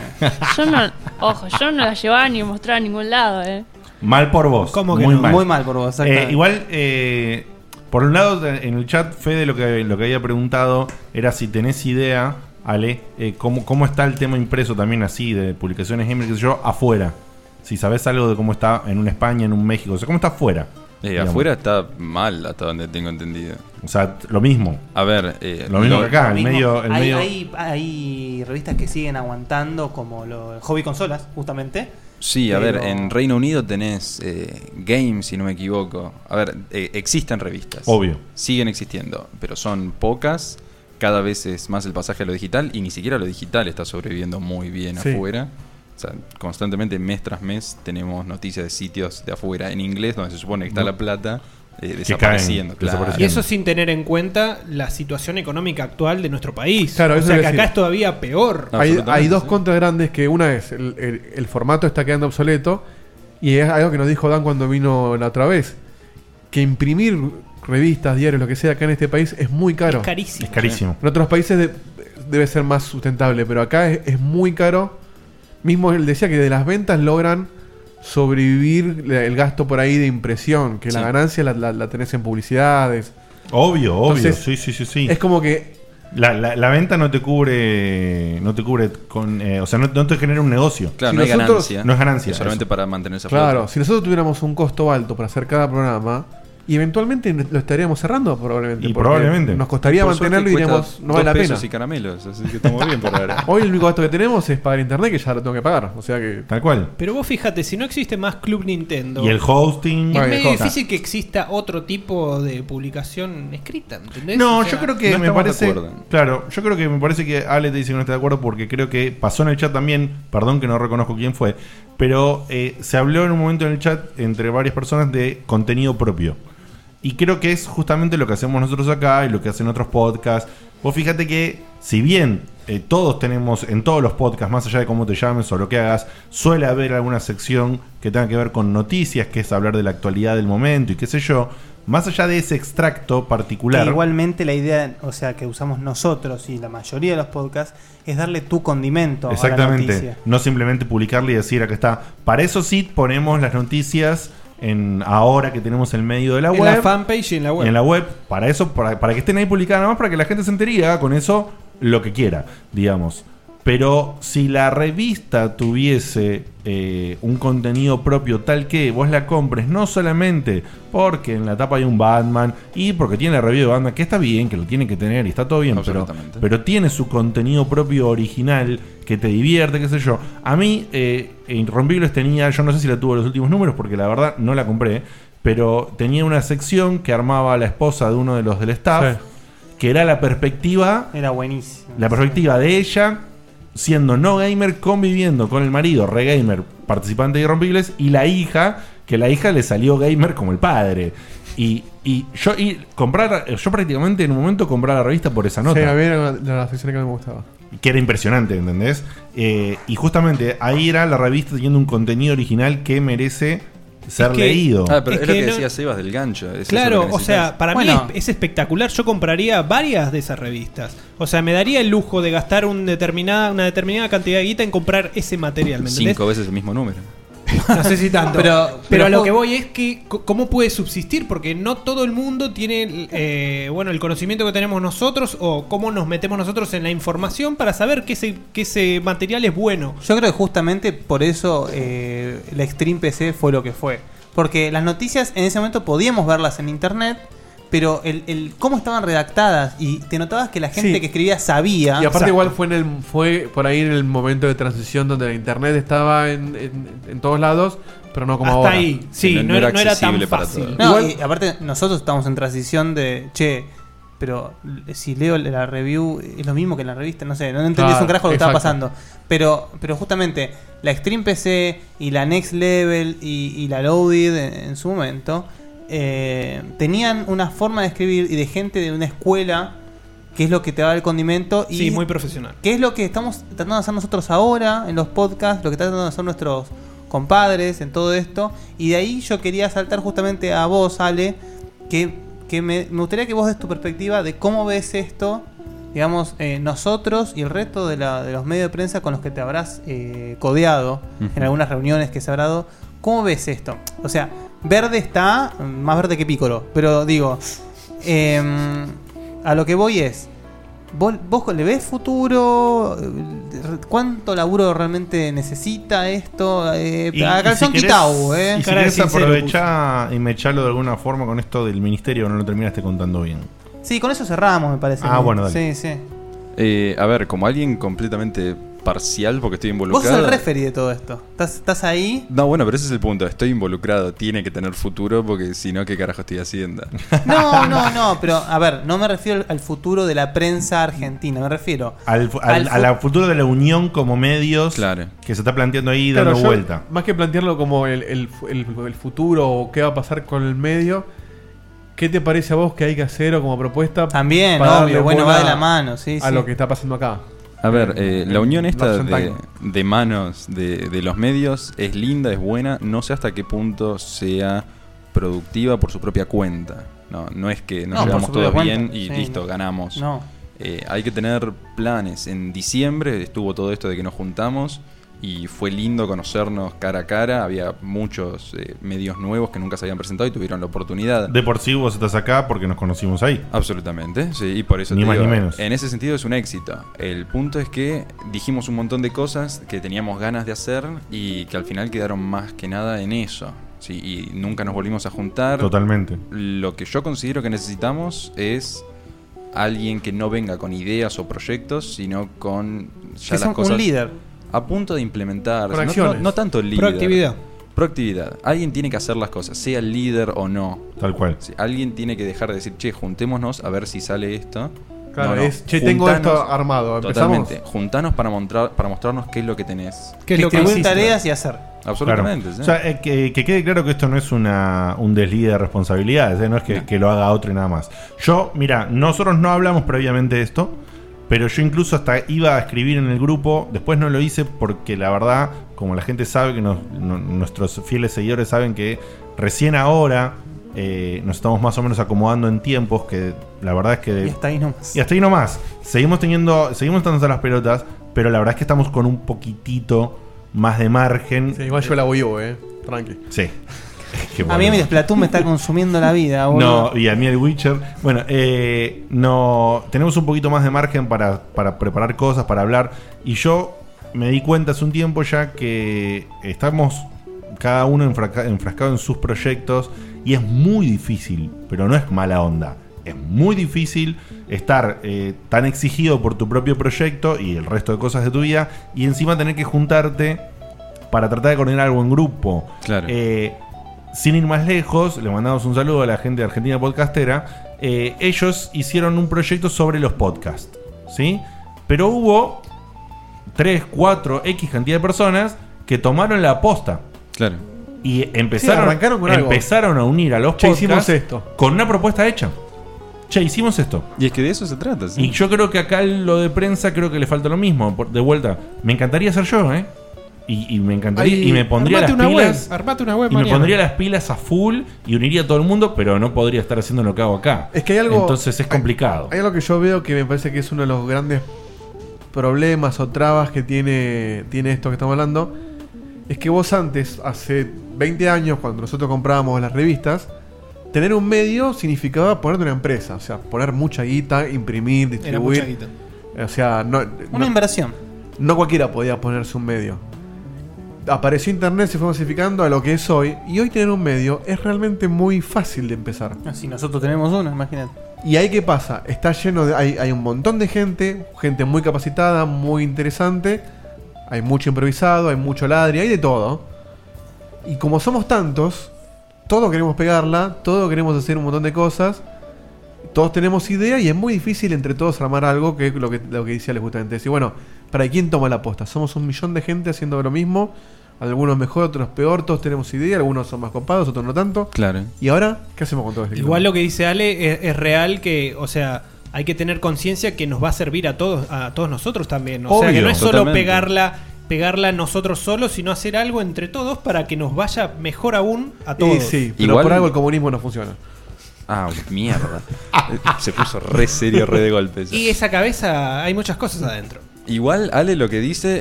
Yo no, ojo, yo no la llevaba ni mostraba a ningún lado, eh. Mal por vos. ¿Cómo que muy no? mal. Muy mal por vos, exactamente. Eh, igual, eh, por un lado, en el chat, Fede lo que, lo que había preguntado era si tenés idea, Ale, eh, cómo, cómo está el tema impreso también así, de publicaciones gamer, qué sé yo, afuera. Si sabés algo de cómo está en una España, en un México, o sea, cómo está afuera. Eh, digamos. afuera está mal, hasta donde tengo entendido. O sea, lo mismo. A ver, eh, Lo mismo que acá, el Mismo, medio. El hay, medio... hay- hay revistas que siguen aguantando, como lo, Hobby Consolas, justamente. Sí, a Pero- ver, en Reino Unido tenés eh, Games, si no me equivoco. A ver, eh, existen revistas. Obvio. Siguen existiendo, pero son pocas. Cada vez es más el pasaje a lo digital y ni siquiera lo digital está sobreviviendo muy bien Sí. afuera. O sea, constantemente, mes tras mes, tenemos noticias de sitios de afuera en inglés donde se supone que está la plata eh, desapareciendo. claro. Y eso sin tener en cuenta la situación económica actual de nuestro país. Claro, o eso sea iba que a acá decir. es todavía peor. Hay, hay dos contras grandes que una es el, el- el formato está quedando obsoleto y es algo que nos dijo Dan cuando vino la otra vez, que imprimir revistas, diarios, lo que sea acá en este país es muy caro. Es carísimo. Es carísimo. En otros países de- debe ser más sustentable, pero acá es, es muy caro. Mismo él decía que de las ventas logran sobrevivir la- el gasto por ahí de impresión, que la Sí. ganancia la, la- la tenés en publicidades. Obvio, obvio. Entonces, sí, sí, sí, sí. Es como que La, la- la venta no te cubre. No te cubre con. eh, o sea, no, no te genera un negocio. Claro, Si no hay nosotros- ganancia. No es ganancia. Es solamente eso. para mantenerse a flote. Claro, si nosotros tuviéramos un costo alto para hacer cada programa, y eventualmente lo estaríamos cerrando probablemente. Y porque probablemente. Nos costaría Por suerte mantenerlo y cuesta diríamos, no dos vale la pena. pesos y caramelos, así que estamos bien por ahora. <laughs> Hoy el único gasto que tenemos es pagar internet, que ya lo tengo que pagar. O sea que. Tal cual. Pero vos fíjate, si no existe más Club Nintendo. Y el hosting. Es Ah, y el medio hosting. difícil que exista otro tipo de publicación escrita, ¿entendés? No, O sea, yo creo que me parece. Claro, yo creo que me parece que Ale te dice que no está de acuerdo porque creo que pasó en el chat también. Perdón que no reconozco quién fue. Pero eh, se habló en un momento en el chat entre varias personas de contenido propio. Y creo que es justamente lo que hacemos nosotros acá y lo que hacen otros podcasts. Vos fíjate que, si bien eh, todos tenemos en todos los podcasts, más allá de cómo te llames o lo que hagas, suele haber alguna sección que tenga que ver con noticias, que es hablar de la actualidad del momento y qué sé yo. Más allá de ese extracto particular. Que igualmente la idea, o sea, que usamos nosotros y la mayoría de los podcasts es darle tu condimento a la Exactamente. noticia. No simplemente publicarle y decir acá está. Para eso sí ponemos las noticias en ahora que tenemos el medio de la En web. la fanpage y en la web. En la web. Para eso, para, para que estén ahí publicadas nada más, para que la gente se entere y haga con eso lo que quiera, digamos. Pero si la revista tuviese eh, un contenido propio tal que vos la compres, no solamente porque en la tapa hay un Batman y porque tiene la review de Batman, que está bien, que lo tiene que tener y está todo bien, pero, pero tiene su contenido propio original que te divierte, qué sé yo. A mí, eh, Irrompibles tenía, yo no sé si la tuvo en los últimos números porque la verdad no la compré, pero tenía una sección que armaba la esposa de uno de los del staff, que era la perspectiva Era buenísimo. la perspectiva de ella, siendo no gamer, conviviendo con el marido, re gamer, participante de Irrompibles, y la hija, que la hija le salió gamer como el padre. Y, y yo y comprar, yo prácticamente en un momento compraba la revista por esa nota Sí, a mí era la, la sección que me gustaba. que era impresionante, ¿entendés? Eh, y justamente ahí era la revista teniendo un contenido original que merece ser que- leído. Ah, pero es, Es lo que que no- decía Sebas del gancho. es eso lo Claro, que o sea, necesitas. para Bueno, mí es, es espectacular. Yo compraría varias de esas revistas. O sea, me daría el lujo de gastar un determinada, una determinada cantidad de guita en comprar ese material, ¿me entendés? cinco veces el mismo número. No sé si <laughs> tanto. Pero- pero, pero a lo vos- que voy es que, c- ¿cómo puede subsistir? Porque no todo el mundo tiene eh, bueno, el conocimiento que tenemos nosotros o cómo nos metemos nosotros en la información para saber que ese, que ese material es bueno. Yo creo que justamente por eso eh, la Extreme PC fue lo que fue. Porque las noticias en ese momento podíamos verlas en internet, pero el, el cómo estaban redactadas y te notabas que la gente Sí. que escribía sabía. Y aparte Exacto. igual fue en el fue por ahí en el momento de transición donde la internet estaba en, en- en todos lados, pero no como Hasta ahora. ahí, sí, no- no era no era accesible tan para fácil. todos. No, Igual- y aparte nosotros estamos en transición de, che, pero si leo la review es lo mismo que en la revista, no sé, no entendés Ah, Claro, un carajo lo que estaba exacto. pasando. Pero, pero justamente la Extreme PC y la Next Level y, y la Loaded en, en su momento eh, tenían una forma de escribir y de gente de una escuela qué es lo que te va el condimento. Y Sí, muy profesional. ¿Qué es lo que estamos tratando de hacer nosotros ahora en los podcasts? Lo que están tratando de hacer nuestros compadres en todo esto. Y de ahí yo quería saltar justamente a vos, Ale, que, que me, me gustaría que vos des tu perspectiva de cómo ves esto, digamos, eh, nosotros y el resto de, la- de los medios de prensa con los que te habrás eh, codeado Ujú. en algunas reuniones que se habrá dado. ¿Cómo ves esto? O sea, verde está, mm, más verde que pícolo, pero digo, em, a lo que voy es, ¿Vos, vos le ves futuro? ¿Cuánto laburo realmente necesita esto? Eh, Y- a y calzón si querés- quitado, ¿eh? Y si querés aprovechá y mechalo de alguna forma con esto del ministerio, no lo terminaste contando bien. Sí, con eso cerramos, me parece. Ah, bueno, Sí, dale. sí. Eh, a ver, como alguien completamente parcial porque estoy Vos involucrado. sos el referee de todo esto. Estás, estás ahí. No, bueno, pero ese es el punto. Estoy involucrado, tiene que tener futuro porque si no, ¿qué carajo estoy haciendo? No, no, no, pero a ver, no me refiero al futuro de la prensa argentina, me refiero Al, fu- Al al- a la futuro de la unión como medios que se está planteando ahí Claro, dando yo, vuelta. Más que plantearlo como el, el fu- el- el futuro o qué va a pasar con el medio, ¿qué te parece a vos que hay que hacer o como propuesta? También, para obvio, darle bueno, bola va de la mano, sí, A sí. lo que está pasando acá. A ver, eh, la unión esta Marcel de, Tango. de manos de, de los medios es linda, es buena, no sé hasta qué punto sea productiva por su propia cuenta. No, no es que No, nos por llevamos su todos propia bien cuenta, y sí, listo, no. ganamos. No. Eh, hay que tener planes. En diciembre estuvo todo esto de que nos juntamos y fue lindo conocernos cara a cara. Había muchos eh, medios nuevos que nunca se habían presentado y tuvieron la oportunidad. De por sí vos estás acá porque nos conocimos ahí. Absolutamente, sí, y por eso Ni te más digo, ni menos. En ese sentido es un éxito. El punto es que dijimos un montón de cosas que teníamos ganas de hacer y que al final quedaron más que nada en eso. Sí, y nunca nos volvimos a juntar. Totalmente. Lo que yo considero que necesitamos es alguien que no venga con ideas o proyectos, sino con ya Es las un- un cosas líder. a punto de implementar. Con No- No, acciones. no tanto líder. Proactividad. Proactividad. Alguien tiene que hacer las cosas, sea el líder o no. Tal cual. alguien tiene que dejar de decir, che, juntémonos a ver si sale esto. Claro, es, che, tengo esto armado, ¿empezamos? Totalmente. Juntanos para, mostrar, para mostrarnos qué es lo que tenés. ¿Qué es lo que Distribuir hiciste? tareas y hacer. Absolutamente. Claro. sí. O sea, eh, que, que quede claro que esto no es una, un desliz de responsabilidades, ¿eh? no es que, que lo haga otro y nada más. Yo, mira, nosotros no hablamos previamente de esto, pero yo incluso hasta iba a escribir en el grupo, después no lo hice porque la verdad, como la gente sabe, que nos- no- nuestros fieles seguidores saben que recién ahora eh, nos estamos más o menos acomodando en tiempos que la verdad es que... de- y hasta ahí nomás. y hasta ahí nomás. Seguimos teniendo, seguimos estando a las pelotas, pero la verdad es que estamos con un poquitito más de margen. Sí, igual yo la voy yo, eh. Tranqui. Sí. Qué A mí boludo. mi Splatoon me está consumiendo la vida, boludo. No, y a mí el Witcher. Bueno, eh, no, tenemos un poquito más de margen para, para preparar cosas, para hablar. Y yo me di cuenta hace un tiempo ya que estamos cada uno enfraca- enfrascado en sus proyectos y es muy difícil, pero no es mala onda. Es muy difícil estar eh, tan exigido por tu propio proyecto y el resto de cosas de tu vida y encima tener que juntarte para tratar de coordinar algo en grupo. Eh, sin ir más lejos, le mandamos un saludo a la gente de Argentina Podcastera. eh, ellos hicieron un proyecto sobre los podcasts, ¿sí? Pero hubo 3, 4, X cantidad de personas que tomaron la aposta. Claro. Y empezaron, Sí, arrancaron con algo. empezaron a unir a los Che, podcasts hicimos esto. con una propuesta hecha. Che, hicimos esto. Y es que de eso se trata, sí. Y yo creo que acá lo de prensa creo que le falta lo mismo. Por- De vuelta, me encantaría ser yo, ¿eh? Y, y me encantaría. Ahí, y me pondría las armate una pilas. web, armate una web Y me mañana. pondría las pilas a full y uniría a todo el mundo, pero no podría estar haciendo lo que hago acá. Es que hay algo- Entonces es complicado. Hay algo que yo veo que me parece que es uno de los grandes problemas o trabas que tiene, tiene esto que estamos hablando. Es que vos antes, hace 20 años, cuando nosotros comprábamos las revistas, tener un medio significaba ponerte una empresa. O sea, poner mucha guita, imprimir, distribuir. mucha guita. O sea, no, Una inversión. No cualquiera podía ponerse un medio. Apareció internet, se fue masificando a lo que es hoy. Y hoy tener un medio es realmente muy fácil de empezar. Si Ah, nosotros tenemos uno, imagínate. Y ahí qué pasa, está lleno de. Hay, hay un montón de gente, gente muy capacitada, muy interesante. Hay mucho improvisado, hay mucho ladri, hay de todo. Y como somos tantos, todos queremos pegarla, todos queremos hacer un montón de cosas. Todos tenemos idea y es muy difícil entre todos armar algo que es lo que, lo que decía Ale justamente. Decir, bueno, ¿para quién toma la posta? Somos un millón de gente haciendo lo mismo. Algunos mejor, otros peor, todos tenemos idea, algunos son más copados, otros no tanto. Claro. ¿Y ahora qué hacemos con todo este esto? Igual lo que dice Ale es, es real que, o sea, hay que tener conciencia que nos va a servir a todos, a todos nosotros también. O sea, Obvio, que no es solo totalmente. pegarla pegarla nosotros solos, sino hacer algo entre todos para que nos vaya mejor aún a todos. Y sí, pero por algo el comunismo no funciona. Ah, mierda. <laughs> Se puso re serio, re de golpe. eso. Y esa cabeza, hay muchas cosas adentro. Igual Ale lo que dice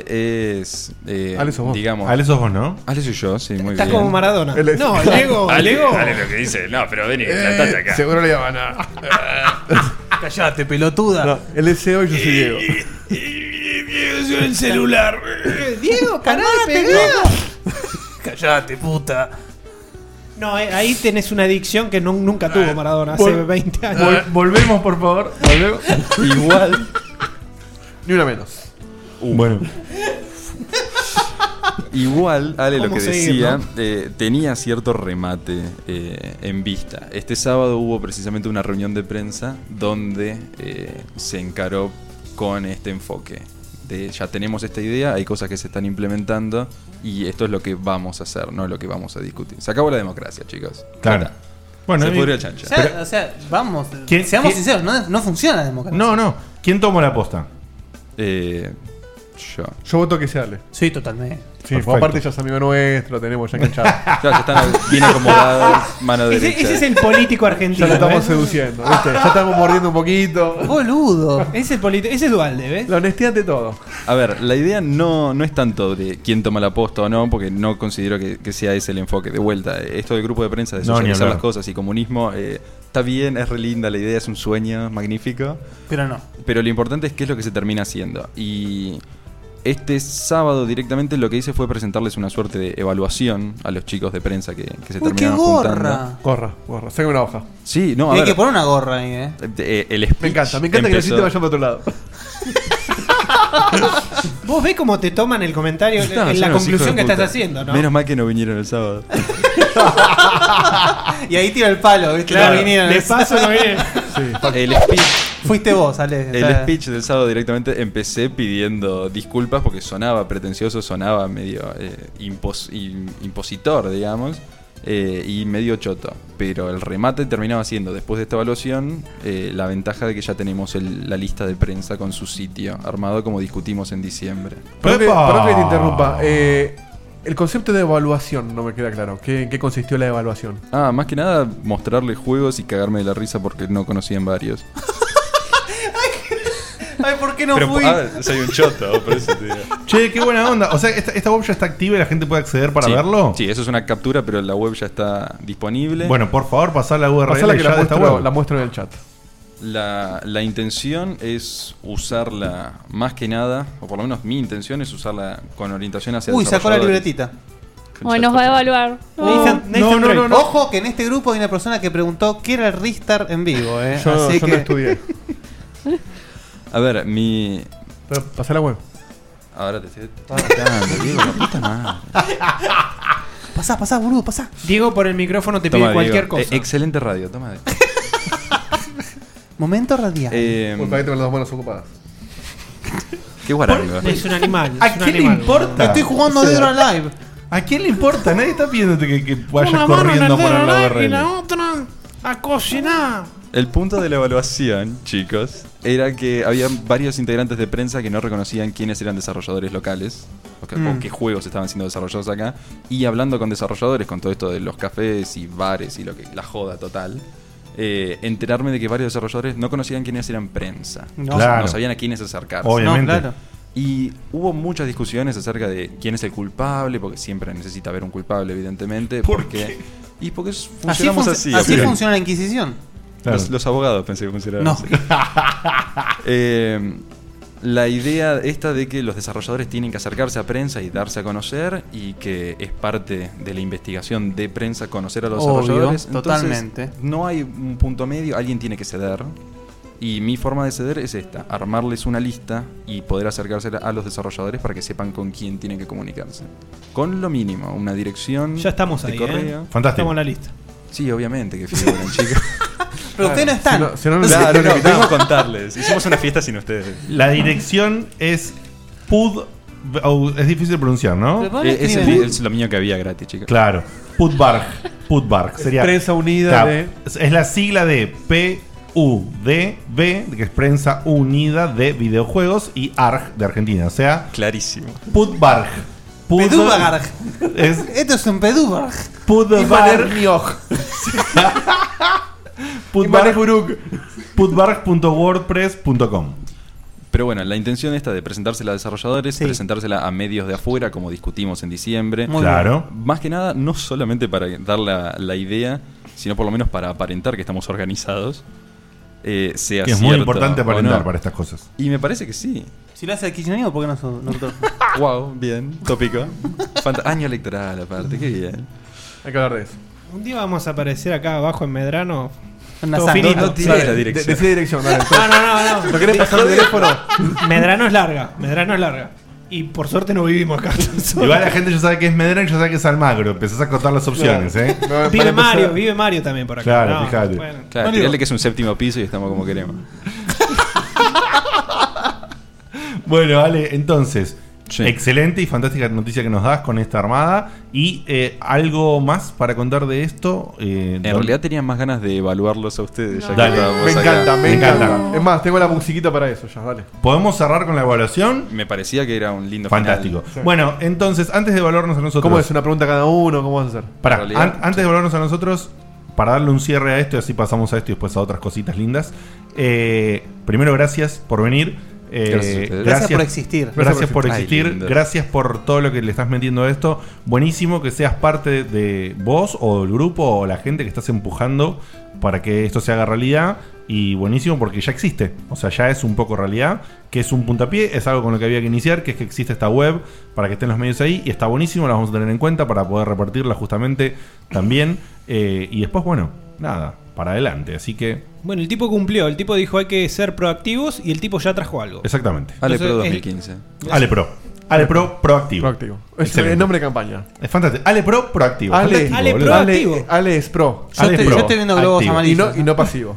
es. eh, Ale sos vos. Digamos, Ale sos vos, ¿no? Ale soy yo, sí, muy Estás bien. como Maradona. Él es- <laughs> No, Diego, Ale, Diego. Ale lo que dice, no, pero vení, plantate acá. Eh, Seguro le llaman ah. a. <laughs> Callate, pelotuda. el SEO y yo <laughs> soy Diego. el celular. Diego, pará de Callate, puta. No, eh, ahí tenés una adicción que no- nunca tuvo Maradona hace Eh, Vol- 20 años. vol- volvemos, por favor. <laughs> Igual. Uh. Ni una menos. Bueno. Igual, Ale, lo ¿Cómo que seguir, decía, no? eh, tenía cierto remate eh, en vista. Este sábado hubo precisamente una reunión de prensa donde eh, se encaró con este enfoque. De ya tenemos esta idea, hay cosas que se están implementando y esto es lo que vamos a hacer, no lo que vamos a discutir. Se acabó la democracia, chicos. Claro. Ya está. Bueno, se y- pudrió el chancho. O sea, o sea, vamos, ¿Quién- seamos quién- sinceros, no, no funciona la democracia. No, no. ¿Quién tomó la posta? Eh, yo. Yo voto que sea Ale. Sí, totalmente. Sí, Perfecto. aparte ya es amigo nuestro, lo tenemos ya enganchado. Claro, <laughs> ya están bien acomodados, mano Ese- derecha. ese es el político argentino. Ya lo estamos ¿eh? seduciendo, ¿viste? Ya estamos mordiendo un poquito. Boludo. Ese es el político, ese es Dualde, ¿ves? La honestidad de todo. A ver, la idea no, no es tanto de quién toma la posta o no, porque no considero que, que sea ese el enfoque. De vuelta, eh, esto del grupo de prensa, de No, ni socializar hablar. las cosas y comunismo, eh, está bien, es re linda, la idea es un sueño magnífico. Pero no. Pero lo importante es qué es lo que se termina haciendo. Y este sábado directamente lo que hice fue presentarles una suerte de evaluación a los chicos de prensa que, que se Uy, qué terminaron juntando. gorra. Gorra, gorra. Sácame una hoja. Sí, no, a Y hay ver. que poner una gorra ahí, eh. Eh, el speech Me encanta, me encanta que la empezó- gente vaya para otro lado. <laughs> Vos ves cómo te toman el comentario, No, en son la unos hijos de conclusión que estás puta. haciendo, ¿no? Menos mal que no vinieron el sábado. Y ahí tira el palo, ¿viste? Claro, No vinieron. de paso no vinieron. <laughs> <laughs> El speech Fuiste vos, Ale. El speech del sábado directamente empecé pidiendo disculpas porque sonaba pretencioso, sonaba medio eh, impos- im- impositor, digamos, eh, y medio choto. Pero el remate terminaba siendo, después de esta evaluación, eh, la ventaja de que ya tenemos el- la lista de prensa con su sitio armado como discutimos en diciembre. Perdón que, ¡Epa! perdón que te interrumpa. Eh, el concepto de evaluación no me queda claro. ¿Qué- ¿En qué consistió la evaluación? Ah, más que nada mostrarle juegos y cagarme de la risa porque no conocían varios. Ay, ¿por qué no Pero, fui? a ver, soy un choto, por eso te digo. Che, qué buena onda. O sea, esta, esta web ya está activa y la gente puede acceder para Sí, verlo. Sí, eso es una captura, pero la web ya está disponible. Bueno, por favor, pasá la URL Pasala que ya la de esta muestro, web. la muestro en el chat. La, la intención es usarla más que nada, o por lo menos mi intención es usarla con orientación hacia Uy, sacó la desarrolladores. libretita. Hoy nos va a evaluar. Oh, No. no, no, no, no. Ojo que en este grupo hay una persona que preguntó qué era el Ristar en vivo, eh. Yo, Así yo que... <laughs> no estudié. A ver, mi. Pero Pasá la web. Ahora te estoy atacando, <laughs> Diego, la puta madre. Pasá, pasá, boludo, pasá. Diego por el micrófono te Toma, pide cualquier Diego. cosa. Eh, excelente radio, toma. Diego. Momento radial. Eh, Por para que tengo las dos manos ocupadas. qué guarango. Es un animal. ¿A es un quién le animal. importa? Estoy jugando de Dead or Alive. ¿A quién le importa? Nadie está pidiéndote que, que vayas Una mano en corriendo el a poner la dedo y la URL. otra a cocinar. El punto de la evaluación, chicos, era que había varios integrantes de prensa que no reconocían quiénes eran desarrolladores locales o, que- Mm. o qué juegos estaban siendo desarrollados acá. Y hablando con desarrolladores, con todo esto de los cafés y bares y lo que la joda total, eh, enterarme de que varios desarrolladores no conocían quiénes eran prensa. No. Claro. No sabían a quiénes acercarse. Obviamente. No, claro. Y hubo muchas discusiones acerca de quién es el culpable, porque siempre necesita haber un culpable, evidentemente. ¿Por porque qué? Y porque Así, funcionamos func- así. así amigo. funciona la Inquisición. Claro. Los, los abogados pensé que funcionaban No. así. <laughs> Eh, la idea esta de que los desarrolladores tienen que acercarse a prensa y darse a conocer y que es parte de la investigación de prensa conocer a los Obvio, desarrolladores. totalmente. No hay un punto medio, alguien tiene que ceder. Y mi forma de ceder es esta, armarles una lista y poder acercarse a los desarrolladores para que sepan con quién tienen que comunicarse. Con lo mínimo, una dirección Ya estamos de ahí, correo. ¿eh? Estamos en la lista. Sí, obviamente que <laughs> figuran, chicos. Pero ustedes no están. Si no- si no, no- Claro, no- no, no- vengo a contarles. Hicimos una fiesta sin ustedes. La dirección es pud... oh, Es difícil pronunciar, Pero ¿no? vos no Eh, es, el- escriben. es lo mío que había gratis, chicos. Claro. Putbarg. Putbarg. Sería... Prensa Unida Claro. de- Es la sigla de P... UDB, que es Prensa Unida de Videojuegos, y ARG de Argentina. O sea, clarísimo. Putbarg. Put- Pedubagarg. Es Esto es un pedubarg. Pudo Ivaner ver- <laughs> Mioj. Putbarg- Putbarg.wordpress.com. Pero bueno, la intención esta de presentársela a desarrolladores, presentársela a medios de afuera, como discutimos en diciembre. Muy Claro. Más que nada, no solamente para dar la, la idea, sino por lo menos para aparentar que estamos organizados. Eh, sea Que es muy cierto importante o no. aparentar para estas cosas. Y me parece que sí. Si lo hace el kirchnerismo, ¿por qué no son nosotros? wow, bien. Tópico. Fanta- Año electoral, aparte, qué bien. Hay que hablar de eso. Un día vamos a aparecer acá abajo en Medrano. Una todo sangre. finito. No, no tires Dale, la dirección. de- decí dirección, dale, no, entonces. no, no, no. ¿No querés pasar el teléfono? Medrano es larga. Medrano es larga. Y por suerte no vivimos <laughs> acá. Igual la gente ya sabe que es Medellín y ya sabe que es Almagro. Empezás a cortar las opciones, ¿eh? vive Mario, vive Mario también por acá. Claro, No, fíjate. bueno. Claro, No, tirale digo- que es un séptimo piso y estamos como queremos. Bueno, Ale, entonces, excelente y fantástica noticia que nos das con esta armada. Y eh, algo más para contar de esto. Eh, En don- realidad tenían más ganas de evaluarlos a ustedes. Ya que Dale. estábamos Me acá. encanta, me Me encanta. encanta. Es más, tengo la musiquita para eso ya, dale. ¿Podemos cerrar con la evaluación? Me parecía que era un lindo Fantástico. Bueno, entonces, antes de evaluarnos a nosotros. ¿Cómo es? ¿Una pregunta cada uno? ¿Cómo vas a hacer? Pará, an- antes de volvernos a nosotros, para darle un cierre a esto y así pasamos a esto y después a otras cositas lindas. eh, primero, gracias por venir. Eh, Gracias a ustedes. Gracias por existir. Gracias por Ay, existir. lindo. gracias por todo lo que le estás metiendo a esto. Buenísimo que seas parte de vos o del grupo o la gente que estás empujando para que esto se haga realidad. Y buenísimo porque ya existe. O sea, ya es un poco realidad. Que es un puntapié. Es algo con lo que había que iniciar. Que es que existe esta web para que estén los medios ahí. Y está buenísimo. La vamos a tener en cuenta para poder repartirla justamente también. Eh, y después, bueno, nada. Para adelante. Así que, Bueno, el tipo cumplió. El tipo dijo hay que ser proactivos y el tipo ya trajo algo. exactamente. Entonces, es- Ale Pro. Ale Pro proactivo. Proactivo. Es Excelente. el nombre de campaña. Es fantástico. Ale Pro proactivo. Ale, Fantástico, Ale, boludo. pro, Ale, Ale es pro. Yo Ale estoy- es pro. yo estoy viendo globos Activo. amarillos, Y no, y no pasivo.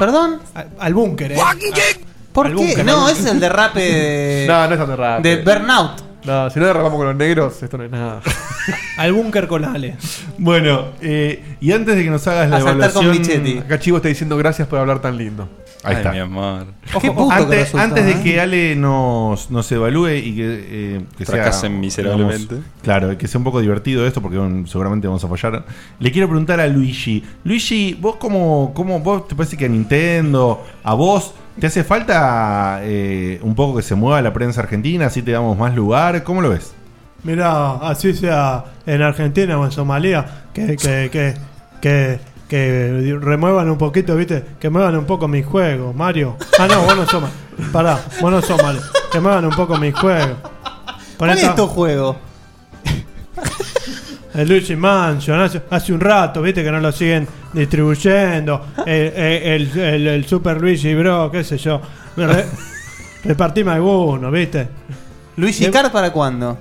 ¿Perdón? Al, búnker, eh. ¿Por Al qué? búnker, no, al- es el derrape de. No, no es el derrape. De Burnout. No, si no derramamos con los negros, esto no es nada. Al búnker con Ale. Bueno, eh, y antes de que nos hagas la A saltar con evaluación. Michetti. Acá Chivo está diciendo gracias por hablar tan lindo. Ahí está. Qué Ojo, puto antes, que resultó, antes de ¿eh? que Ale nos, nos evalúe y que, eh, que sea, Fracasen miserablemente. claro, que sea un poco divertido esto, porque um, seguramente vamos a fallar. Le quiero preguntar a Luigi. Luigi, ¿vos cómo, cómo vos te parece que a Nintendo, a vos, te hace falta eh, un poco que se mueva la prensa argentina, así te damos más lugar? ¿Cómo lo ves? Mirá, así sea en Argentina o en Somalia, que, que, que, que, que remuevan un poquito, ¿viste? Que muevan un poco mis juegos, Mario. Ah, no, vos no sos Mario. Pará, vos no sos Mario. Que muevan un poco mis juegos. ¿Cuál es tu juego? <laughs> El Luigi Mansion, hace, hace un rato, viste que no lo siguen distribuyendo. El, el- el- el- el Super Luigi Bro, qué sé yo. Re- repartime alguno, viste. ¿Luigi Car para cuándo?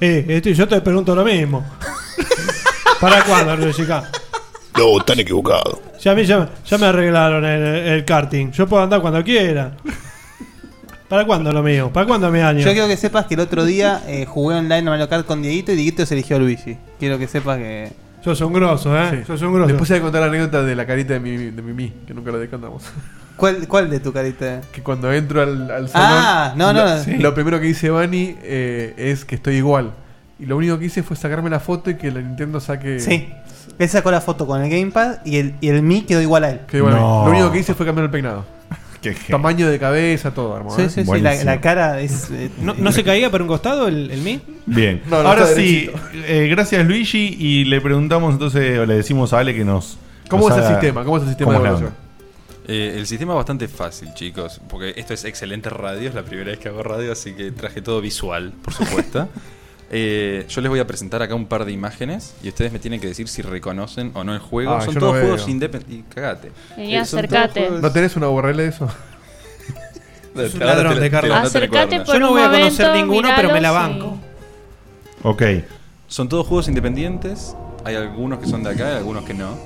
Eh, este, yo te pregunto lo mismo. <laughs> ¿Para cuándo, Luigi Car? No, están equivocados. Ya, a mí ya, ya me arreglaron el, el karting. Yo puedo andar cuando quiera. ¿Para cuándo lo mío? ¿Para cuándo mi año? Yo quiero que sepas que el otro día eh, jugué online a Mario Kart con Dieguito y Dieguito se eligió a Luigi. Quiero que sepas que. Sos un grosso, ¿eh? Sí. Sos un grosso. Después voy a contar la anécdota de la carita de Mimi, de Mimi, que nunca la contamos. ¿Cuál, ¿Cuál de tu carita? Que cuando entro al, al salón. Ah, no, no. Lo, no. lo primero que dice Bani eh, es que estoy igual. Y lo único que hice fue sacarme la foto y que la Nintendo saque. Sí. Él sacó la foto con el Gamepad y el, y el Mi quedó igual a él. Que igual a mí. Lo único que hice fue cambiar el <laughs> peinado. Tamaño de cabeza, todo, hermano. ¿eh? Sí, sí, sí. La, la cara es. eh, ¿No, no se caía para un costado el, el mí? Bien. No, no Ahora está sí, eh, gracias Luigi y le preguntamos entonces, o le decimos a Ale que nos... ¿Cómo nos es el haga- sistema? ¿Cómo es el sistema cómo de la evaluación? Eh, el sistema es bastante fácil, chicos, porque esto es excelente radio, es la primera vez que hago radio, así que traje todo visual, por <laughs> supuesto. Eh, yo les voy a presentar acá un par de imágenes y ustedes me tienen que decir si reconocen o no el juego. Ah, son yo todos no veo. juegos independientes. Y cagate. Vení, Eh, son acercate. todos juegos- ¿No tenés una URL de eso? Es un ladrón de Carlos. Acercate Yo por no un voy a conocer momento, ninguno, pero me la miralos banco. y- Ok. Son todos juegos independientes. Hay algunos que son de acá, hay algunos que no.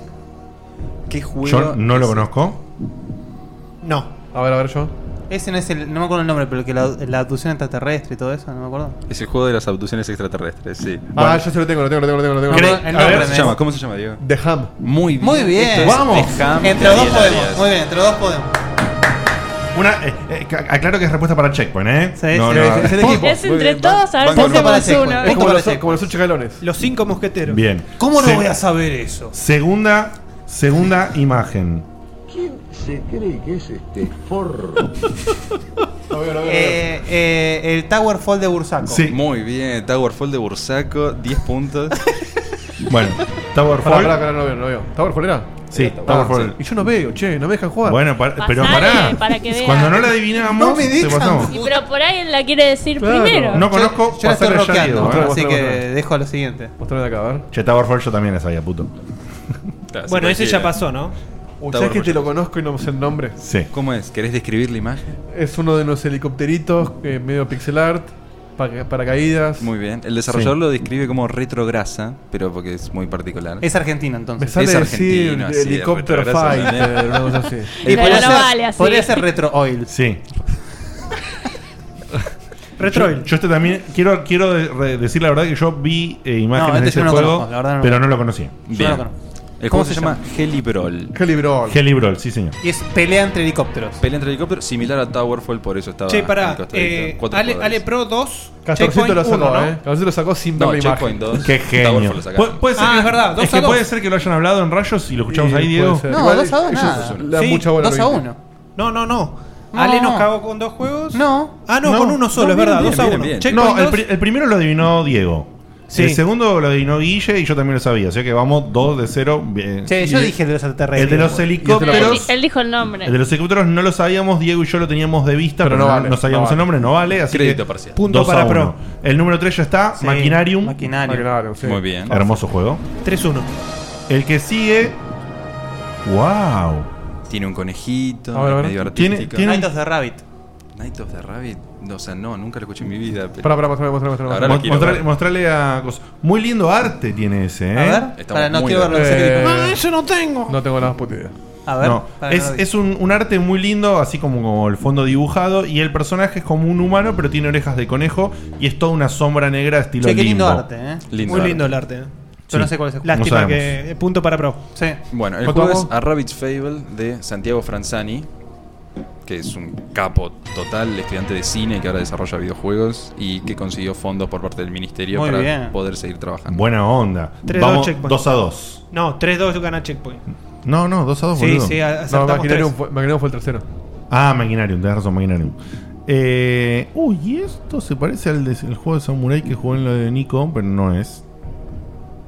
¿Qué juego? Yo no lo es- conozco. No. A ver, a ver yo. Ese no es el. No me acuerdo el nombre, pero el que la, la abducción extraterrestre y todo eso, no me acuerdo. Es el juego de las abducciones extraterrestres, sí. Ah, yo se lo tengo, lo tengo, lo tengo, lo tengo. Lo tengo. Creo- el a ver, nombre ¿Cómo se me- llama? ¿Cómo se llama, Diego? The ¿eh? Ham. Muy bien. Muy bien. Esto es The Ham entre los dos Arias. podemos. Muy bien, entre los dos podemos. Una, eh, eh, ca- aclaro que es respuesta para Checkpoint, ¿eh? sí, sí, es el Pon- equipo. Es entre todos, a ver Banco si no. hacemos una. Es como los, como los ocho galones. Los cinco mosqueteros. Bien. Se- Segunda, segunda imagen. ¿Quién se cree que es este <laughs> forro? Eh, eh, el Tower Fall de Bursaco. Muy bien. Towerfall de Bursaco, 10 puntos. <laughs> bueno, Pará, pará, pará, no veo, no veo. ¿Towerfall era? Sí, Ah, Towerfall. sí. Y yo no veo, che, no me dejan jugar. Bueno, para- pero pará. para que vean. Cuando no la adivinamos, No me te pasamos. Y pero por ahí él la quiere decir Claro. primero. No conozco Yo la estoy Pasar el rockeando, Shadow, ¿eh? así Mostrame, que mostrame. dejo a lo siguiente. Mostrame acá, a ver. Che, Towerfall yo también la sabía, puto. Bueno, ese ya pasó, ¿no? Uy, ¿Sabes que te lo conozco y no sé el nombre? Sí. ¿Cómo es? ¿Querés describir la imagen? Es uno de los helicópteritos, eh, medio pixel art, para, paracaídas. Muy bien. El desarrollador lo describe como retrograsa, pero porque es muy particular. Es argentino, entonces. Me sale es decir argentino, así, Helicopter retrograsa Fighter, también. una cosa así. <laughs> Y Pero podría, no ser, vale así. podría ser Retro <laughs> Oil. Sí. Retroil. Yo, yo este también quiero, quiero de- re- decir la verdad que yo vi eh, imágenes No, este de ese yo no lo juego, conozco, la verdad no lo pero no lo conozco. conocí. Bien. Yo no lo conozco. El juego se llama Helibrol. Helibrol. Helibrol, sí señor. Y es pelea entre helicópteros. Pelea entre helicópteros, similar a Towerfall, por eso estaba. Che, pará. al costadito, Eh, cuatro Ale, cuadras. Ale Pro 2. Castorcito lo sacó, uno, ¿no? ¿eh? Castorcito lo sacó sin No, ver la imagen. Checkpoint dos. Qué genio. Towerfall lo sacaron. Pu- puede ser Ah, que- es verdad, dos es que a dos. puede ser que lo hayan hablado en rayos y lo escuchamos Y ahí, puede Diego. ser. No, Igual dos a dos, ellos nada. le dan mucha bola a Dos a Luigi. uno. No, no, no. No. Ale nos cagó con dos juegos. No. Ah, no, No. con uno solo, No, es verdad. bien, dos a bien, uno. bien. Checkpoint No, el, dos. pri- el primero lo adivinó Diego. Sí. El segundo lo adivinó Guille y yo también lo sabía. Así que vamos 2 de 0. Bien. Che, yo dije el de los extraterrestres. El de los Él, helicópteros. él dijo el nombre. El de los helicópteros no lo sabíamos, Diego y yo lo teníamos de vista, pero, no no, vale, no sabíamos no el nombre, no vale. Así Crédito que parcial. Punto Dos para a pro. uno. El número 3 ya está, Sí, Maquinarium. Maquinarium. Maquinarium, sí. Muy bien. Hermoso juego. 3-1. El que sigue. ¡Wow! Tiene un conejito, A ver, a ver. medio Tiene- artístico. tiene- Night of the Rabbit. Night of the Rabbit. No, o sea, no, nunca lo escuché en mi vida. pero- Pará, pará, mostrame, mostrame, mostrame. Ahora lo quiero Mostrarle, ver. a cosas. Muy lindo arte tiene ese, ¿eh? A ver, Estamos para, no muy quiero verlo, en serio. Ah, ese no tengo. No tengo la más puta idea. A No, es, es un, un arte muy lindo, así como, como el fondo dibujado. Y el personaje es como un humano, pero tiene orejas de conejo. Y es toda una sombra negra estilo Che, qué lindo Limbo. arte, ¿eh? Lindo Muy arte. lindo el arte. ¿eh? Yo no sé cuál es el juego. Lástima No que. eh, Punto para Pro. Sí. Bueno, el ¿Cuánto juego es vamos? A Rabbit's Fable de Santiago Franzani, que es un capo total, estudiante de cine que ahora desarrolla videojuegos y que consiguió fondos por parte del ministerio Muy para bien. poder seguir trabajando. Buena onda. 3-2 Vamos checkpoint. 2 a 2. No, 3-2 gana Checkpoint. No, no, 2 a 2, Sí, boludo. sí, a- acertamos No, Maquinarium tres. fue- Maquinarium fue el tercero. Ah, Maquinarium, tenés razón, Maquinarium. Eh, uy, y esto se parece al de- el juego de Samurai que jugué en lo de Nico, pero no es.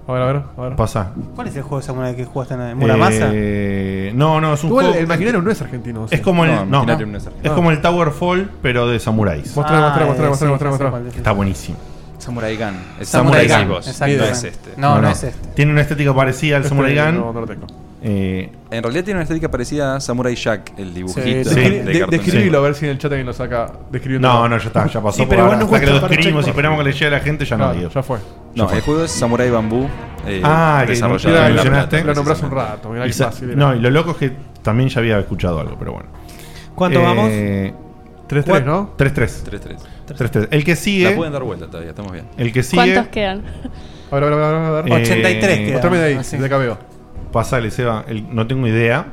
A ver, a ver, a ver. Pasa. ¿Cuál es el juego de Samurai que jugaste en Muramasa? Eh, no, no, es un Igual juego. el Maquinarium no es argentino. o sea. Es como el. No, No, Maquinarium no es es, argentino. como el Tower Fall, pero de samuráis. Mostrá, mostrá, Ah, mostrá, eh, mostrá, sí, mostrá, ya sé mostrá. cuál es. Está buenísimo. Samurai Gun. Es Samurai Samurai, Gun. Gun, No exactamente. es este. No, no es este. Tiene una estética parecida al Este Samurai Gun. no, no lo tengo. Eh, En realidad tiene una estética parecida a Samurai Jack, el Sí, dibujito. descri- de de- cartón. describilo, a ver si en el chat alguien lo saca. Describiendo. no, no, ya está, ya pasó. Sí, por pero ahora. igual no Hasta que lo cuesta para describimos y checkpoint. esperamos que le llegue a la gente, ya no, Claro, dio. ya fue. No, el juego es Samurai Bambú. eh, Ah, que desarrollado mira, en La mencionaste. Plata, Lo nombrás un precisamente. rato, mirá qué Y sa- fácil. era. no, y lo loco es que también ya había escuchado algo, pero bueno. Eh, ¿Cuánto vamos? 3-3, ¿no? 3-3. 3-3. 3-3. El que sigue. La pueden dar vuelta todavía, estamos bien. El que sigue. ¿Cuántos quedan? A ver, a ver, a ver, a ver. eh, Mostrame de ahí, de acá veo. Pasale, Seba. El- no tengo idea.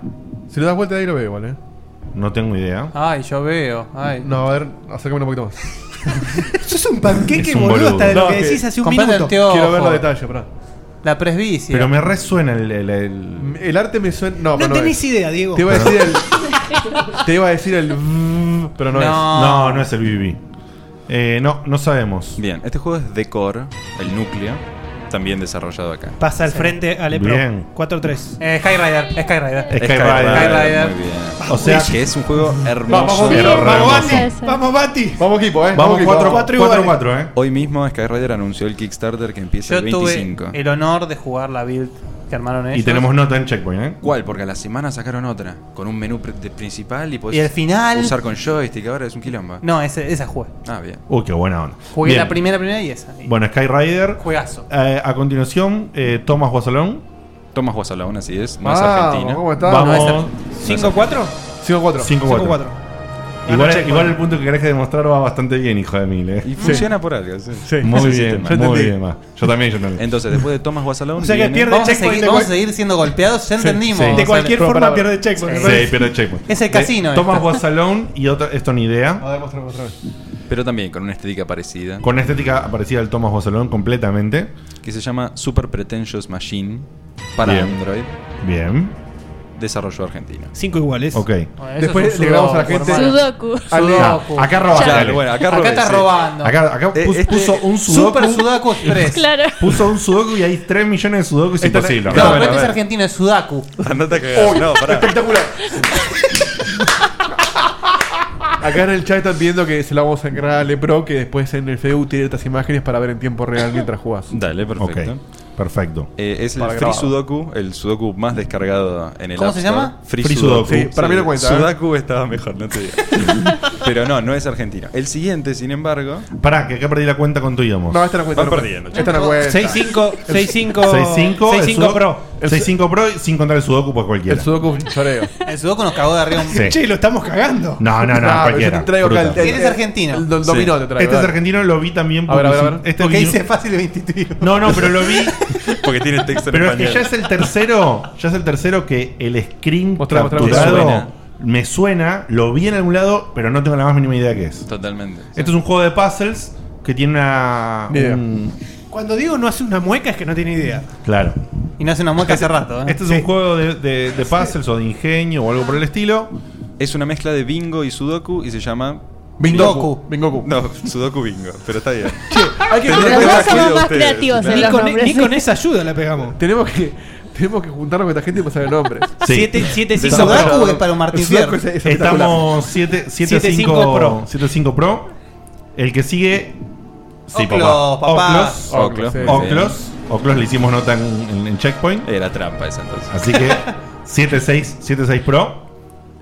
Si le das vuelta de ahí lo veo igual, eh. No tengo idea. Ay, yo veo. Ay. No, a ver, acércame un poquito más. <laughs> Eso es un panqueque, Es un boludo, boludo. hasta de lo No, que que- decís hace un comprate minuto. anteojos. Quiero ver los detalles, pará. La presbicia. Pero me resuena el. el, el- El arte me suena. No, No pero no tenés es. idea, Diego. Te iba a decir el. Te iba a decir el. <laughs> Pero no, es. No, no es el BBB. Eh, no, no sabemos. Bien, este juego es Decor, el núcleo, también desarrollado acá. Pasa al frente Ale Pro. Bien. 4-3. Eh, Skyrider, Skyrider. Skyrider. Skyrider. Muy bien. O sea- que es un juego hermoso. Vamos, Sí, hermoso. vamos, Bati. Vamos, Bati. Vamos equipo, eh. Vamos 4 4 4 4, eh. Hoy mismo Skyrider anunció el Kickstarter que empieza Yo el tuve 25. el honor de jugar la build que armaron ellos. Y tenemos nota en checkpoint, eh. ¿Cuál? Porque a la semana sacaron otra, con un menú pr- de- principal y podés Y el final- usar con joystick, ahora es un quilombo. No, ese- esa jugué. Ah, bien. Uy, qué buena onda. Jugué Bien. la primera, primera y esa. Y- Bueno, Skyrider. Juegazo. Eh, a continuación, eh, Thomas Guasalón. Tomás Guasalón, así es, no es Vamos, argentino. ¿cómo está? Vamos. No es ar- 5-4. 5-4. 5-4. 5-4. Igual, checkpoint. igual el punto que querés que demostrar va bastante bien, hijo de mil. ¿eh? Y funciona por algo. sí. Muy Ese bien, sistema. muy bien. va. Yo también, yo también. Entonces, después de Thomas <laughs> Guasalón. viene- ¿eh? vamos a seguir, vamos a seguir siendo golpeados, ya entendimos. Sí, pierde checkpoint. Es el De casino. Thomas esto. Guasalón y otra, esto ni idea. Pero también con una estética parecida. Con este una estética parecida al Thomas Guasalón completamente. Que se llama Super Pretentious Machine para Bien. Android. Bien. Desarrollo argentino. Cinco iguales. Ok. Después le grabamos a la gente. Sudoku. Ale- Sudoku. Acá robaste. Claro, Ale. bueno, acá Acá robé, está sí. robando. Acá, acá Eh, pus- este- puso un sudoku. Super Sudoku <laughs> Express. Claro. Puso un sudoku y hay 3 millones de sudoku es Esta- imposible. No, A ver, pero a este es ver. argentino, es Sudaku. Andate a cagar. Ah, No, pará. Espectacular. Acá en el chat están pidiendo que se la vamos a encargar a Lepro, que después en el FEU tiene estas imágenes para ver en tiempo real mientras jugás. <laughs> Dale, pues. perfecto. Perfecto. Eh, es el Para Free grabar. Sudoku, el Sudoku más descargado en el ¿Cómo App se Store. llama? Free, Free Sudoku. Sudoku. Sí, para mí no cuenta, ¿eh? Sudoku estaba mejor, no te <laughs> digo. Pero no, no es argentino. El siguiente, sin embargo. Pará, que acá perdí la cuenta cuánto íbamos. No, esta no cuenta, Van no cuenta. perdiendo, Esta no chicos. cuenta. 6-5, 6-5, 6-5, el 6-5 Sudoku- Pro. 6-5 Pro y sin contar el Sudoku por cualquiera. El Sudoku choreo. El Sudoku nos cagó de arriba un. Sí. Che, lo estamos cagando. No, <laughs> no, no, cualquiera. Fruta. Eres argentino. Este es argentino, lo vi también. A ver, a ver, a publici- ver. Este Porque vi- dice fácil de 22. No, no, pero lo vi. Porque tiene texto en Pero es que español. ya es el tercero, ya es el tercero que el screen Mostrá, mostrá, capturado mostrá. me suena, lo vi en algún lado, pero no tengo la más mínima idea qué es. Totalmente. Esto es un juego de puzzles que tiene una Idea. un- Cuando digo no hace una mueca es que no tiene idea. claro. Y no hace una mueca hace rato. ¿eh? Este es un juego de, de- de puzzles o de ingenio o algo por el estilo. Es una mezcla de bingo y Sudoku y se llama. Bingoku. Bingoku. No, Sudoku Bingo, pero está <laughs> bien. Hay que Tenés Los más dos somos cuidado más ustedes, creativos claro. en los nombres. Ni con esa ayuda la pegamos. Tenemos que, tenemos que juntarnos con esta gente y pasar el nombre. Sí. Siete- siete, cinco. Desarrollador. Sudoku es para un Martín Sudoku Fierro. es- es espectacular. Estamos 75 7.5 Pro. Pro. 7.5 Pro. El que sigue. Sí, Oclos, papá. Oclos. Oclos, muy Oclos. Oclos le hicimos nota en, en- en Checkpoint. Era trampa esa entonces. Así que 7.6 7.6 Pro.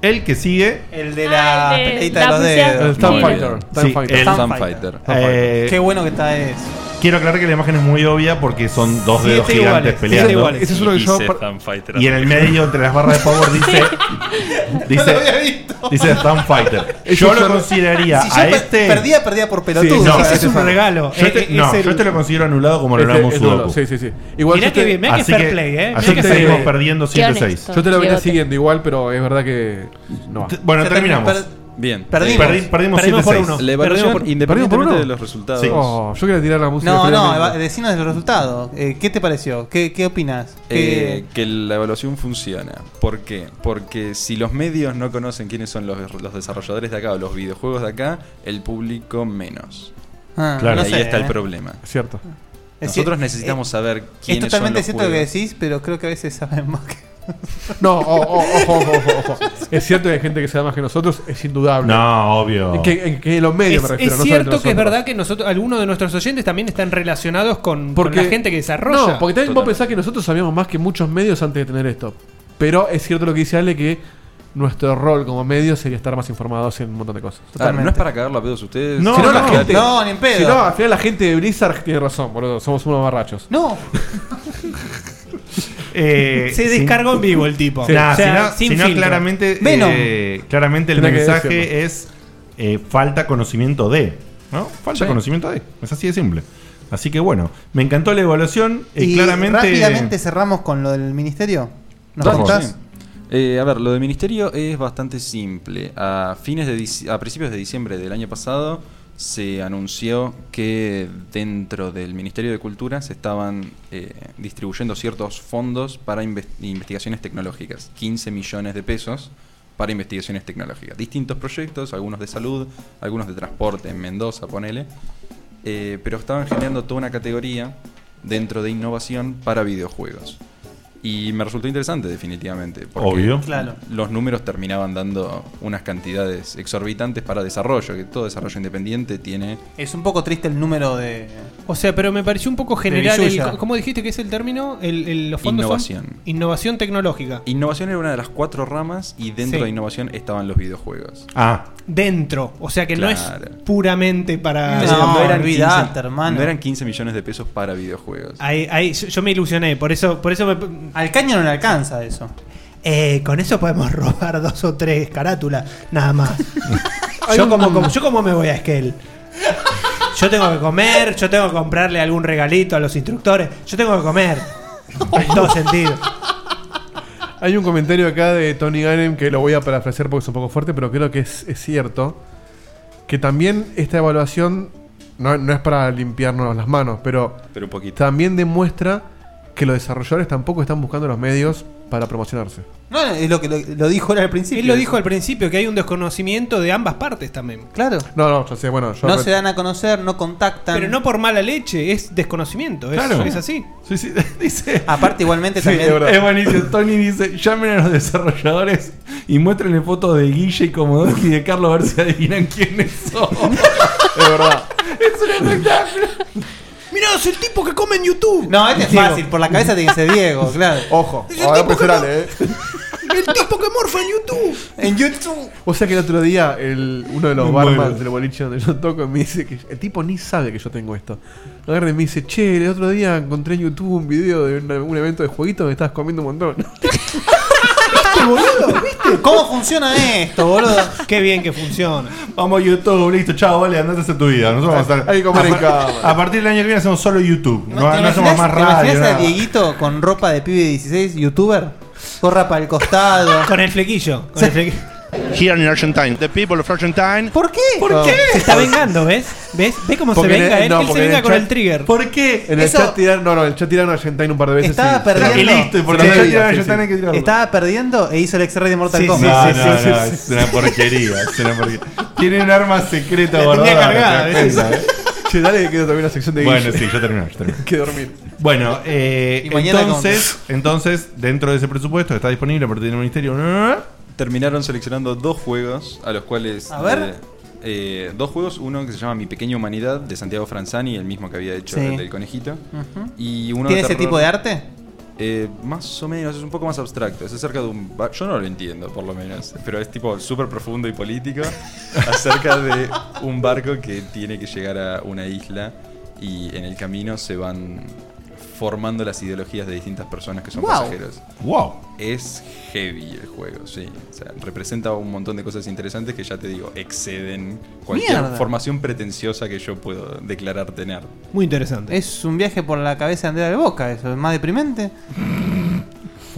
El que sigue. El de la Ah, el de peleita la de los buceada. dedos. El Stamp Fighter. Stamp Sí, Fighter. el- Stamp Fighter. Eh, Qué bueno que está eso. Quiero aclarar que la imagen es muy obvia porque son dos Siete dedos gigantes iguales, siete peleando. iguales. Ese es uno que Y yo se par- Stan Fighter. Y en el medio, entre las barras de power, dice. dice No lo había visto. Dice Stan Fighter. Es Yo un lo sor- <laughs> consideraría Si yo a per- este. perdía, perdía por pelotudo. Sí, no, Ese ese es un regalo. Yo este, Eh, no, es el- yo este lo considero anulado como Ese- anulamos es nulo, Sudoku. eh, sí, sí, sí. Igual Mirá yo que te- bien, mirá que así fair play, eh. así Mirá que fair seguimos play. perdiendo Qué 7-6. honesto. Yo te lo venía Llévate. siguiendo igual, pero es verdad que no. va. Bueno, Ya terminamos. terminamos. Bien. Eh, Perdimos. Perdi- perdimos Perdimos 7-6. por uno. La evaluación, Perdimos por- independientemente ¿Perdimos por uno? de los resultados. Sí. Oh, yo quería tirar la música. No, no, finalmente. eva- decinos el resultado. Eh, ¿Qué te pareció? ¿Qué, qué opinas? ¿Qué- Eh, que la evaluación funciona. ¿Por qué? Porque si los medios no conocen quiénes son los, los desarrolladores de acá o los videojuegos de acá, el público menos. Ah, Y Claro. no Ahí sé, está eh. el problema. Cierto. Es Nosotros cier- necesitamos eh, saber quiénes Es totalmente son cierto los lo que juegos. decís, pero creo que a veces saben más que. No, o- o- ojo, ojo, ojo, ojo. Es cierto que hay gente que sabe más que nosotros, es indudable. No, obvio. En que, en que los Es, medios me refiero. es no cierto solamente que es nosotros. verdad que nosotros, algunos de nuestros oyentes también están relacionados con, con la gente que desarrolla. No, porque también vos pensás que nosotros sabíamos más que muchos medios antes de tener esto. Pero es cierto lo que dice Ale que nuestro rol como medio sería estar más informados en un montón de cosas. Ah, no es para cagarlo a pedos ustedes. No, Si no, la gente- No, ni en pedo. Si no, al final la gente de Blizzard tiene razón, boludo. Somos unos barrachos. No. Eh, Se sí. descargó en vivo el tipo. Sí. Nah, O sea, si sin no, si no, filtro. claramente, Venom. eh, claramente el Tenía que mensaje decirlo. es eh, falta conocimiento de. ¿no? Falta Sí. conocimiento de. Es así de simple. Así que bueno, me encantó la evaluación. eh, y claramente. rápidamente cerramos con lo del ministerio. ¿Nos Dale, contás? sí. Eh, a ver, lo del ministerio es bastante simple. A fines de dic- a principios de diciembre del año pasado se anunció que dentro del Ministerio de Cultura se estaban eh, distribuyendo ciertos fondos para inves- investigaciones tecnológicas, 15 millones de pesos para investigaciones tecnológicas. Distintos proyectos, algunos de salud, algunos de transporte en Mendoza, ponele, Eh, pero estaban generando toda una categoría dentro de innovación para videojuegos. Y me resultó interesante, definitivamente. Porque Obvio. Claro. Los números terminaban dando unas cantidades exorbitantes para desarrollo, que todo desarrollo independiente tiene. Es un poco triste el número de. O sea, pero me pareció un poco De general. el- Villuya. ¿Cómo dijiste que es el término? El, el- los fondos son- Innovación. innovación tecnológica. Innovación era una de las cuatro ramas y dentro Sí. de innovación estaban los videojuegos. Ah. Dentro. O sea que no Claro. es puramente para. Entonces, olvidate, 15, Ah, hermano. no eran 15 millones de pesos para videojuegos. Ahí- ahí, yo, yo me ilusioné, por eso, por eso me. Al caño no le alcanza eso. Eh, con eso podemos <laughs> robar dos o tres carátulas, nada más. Hay Yo un- como, como- yo como me voy a Esquel. Yo tengo que comer, yo tengo que comprarle algún regalito a los instructores, yo tengo que <laughs> comer. En todo sentido. Hay un comentario acá de Tony Gannem que lo voy a parafrasear porque es un poco fuerte, pero creo que es, es cierto. Que también esta evaluación no, no es para limpiarnos las manos, pero, Pero un poquito. también demuestra que los desarrolladores tampoco están buscando los medios para promocionarse. No, es lo que lo, lo dijo él al principio. Él lo dijo al principio, que hay un desconocimiento de ambas partes también. Claro. No, no, yo sé, bueno, yo No re- se dan a conocer, no contactan. Pero no por mala leche, es desconocimiento. Es, Claro. es así. dice. Aparte, igualmente Sí, también. es verdad. es buenísimo. Tony dice: llamen a los desarrolladores y muéstrenle fotos de Guille y Comodoro y de Carlos a ver si adivinan quiénes son. es verdad. <laughs> Es un espectáculo. Mirá, es el tipo que come en YouTube. No, este es fácil, por la cabeza te <laughs> dice Diego, claro. Ojo, Es ahora profesionales, eh. El tipo que morfa en YouTube. En YouTube. O sea que el otro día el, uno de los Me barman muero. del boliche donde yo toco me dice que el tipo ni sabe que yo tengo esto. Agarra y me dice, che, el otro día encontré en YouTube un video de un, un evento de jueguitos donde estabas comiendo un montón. ¿Cómo <laughs> funciona esto, boludo? Qué bien que funciona. Vamos a YouTube, listo, chao, vale, andate a hacer tu vida. Nosotros vamos a estar. Hay que comer en a, cámara. a partir del año que viene hacemos solo YouTube. No, no hacemos más ¿Te imaginas radio. a nada. Dieguito con ropa de pibe de 16, youtuber? Corra para el costado. <laughs> Con el flequillo. Here in Argentine, the people of Argentine. ¿Por qué? ¿Por Ah. qué? Se está vengando, ¿ves? ¿Ves? ¿Ves cómo Porque se en el- venga él? no, él se porque en venga el con chat- el trigger. ¿Por qué? En el chat tiraron, no, no, en el chat tiraron a Argentine un par de veces. Estaba sí. perdiendo. Sí, Sí, sí, sí, sí. sí. Estaba perdiendo e hizo el X-Ray de Mortal Sí, sí, Kombat. sí, no, no, es una porquería, es una porquería. Tiene un arma secreta <laughs> La tenía guardada. cargada, ¿te das cuenta, ¿ves? eh? Che, dale que quedó también la sección de Bueno, Guille. sí, yo termino, yo termino. <laughs> que dormir. Bueno, eh, Y mañana entonces, entonces, dentro de ese presupuesto que está disponible a partir del ministerio. Terminaron seleccionando dos juegos a los cuales. A ver. eh, eh, dos juegos, uno que se llama Mi Pequeña Humanidad de Santiago Franzani, el mismo que había hecho Sí. el del conejito. Ujú. y uno ¿Tiene de ese terror. tipo de arte? Eh, más o menos, es un poco más abstracto. Es acerca de un. ba- Yo no lo entiendo, por lo menos. Pero es tipo súper profundo y <laughs> político. acerca de un barco que tiene que llegar a una isla y en el camino se van formando las ideologías de distintas personas que son Wow. pasajeros. Wow. Es heavy el juego, sí. O sea, representa un montón de cosas interesantes que ya te digo, exceden cualquier Mierda. formación pretenciosa que yo puedo declarar tener. Muy interesante. Es un viaje por la cabeza de Andrea de Boca, eso. Es <laughs> más deprimente.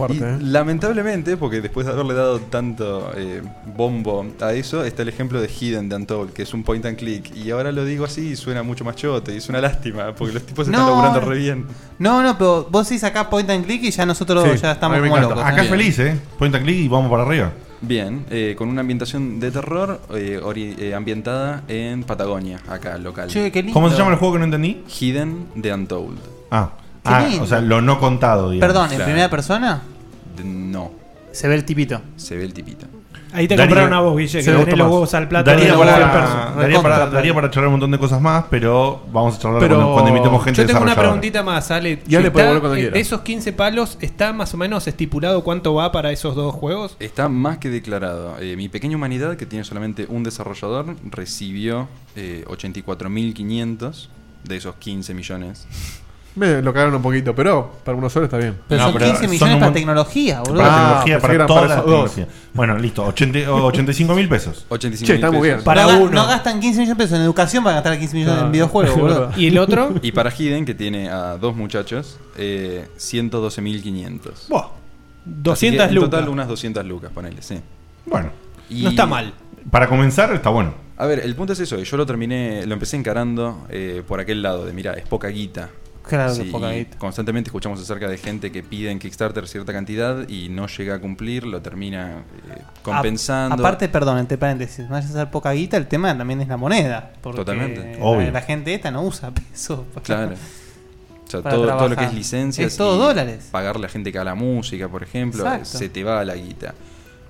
Y, Lamentablemente, porque después de haberle dado tanto eh, bombo a eso, está el ejemplo de Hidden de Untold, que es un point and click. Y ahora lo digo así y suena mucho más chote, y es una lástima, porque los tipos están No. laburando re bien. No, no, pero vos decís acá point and click y ya nosotros Sí, ya a estamos mí me como encanta. locos. Acá Bien. Feliz, ¿eh? Point and click y vamos para arriba. Bien, eh, con una ambientación de terror eh, ori- eh, ambientada en Patagonia, acá local. Che, qué lindo. ¿Cómo se llama el juego que no entendí? Hidden de Untold. Ah, Qué ah, lindo. o sea, lo no contado, digamos. Perdón, ¿en eh. Claro. primera persona? De- No, Se ve el tipito. se ve el tipito. Ahí te Daría- compraron a vos, Guille, que se le gusta tenés los más. huevos al plato. Daría, de para, la persona. daría para- Recontra. daría para charlar un montón de cosas más, pero vamos a charlar Pero cuando, cuando invitemos gente yo tengo una desarrolladora. preguntita más, Ale. Y Ale Está- puede volver cuando quiera. De esos 15 palos, ¿está más o menos estipulado cuánto va para esos dos juegos? Está más que declarado. Eh, mi pequeña humanidad, que tiene solamente un desarrollador, recibió eh, 84.500 de esos 15 <laughs> millones. Me lo cagaron un poquito, pero para unos soles está bien. Ah, pues Pero No, son pero 15 millones son un para mon- tecnología, Para la tecnología, para todas las tecnologías. Bueno, listo, 80 o 85 mil pesos. 85 Che, está muy bien. Para Para no, ga- uno. no gastan 15 millones de pesos en educación para gastar 15 Ah, millones <laughs> en videojuegos, boludo. <laughs> Y para Hidden, que tiene a dos muchachos, eh, 112.500. Buah. Así que 200 en lucas. total unas 200 lucas, ponele, sí. Bueno. Y- No está mal. Para comenzar, está bueno. A ver, el punto es eso, que yo lo terminé, lo empecé encarando eh, por aquel lado de, mira, es poca guita. Claro que es poca y Constantemente escuchamos acerca de gente que pide en Kickstarter cierta cantidad y no llega a cumplir, lo termina eh, compensando. A- aparte, perdón, entre paréntesis, vaya a ser poca guita, el tema también es la moneda. Porque Totalmente. la- La, Obvio. gente esta no usa <laughs> pesos. para- <laughs> Claro. O sea, para todo, todo lo que trabajar. es licencias. Es todo y dólares. Pagarle a gente que haga música, por ejemplo, Exacto. se te va la guita.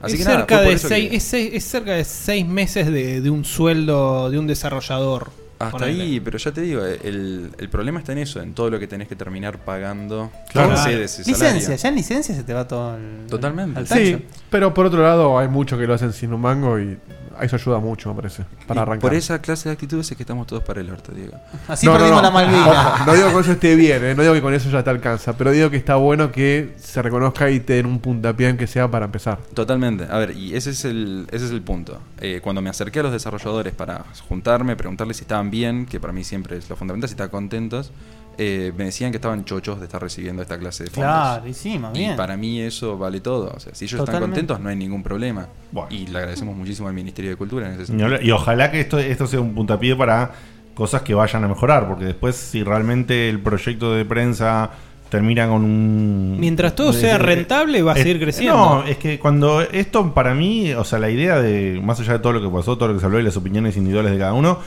Así es, que nada, cerca fue por de eso que seis, es, seis- es cerca de 6 meses de, de un sueldo de un desarrollador. Hasta Ponele. ahí, pero ya te digo, el, el problema está en eso, en todo lo que tenés que terminar pagando. Claro. Por sede, ese salario. Licencia, ya en licencia se te va todo el. Totalmente. al tacho. Sí, pero por otro lado hay muchos que lo hacen sin un mango y Eso ayuda mucho, me parece, para Y arrancar. Por esa clase de actitudes es que estamos todos para el orto, Diego. Ojo, no digo que con eso esté bien, eh, no digo que con eso ya te alcanza, pero digo que está bueno que se reconozca y te den un puntapié en que sea para empezar. Totalmente. A ver, y ese es el, ese es el punto. Eh, cuando me acerqué a los desarrolladores para juntarme, preguntarles si estaban bien, que para mí siempre es lo fundamental, si estaban contentos, eh, me decían que estaban chochos de estar recibiendo esta clase de fondos. Claro, y sí, más bien. Y para mí eso vale todo. O sea, si ellos están Totalmente. contentos, no hay ningún problema. Y le agradecemos muchísimo al Ministerio de Cultura en ese Ni hablar. sentido. Y ojalá que esto, esto sea un puntapié para cosas que vayan a mejorar, porque después si realmente el proyecto de prensa termina con un... Mientras todo sea Eh, rentable, va a eh, seguir creciendo. No, es que cuando esto para mí, o sea, la idea de, más allá de todo lo que pasó, todo lo que se habló y las opiniones individuales de cada uno,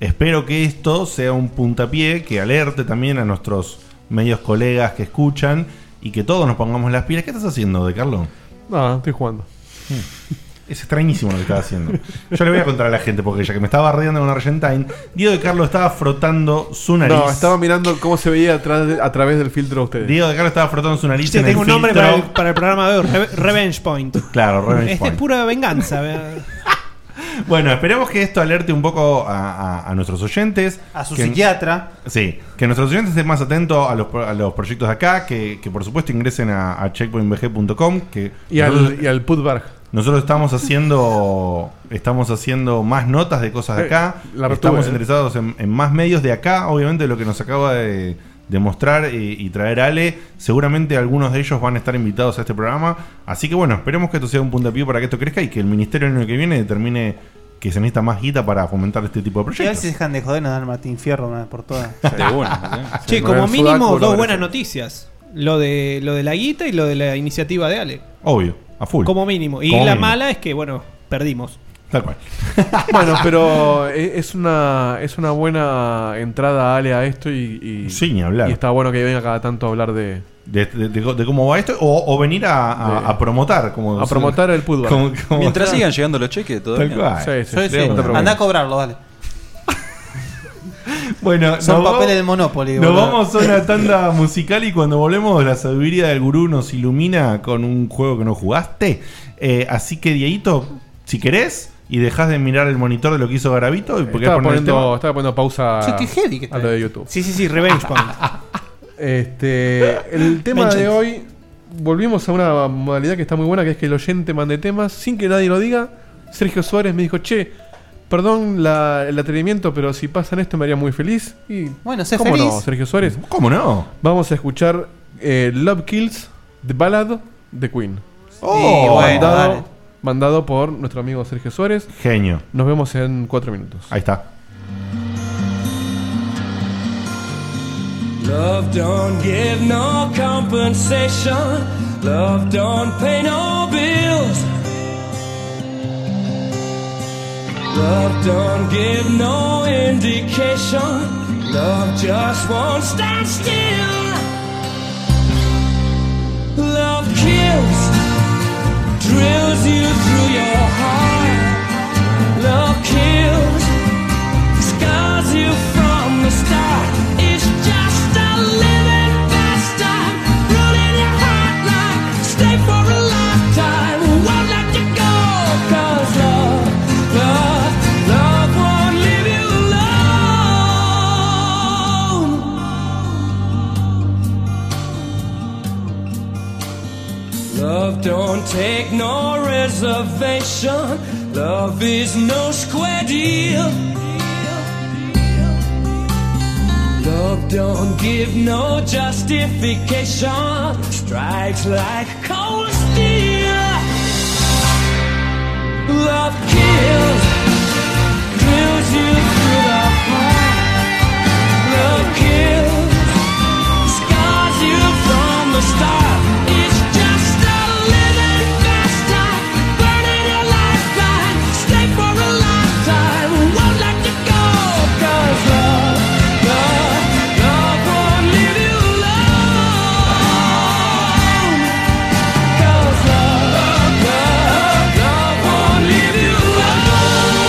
espero que esto sea un puntapié que alerte también a nuestros medios colegas que escuchan y que todos nos pongamos las pilas. ¿Qué estás haciendo, De Carlo? Nada, estoy jugando. Es extrañísimo lo que estaba haciendo. Yo le voy a contar a la gente, porque ya que me estaba bardeando con Argentine, Diego de Carlos estaba frotando su nariz. No, estaba mirando cómo se veía a, tra- a través del filtro de ustedes. Diego de Carlos estaba frotando su nariz Sí, en tengo el un nombre filtro. para el, para el programa de hoy, Re- Revenge Point. Claro, Revenge Este Point. es pura venganza. ¿verdad? Bueno, esperemos que esto alerte un poco a, a- a nuestros oyentes. A su Que- psiquiatra. Sí, que nuestros oyentes estén más atentos a los, pro- a los proyectos de acá, que, que por supuesto ingresen a, a checkpointbg.com. Que Y al- nosotros- y al Putberg. Nosotros estamos haciendo estamos haciendo más notas de cosas de acá. Eh, la retuve, estamos eh. interesados en, en más medios de acá. Obviamente lo que nos acaba de, de mostrar y, y traer Ale, seguramente algunos de ellos van a estar invitados a este programa. Así que bueno, esperemos que esto sea un puntapié para que esto crezca y que el ministerio el año que viene determine que se necesita más guita para fomentar este tipo Y de a proyectos. veces dejan de joder, nos dan Martín Fierro una vez <laughs> por todas. ¿eh? Che, como mínimo, dos buenas noticias. Lo de, lo de la guita y lo de la iniciativa de Ale. Obvio, a full. Como mínimo. Y Como la mínimo. mala es que, bueno, perdimos. Tal cual. <laughs> Bueno, pero e- es una, es una buena entrada, Ale, a esto y, y, Sí, ni hablar. y está bueno que venga cada tanto a hablar de... De, de- de- de cómo va esto, o, o venir a, a- De- a promotar. Como, a promotar el fútbol. Como- <laughs> <laughs> como- Mientras sigan llegando los cheques, todo Tal bien. cual. Sí, sí, Yo sí, decía, no te preocupes. Andá a <laughs> cobrarlo, vale. Bueno, Son nos papeles vamos- de Monopoly. Nos boludo. vamos <laughs> a una tanda musical y cuando volvemos la sabiduría del gurú nos ilumina con un juego que no jugaste. Eh, así que Dieguito, si querés y dejás de mirar el monitor de lo que hizo Garavito y porque Estaba poniendo, estaba poniendo pausa Sí, qué heavy que a está. lo de YouTube. Sí, sí, sí, Revenge Point. <laughs> este, el tema Vengeance. de hoy, volvimos a una modalidad que está muy buena, que es que el oyente mande temas sin que nadie lo diga. Sergio Suárez me dijo, che, perdón la- el atrevimiento, pero si pasan esto me haría muy feliz. Y, Bueno, sé ¿Cómo feliz. no, Sergio Suárez? ¿Cómo no? Vamos a escuchar eh, Love Kills, The Ballad, de Queen. Oh, bueno, dale. mandado, mandado por nuestro amigo Sergio Suárez. Genio. Nos vemos en cuatro minutos. Ahí está. Love don't give no compensation. Love don't pay no bills. Love don't give no indication. Love just won't stand still. Love kills, drills you through your heart. Love kills, scars you from the start. It's just a living bastard, ruling your heart like stay for a lifetime. Won't let you go, cause love, love, love won't leave you alone. Love don't take no reservation. Love is no square deal. Love don't give no justification. Strikes like cold steel. Love kills, drills you through the heart. Love kills, scars you from the start. It's just a living bastard, burning your lifeline. Stay for a lifetime, won't let you go. 'Cause love, love, love won't leave you alone. 'Cause love, love, love won't leave you alone.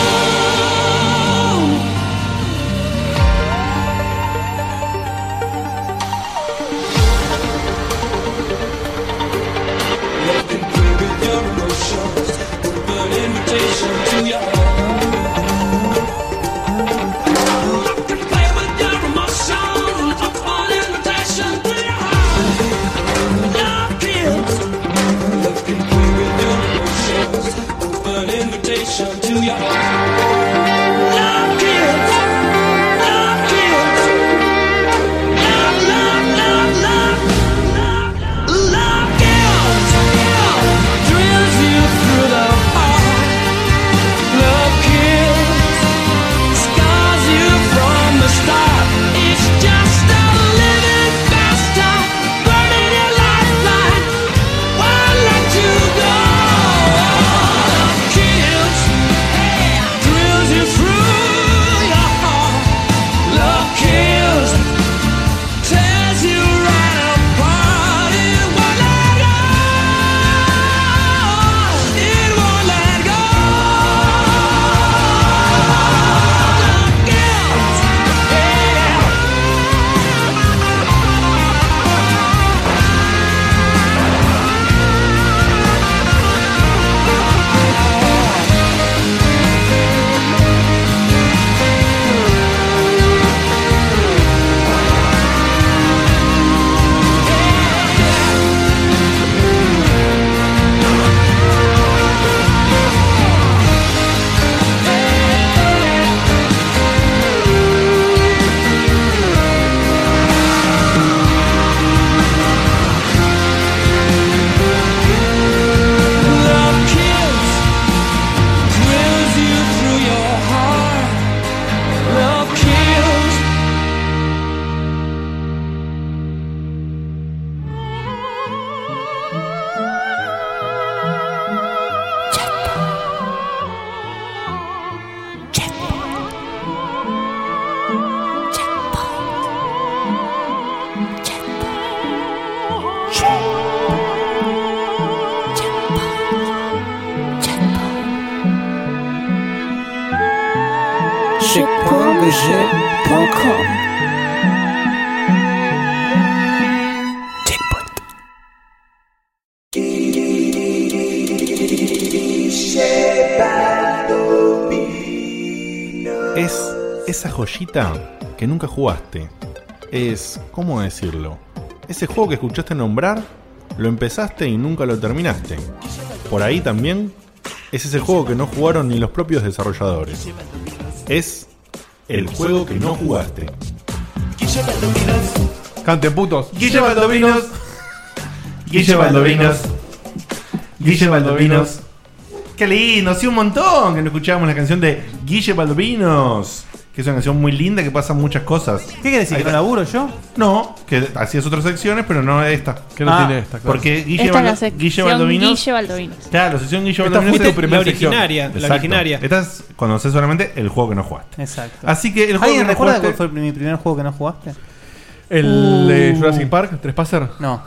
Jeux.com. Es esa joyita que nunca jugaste. Es, ¿cómo decirlo? Ese juego que escuchaste nombrar, lo empezaste y nunca lo terminaste. Por ahí también es ese juego que no jugaron ni los propios desarrolladores. Es el juego que no jugaste. Canten putos. Guille Baldovinos. Guille Baldovinos. Guille Baldovinos. Qué lindo, sí, un montón que no escuchábamos la canción de Guille Baldovinos. Que es una canción muy linda que pasa muchas cosas. ¿Qué quiere decir? ¿Que no laburo yo? No, que hacías otras secciones, pero no esta. Que no Ah. tiene esta, claro. Porque Guille, Esta es la Baldo- sección Guille Baldovinos. Guille Baldovinos. Claro, la sección Guille Esta Baldovinos fuiste es tu primera la sección. originaria, la Exacto. originaria. Esta es cuando haces solamente el juego que no jugaste. Exacto. Así que el juego ¿Alguien que no recuerda jugaste- cuál fue mi primer juego que no jugaste? ¿El de Jurassic Park? ¿Tres Passer? Uh. No.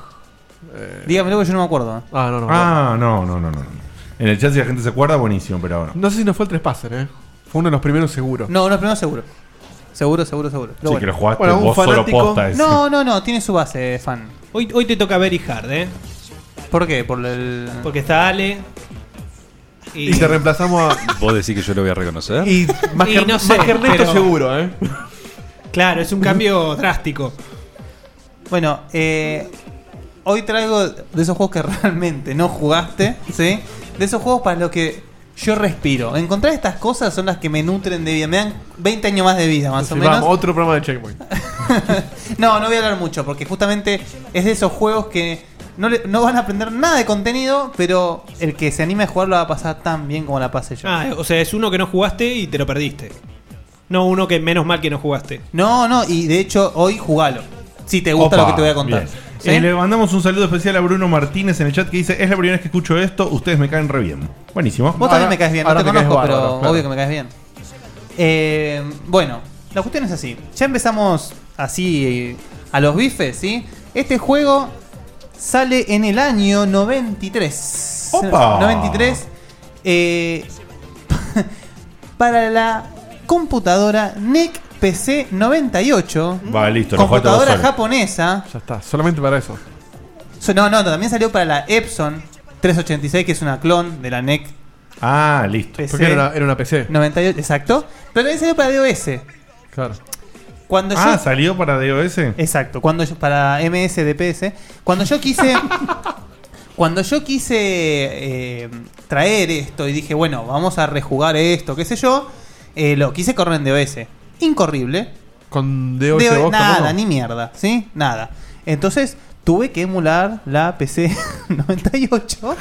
Dígamelo que yo no me acuerdo. Ah, no, no. Ah, no, no, no, no. En el chat si la gente se acuerda, buenísimo, pero ahora. No sé si no fue el 3 Passer, eh. Fue uno de los primeros seguro. Uh, No, uno de los primeros seguro. Seguro, seguro, seguro. Pero Sí, que lo jugaste vos solo posta ese. No, no, no, tiene su base, fan. Hoy, hoy te toca Very Hard, ¿eh? ¿Por qué? Por el... Porque está Ale. Y te reemplazamos a. <laughs> ¿Vos decís que yo lo voy a reconocer? Y más que, no sé, más que Ernesto pero- seguro, eh. Claro, es un cambio drástico. Bueno, eh, hoy traigo de esos juegos que <laughs> realmente no jugaste, ¿sí? De esos juegos para los que yo respiro. Encontrar estas cosas son las que me nutren de vida. Me dan 20 años más de vida, más o Sí, menos. vamos, otro programa de Checkpoint. No, no voy a hablar mucho, porque justamente es de esos juegos que no, le- no van a aprender nada de contenido, pero el que se anime a jugarlo va a pasar tan bien como la pasé yo. Ah, o sea, es uno que no jugaste y te lo perdiste. No uno que menos mal que no jugaste. No, no, y de hecho hoy jugalo. Si te gusta lo que te voy a contar. bien. ¿Sí? Eh, le mandamos un saludo especial a Bruno Martínez en el chat que dice: Es la primera vez que escucho esto, ustedes me caen re bien. Buenísimo. Vos también me caes bien, no te conozco, pero obvio que me caes caes bien. Eh, bueno, la cuestión es así. Ya empezamos así eh, a los bifes, ¿sí? Este juego sale en el año 93. ¡Opa! 93. eh, <laughs> para la computadora E NEC PC 98. Va, listo, lo jugaste vos computadora solo. japonesa. Ya está, solamente para eso. So- No, no, también salió para la Epson 386, que es una clon de la E NEC. Ah, listo. Porque era una- era una PC. 98, exacto. Pero también salió para DOS. Claro. Cuando Ah, yo- salió para DOS. Exacto, cuando yo- para MS DPS. Cuando yo quise. cuando yo quise eh, traer esto y dije, bueno, vamos a rejugar esto, qué sé yo, eh, lo quise correr en DOS. Incorrible. Con DOS DOS, vos, Nada, tampoco. ni mierda, ¿sí? Nada. Entonces tuve que emular la <laughs> PC 98.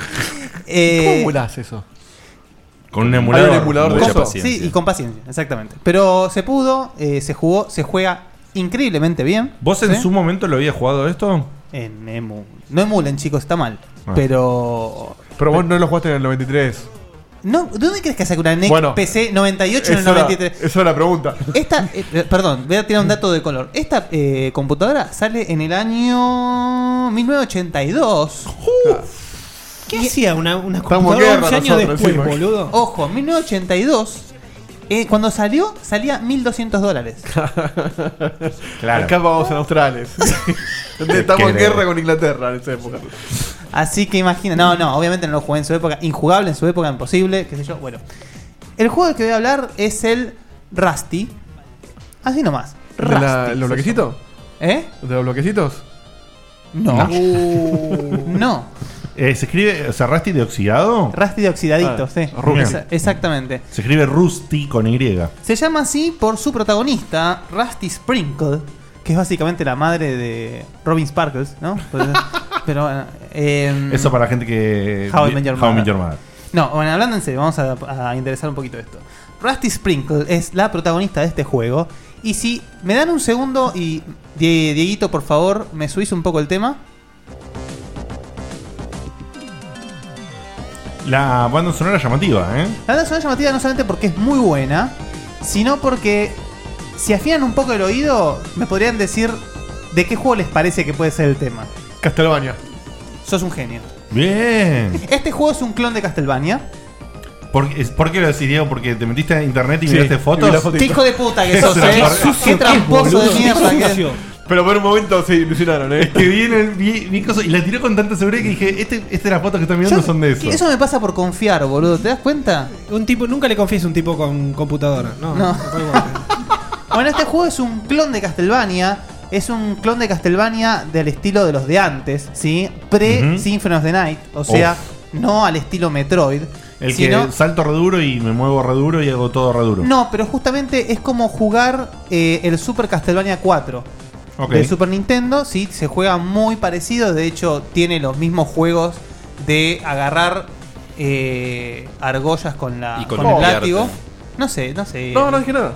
Eh, ¿Cómo emulás eso? Con un Hay un emulador. emulador de Mucha eso. paciencia. Sí, y con paciencia, exactamente. Pero se pudo, eh, se jugó, se juega increíblemente bien. ¿Vos en ¿sí? su momento lo habías jugado esto? En emu. No emulen, chicos, está mal. Ah. Pero. Pero vos no lo jugaste en el 93. No, ¿de ¿Dónde crees que saque una NEC Bueno, PC 98 en el Esa era- 93? esa era la pregunta. Esta, eh, eh, perdón, voy a tirar un dato de color. Esta eh, computadora sale en el año 1982. ¿Qué hacía una, una Estamos computadora 11 años después, boludo? Ojo, 1982. eh, cuando salió, salía 1200 <laughs> dólares. Claro. Acá vamos <laughs> en Australes. Estamos en creo. guerra con Inglaterra en esa época. Así que imagina. No, no, obviamente no lo jugué en su época. Injugable en su época, imposible, qué sé yo. Bueno. El juego del que voy a hablar es el Rusty. Así nomás. ¿De la- Rusty, los se bloquecitos? ¿Eh? ¿De los bloquecitos? No. <laughs> no. Eh, ¿Se escribe, o sea, Rusty de oxidado? Rusty de oxidadito, Ah, sí. Rusty. Esa- exactamente. Se escribe Rusty con Y. Se llama así por su protagonista, Rusty Sprinkle, que es básicamente la madre de Robin Sparkles, ¿no? Pero, pero bueno. em, <laughs> Eso para la gente que. How I Met Your How I Met Mother. Your Mother. No, bueno, hablando en serio, vamos a, a interesar un poquito esto. Rusty Sprinkle es la protagonista de este juego. Y si me dan un segundo y Die- Dieguito, por favor, me subís un poco el tema. La banda sonora llamativa, ¿eh? La banda sonora llamativa no solamente porque es muy buena, sino porque si afinan un poco el oído, me podrían decir de qué juego les parece que puede ser el tema. Castlevania. Sos un genio. Bien. Este juego es un clon de Castlevania. ¿Por, es- por qué lo decís, Diego? ¿Porque te metiste a internet y Sí, miraste y vi fotos? la fotito. Qué hijo de puta <laughs> que sos, eh. Qué tramposo de mierda que- Sucio. Pero por un momento se ilusionaron, ¿eh? Es que viene vi, vi cosas y la tiró con tanta seguridad que dije, este, estas las fotos que están mirando son de eso. Que Eso me pasa por confiar, boludo. ¿Te das cuenta? Un tipo, nunca le confíes a un tipo con computadora. No. No. <laughs> bueno, este juego es un clon de Castlevania. Es un clon de Castlevania del estilo de los de antes, ¿sí? Ujú. Pre-Symphony of the Night. O sea, no al estilo Metroid. El sino- que salto reduro y me muevo reduro y hago todo reduro. No, pero justamente es como jugar eh, el Super Castlevania 4 Ok. del Super Nintendo. Sí, se juega muy parecido. De hecho, tiene los mismos juegos de agarrar eh, argollas con, la, Y con el columpiarte. látigo. No sé, no sé. No, no dije nada.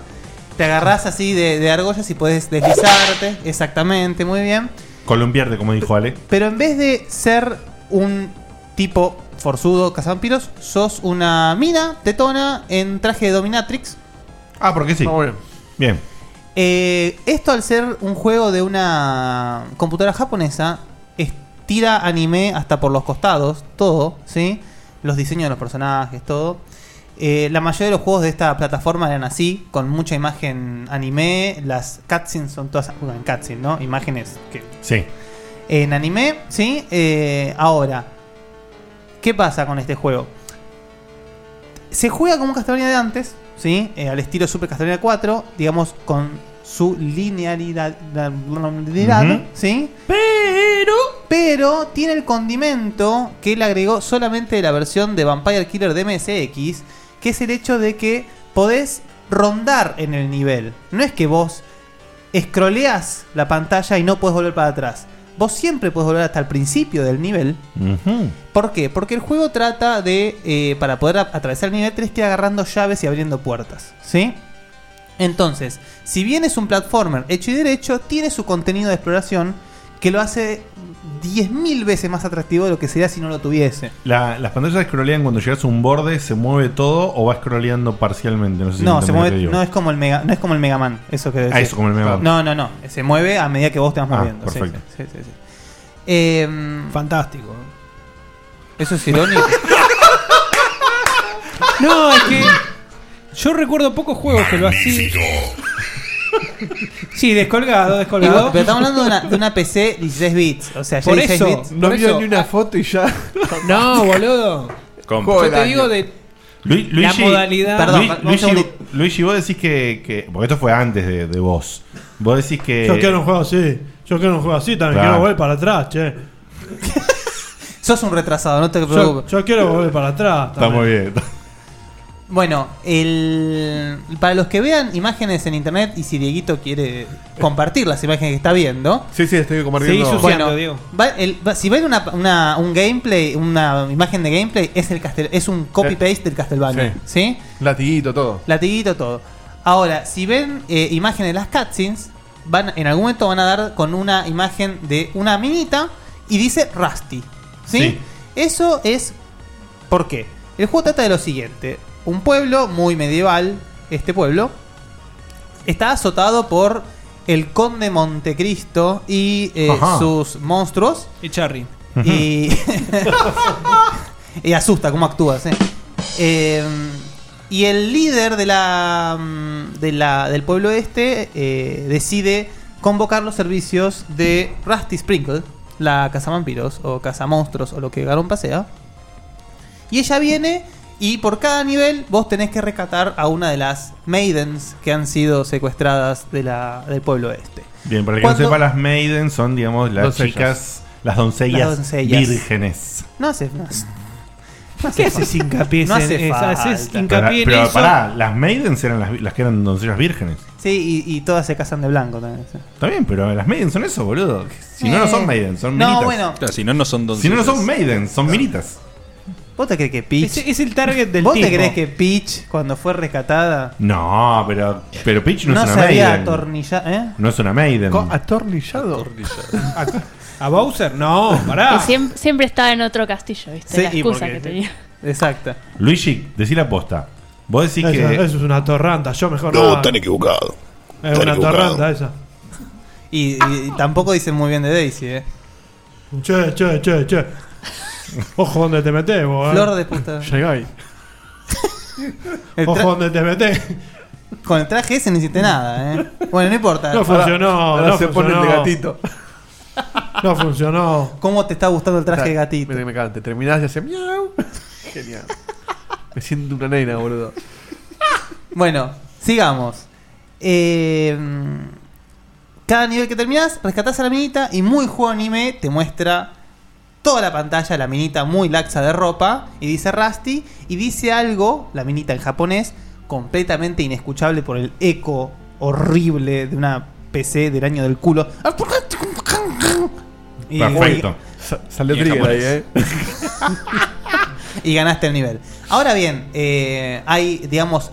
Te agarrás así de, de argollas y puedes deslizarte. Exactamente, muy bien. Columpiarte, como dijo Ale. Pero en vez de ser un tipo forzudo cazampiros, sos una mina tetona en traje de dominatrix. Ah, porque sí. Bien. Eh, esto al ser un juego de una computadora japonesa, estira anime hasta por los costados, todo, ¿sí? Los diseños de los personajes, todo. Eh, la mayoría de los juegos de esta plataforma eran así, con mucha imagen anime. Las cutscenes son todas bueno, en cutscenes, ¿no? Imágenes que Sí. en anime, ¿sí? Eh, ahora, ¿qué pasa con este juego? Se juega como un Castlevania de antes, ¿sí? Eh, al estilo Super Castlevania 4, digamos, con su linealidad, Ujú. ¿sí? Pero... Pero tiene el condimento que le agregó solamente la versión de Vampire Killer de MSX, que es el hecho de que podés rondar en el nivel. No es que vos escroleás la pantalla y no puedes volver para atrás. Vos siempre puedes volver hasta el principio del nivel. Mm-hmm. Mm. ¿Por qué? Porque el juego trata de, eh, para poder a- atravesar el nivel, tenés que ir agarrando llaves y abriendo puertas. ¿Sí? Entonces, si bien es un platformer hecho y derecho, tiene su contenido de exploración que lo hace 10.000 veces más atractivo de lo que sería si no lo tuviese. La- las pantallas scrollean cuando llegas a un borde, se mueve todo o va scrolleando parcialmente. No, sé si No, entendés se lo que mueve, digo. no es como el Mega, no es como el Mega Man, eso que Ah, eso como el Mega Man. No, no, no, se mueve a medida que vos te vas Ah, moviendo. sí, perfecto. sí, sí, sí. Eh, Fantástico. Eso es irónico. no, es que yo recuerdo pocos juegos que lo así. <laughs> Sí, descolgado, Y descolgado. vos- pero estamos hablando de una, de una PC 16 bits. O sea, ya Por 16 eso, bits. no Por vio eso- ni Una foto <laughs> y ya. No, boludo. Yo te digo de Lu- la Luigi, modalidad. Lu- Perdón, un Luigi, segundo. Luigi, vos decís que, que- Porque esto fue antes de, de vos. Vos decís que. Yo quiero un juego así. Yo quiero un juego así también. Claro. Quiero volver para atrás, che. Sos un retrasado, no te Yo, preocupes. yo quiero volver para atrás. Está muy bien. Bueno, el, para los que vean imágenes en internet y si Dieguito quiere compartir las imágenes que está viendo. Sí, sí, estoy Bueno, compartiendo. va el- va- si ven una, una- un gameplay, una imagen de gameplay, es el castel- es un copy paste del Castlevania, ¿sí? Latiguito, todo. Latiguito todo. Ahora, si ven eh, imágenes de las cutscenes, van, en algún momento van a dar con una imagen de una minita y dice Rusty. ¿sí? Eso es. ¿Por qué? El juego trata de lo siguiente: un pueblo muy medieval, este pueblo, está azotado por el conde Montecristo y eh, Ajá. sus monstruos. Y Charry. Y. <laughs> y asusta cómo actúas, eh. Eh, y el líder de la, mm, de la- del pueblo este eh, decide convocar los servicios de Rusty Sprinkle, la cazavampiros o cazamonstruos o lo que Garón pasea. Y ella viene y por cada nivel vos tenés que rescatar a una de las maidens que han sido secuestradas de la, del pueblo este. Bien, para el que Cuando- no sepa, las maidens son, digamos, las Doncellas. chicas, las doncellas, Las doncellas. vírgenes. No hace. No hace- <laughs> no hace ¿Qué haces falta. hincapié No en- hace es- falta. haces hincapié pero en pero eso? pará, las maidens eran las, vi- las que eran doncellas vírgenes. Sí, y, y todas se casan de blanco también. sí. Está bien, pero las maidens son eso, boludo. Si no, no son Eh. maidens, son No, minitas. bueno. Claro, si no, no son Si no, no doncellas. son maidens, son minitas. ¿Vos te crees que Peach? Es, es el target del ¿Vos te tipo. crees que Eh, Peach, cuando fue rescatada, No, pero, pero Peach no, no, es una se había maiden. atornillado? ¿Eh? No es una maiden. Co- Ah, ¿Atornillado? ¿A Bowser? No, Ah. Y pará. siem- siempre estaba en otro castillo, ¿viste? Sí, la y excusa porque- que tenía. Exacto. Luigi, decí la posta. Vos decís Eso, que. eso es una torranta. Yo mejor No, nada. están equivocados. Es Están una equivocados. torranta esa. Y, y- y tampoco dicen muy bien de Daisy, ¿eh? Che, che, che, che. Ojo donde te metes, vos. eh. <laughs> Flor de puta. Llegá ahí. Ojo donde te metes. Con el traje ese no hiciste nada, ¿eh? Bueno, no importa. No funcionó, no funcionó. No funcionó. ¿Cómo te está gustando el traje de gatito? Me, me encanta. Te terminás y hace miau. Genial. Me siento una nena, boludo. Bueno, sigamos. Eh, cada nivel que terminás, rescatás a la minita y muy juego anime te muestra toda la pantalla, la minita muy laxa de ropa, y dice Rusty, y dice algo, la minita en japonés, completamente inescuchable por el eco horrible de una PC del año del culo. Y- Perfecto. Y en japonés. <laughs> y ganaste el nivel. Ahora bien, eh, hay, digamos,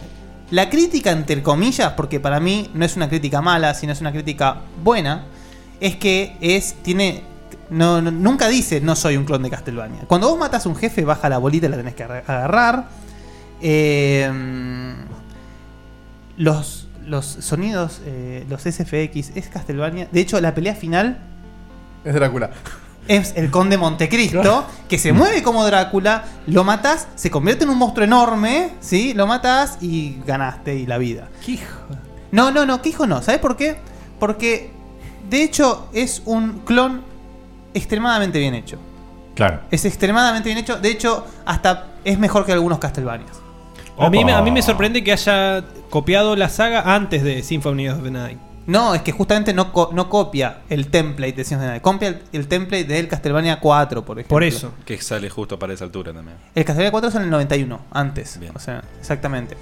la crítica entre comillas, porque para mí no es una crítica mala, sino es una crítica buena, es que es, tiene, no, no- nunca dice no soy un clon de Castlevania. Cuando vos matas a un jefe, baja la bolita y la tenés que agar- agarrar. Eh, los, los sonidos, eh, los SFX, es Castlevania. De hecho, la pelea final Es Drácula. es el conde Montecristo, que se mueve como Drácula, lo matas, se convierte en un monstruo enorme, ¿sí? Lo matas y ganaste y la vida. ¿Qué hijo? No, no, no, qué hijo no. ¿Sabes por qué? Porque, de hecho, es un clon extremadamente bien hecho. Claro. Es extremadamente bien hecho. De hecho, hasta es mejor que algunos Castlevanias. A mí, me, a mí me sorprende que haya copiado la saga antes de Symphony of the Night. No, es que justamente no, co- no copia el template de Symphony of the Night. Copia el, el template del Castlevania 4, por ejemplo. Que sale justo para esa altura también. El Castlevania 4 es en el 91, antes. O sea, exactamente.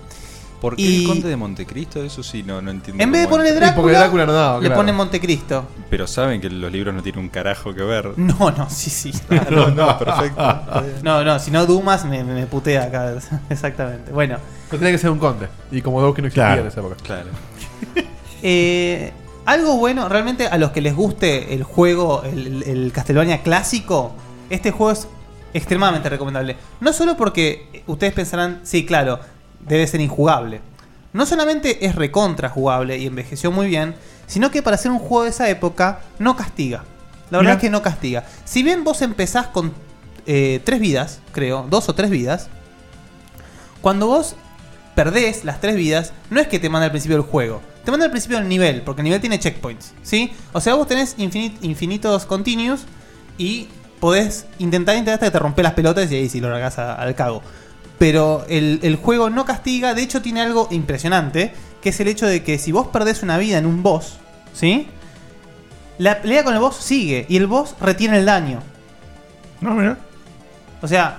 ¿Por qué Y- el conde de Montecristo? Eso sí, no, no entiendo. En vez de cómo ponerle es. Drácula, le ponen Montecristo. Pero saben que los libros no tienen un carajo que ver. <laughs> No, no, sí, sí. <laughs> no, no, perfecto. <laughs> No, no, si no Dumas me, me putea acá. <laughs> Exactamente. Bueno. Pero tenía que ser un conde. Y como dos que no existía Claro. en esa época. Claro. Eh, algo bueno, realmente a los que les guste el juego, el, el Castlevania clásico, este juego es extremadamente recomendable. No solo porque ustedes pensarán, sí, claro, debe ser injugable. No solamente es recontra jugable y envejeció muy bien, sino que para ser un juego de esa época no castiga. La verdad Mirá. es que no castiga. Si bien vos empezás con eh, tres vidas, creo, dos o tres vidas, cuando vos perdés las tres vidas, no es que te manda al principio del juego. Te manda al principio del nivel, porque el nivel tiene checkpoints, ¿sí? O sea, vos tenés infinit- infinitos continues y podés intentar intentar hasta que te rompe las pelotas y ahí sí lo largás a- al cago. Pero el, el juego no castiga, de hecho tiene algo impresionante, que es el hecho de que si vos perdés una vida en un boss, ¿sí? La pelea con el boss sigue y el boss retiene el daño. No, Ah, mira. O sea,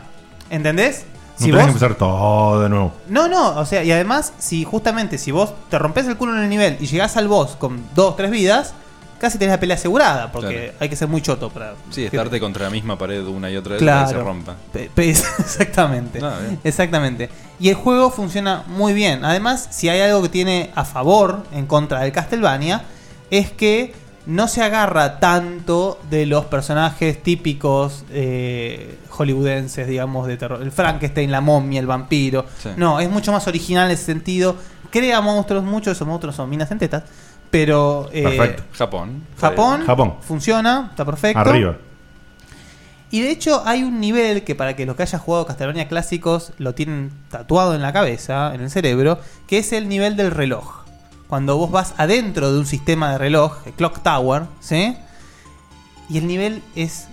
¿entendés? No tenés que empezar todo de nuevo. No, no, o sea, y además, si justamente si vos te rompes el culo en el nivel y llegás al boss con dos, tres vidas, casi tenés la pelea asegurada, porque Claro. hay que ser muy choto para. Sí, estarte contra la misma pared una y otra vez Claro. para que se rompa. Pe- pe- <laughs> exactamente. No, bien. exactamente. Y el juego funciona muy bien. Además, si hay algo que tiene a favor en contra del Castlevania, es que no se agarra tanto de los personajes típicos eh, hollywoodenses, digamos, de terror. El Frankenstein, la momia, el vampiro. Sí. No, es mucho más original en ese sentido. Crea monstruos, muchos de esos monstruos son minas en tetas. Pero. eh, Perfecto. Japón. Japón. Japón. Funciona, está perfecto. Arriba. Y de hecho hay un nivel que para que los que hayan jugado Castlevania clásicos lo tienen tatuado en la cabeza, en el cerebro, que es el nivel del reloj. Cuando vos vas adentro de un sistema de reloj, el Clock Tower, ¿sí? Y el nivel es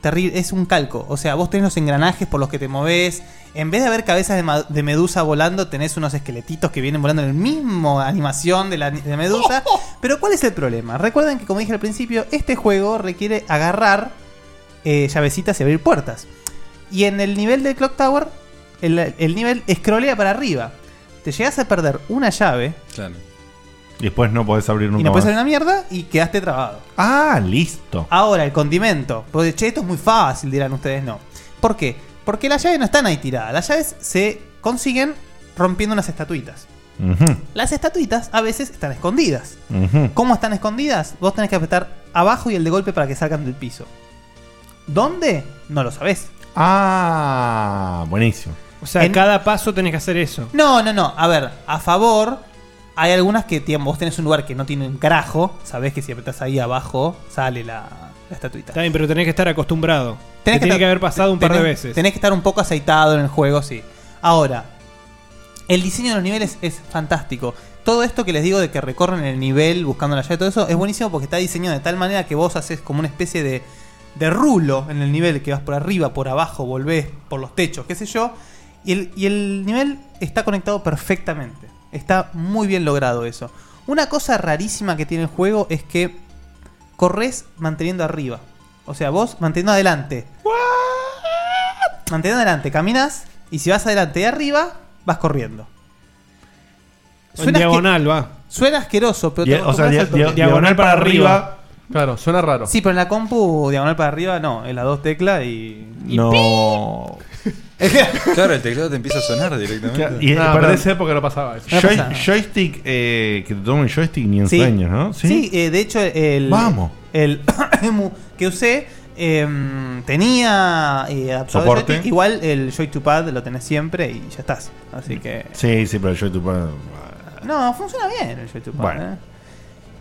terrible, es un calco. O sea, vos tenés los engranajes por los que te movés. En vez de haber cabezas de, ma- de medusa volando, tenés unos esqueletitos que vienen volando en la misma animación de la ni- de medusa. Pero ¿cuál es el problema? Recuerden que, como dije al principio, este juego requiere agarrar eh, llavecitas y abrir puertas. Y en el nivel del Clock Tower, el, el nivel escrolea para arriba. Te llegas a perder una llave Claro. Y después no podés abrir nunca y no puedes más. salir una mierda y quedaste trabado. Ah, listo. Ahora, el condimento. Porque, che, esto es muy fácil, dirán ustedes, no. ¿Por qué? Porque las llaves no están ahí tiradas. Las llaves se consiguen rompiendo unas estatuitas. Las estatuitas a veces están escondidas. Mm-hmm. ¿Cómo están escondidas? Vos tenés que apretar abajo y el de golpe para que salgan del piso. ¿Dónde? No lo sabés. Ah, buenísimo. O sea, cada paso tenés que hacer eso. No, no, no. A ver, a favor, hay algunas que tienen- vos tenés un lugar que no tiene un carajo. Sabés que si apretás ahí abajo, sale la, la estatuita. Está bien, pero tenés que estar acostumbrado. Te Tenés tiene estar- que haber pasado un par de tenés- veces. Tenés que estar un poco aceitado en el juego, sí. Ahora, El diseño de los niveles es fantástico. Todo esto que les digo de que recorren el nivel buscando la llave, todo eso es buenísimo porque está diseñado de tal manera que vos haces como una especie de, de rulo en el nivel, que vas por arriba, por abajo, volvés por los techos, qué sé yo. Y el, y el nivel está conectado perfectamente. Está muy bien logrado eso. Una cosa rarísima que tiene el juego es que corres manteniendo arriba. O sea, vos manteniendo adelante. Manteniendo adelante, caminas y si vas adelante y arriba, vas corriendo. En diagonal, va. Suena asqueroso, pero Dia- te o sea, acostumbras dia- al dia- toque. diagonal para arriba. Claro, suena raro. Sí, pero en la compu diagonal para arriba no, en las dos teclas y. y No. <laughs> claro, el teclado te empieza a sonar Claro, directamente. y, eh, Ah, perdón. pero esa época no pasaba eso. Joy- No pasaba. Joystick, eh, que te tomen joystick ni en Sí. sueños, ¿no? Sí, eh, de hecho el. Vamos. El <coughs> emu que usé em, tenía eh, adaptador de Soporte. joystick. Igual el Joy to Pad lo tenés siempre y ya estás. Así que. Sí, sí, pero Joystick. bueno, No, funciona bien el Joy to Pad. Bueno. eh.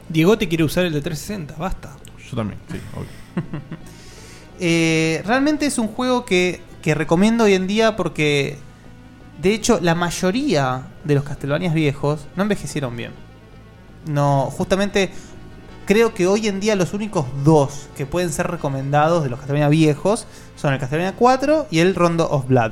Diego te quiere usar el de 360, basta. Yo también, sí, obvio. Eh, realmente es un juego que, que recomiendo hoy en día porque, de hecho, la mayoría de los Castlevanias viejos no envejecieron bien. No, justamente creo que hoy en día los únicos dos que pueden ser recomendados de los Castlevania viejos son el Castlevania 4 y el Rondo of Blood.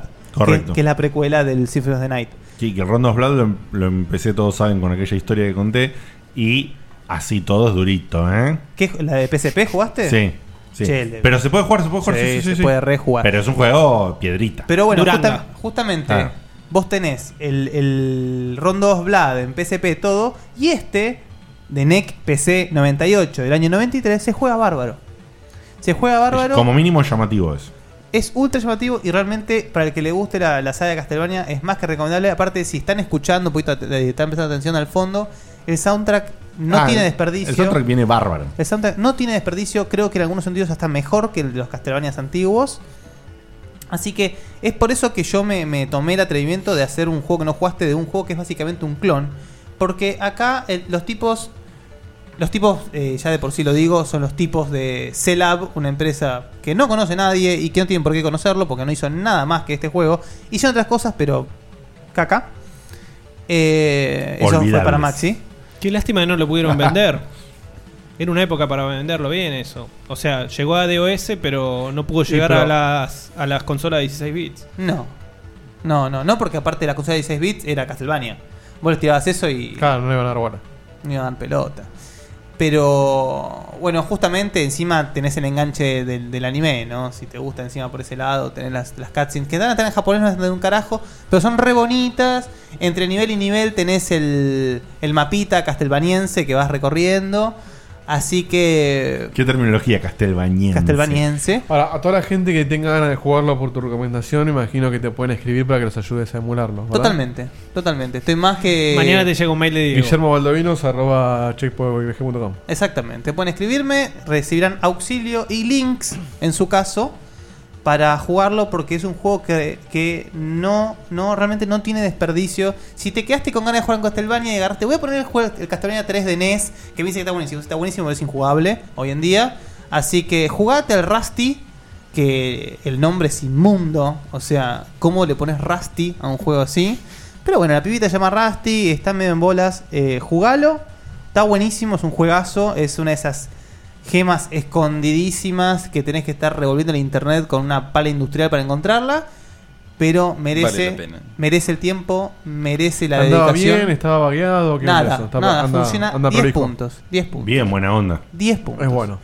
Que, Correcto. que es la precuela del Symphony of the Night. Sí, que el Rondo of Blood lo, em- lo empecé, todos saben, con aquella historia que conté. Y así todo es durito, ¿eh? ¿Qué, ¿La de PSP jugaste? Sí. sí. Che, el de- Pero se puede jugar, se puede jugar. Sí, se puede rejugar. Pero es un juego piedrita. Pero bueno, Duranga. justa- justamente Ah. vos tenés el, el Rondo 2 Vlad en PSP todo y este de NEC PC 98 del año 93 se juega bárbaro. Se juega bárbaro, Como mínimo llamativo es. es ultra llamativo y realmente para el que le guste la, la saga de Castlevania es más que recomendable. Aparte, si están escuchando, un poquito, at- eh, están prestando atención al fondo, el soundtrack no Ah, tiene el- desperdicio. El soundtrack viene bárbaro. El soundtrack no tiene desperdicio, creo que en algunos sentidos hasta mejor que el de los Castlevanias antiguos. Así que es por eso que yo me, me tomé el atrevimiento de hacer un juego que no jugaste de un juego que es básicamente un clon. Porque acá el- los tipos, los tipos, eh, ya de por sí lo digo, son los tipos de C-Lab, una empresa que no conoce nadie y que no tienen por qué conocerlo porque no hizo nada más que este juego. Hicieron otras cosas, pero caca. Eh, eso fue Olvidables. para Maxi. Qué lástima que no lo pudieron vender. Era una época para venderlo bien eso. O sea, llegó a DOS, pero no pudo Sí, llegar pero- a, las, a las consolas de 16 bits. No. No, no, no, porque aparte la consola de 16 bits era Castlevania. Vos les tirabas eso y. Claro, no iban a dar bola. No iban a dar pelota. Pero. Bueno, justamente encima tenés el enganche del, del anime, ¿no? Si te gusta encima por ese lado, tenés las, las cutscenes que dan a tener en japonés, no las entendés un carajo, pero son re bonitas. Entre nivel y nivel tenés el, el mapita castelvaniense que vas recorriendo. Así que. ¿Qué terminología? Castelbañense. Castelvaniense. Ahora, a toda la gente que tenga ganas de jugarlo por tu recomendación, imagino que te pueden escribir para que los ayudes a emularlo. ¿verdad? Totalmente, totalmente. Estoy más que. Guillermo Baldovinos arroba checkpointbg.com. Exactamente. Pueden escribirme, recibirán auxilio y links, en su caso, para jugarlo porque es un juego que, que no, no, realmente no tiene desperdicio. Si te quedaste con ganas de jugar en Castlevania y agarraste, voy a poner el, juego, el Castlevania 3 de NES, que me dice que está buenísimo. Está buenísimo, pero es injugable hoy en día. Así que jugate al Rusty, que el nombre es inmundo. O sea, ¿cómo le pones Rusty a un juego así? Pero bueno, la pibita se llama Rusty, está medio en bolas. eh, jugalo. Está buenísimo, es un juegazo. Es una de esas gemas escondidísimas que tenés que estar revolviendo en internet con una pala industrial para encontrarla. Pero merece, Vale la pena. merece el tiempo, merece la Andaba dedicación. bien, estaba vagueado, ¿qué onda nada, eso? Está- nada, anda- funciona anda 10 prolijo. puntos. 10 puntos. Bien, buena onda. 10 puntos. Es bueno.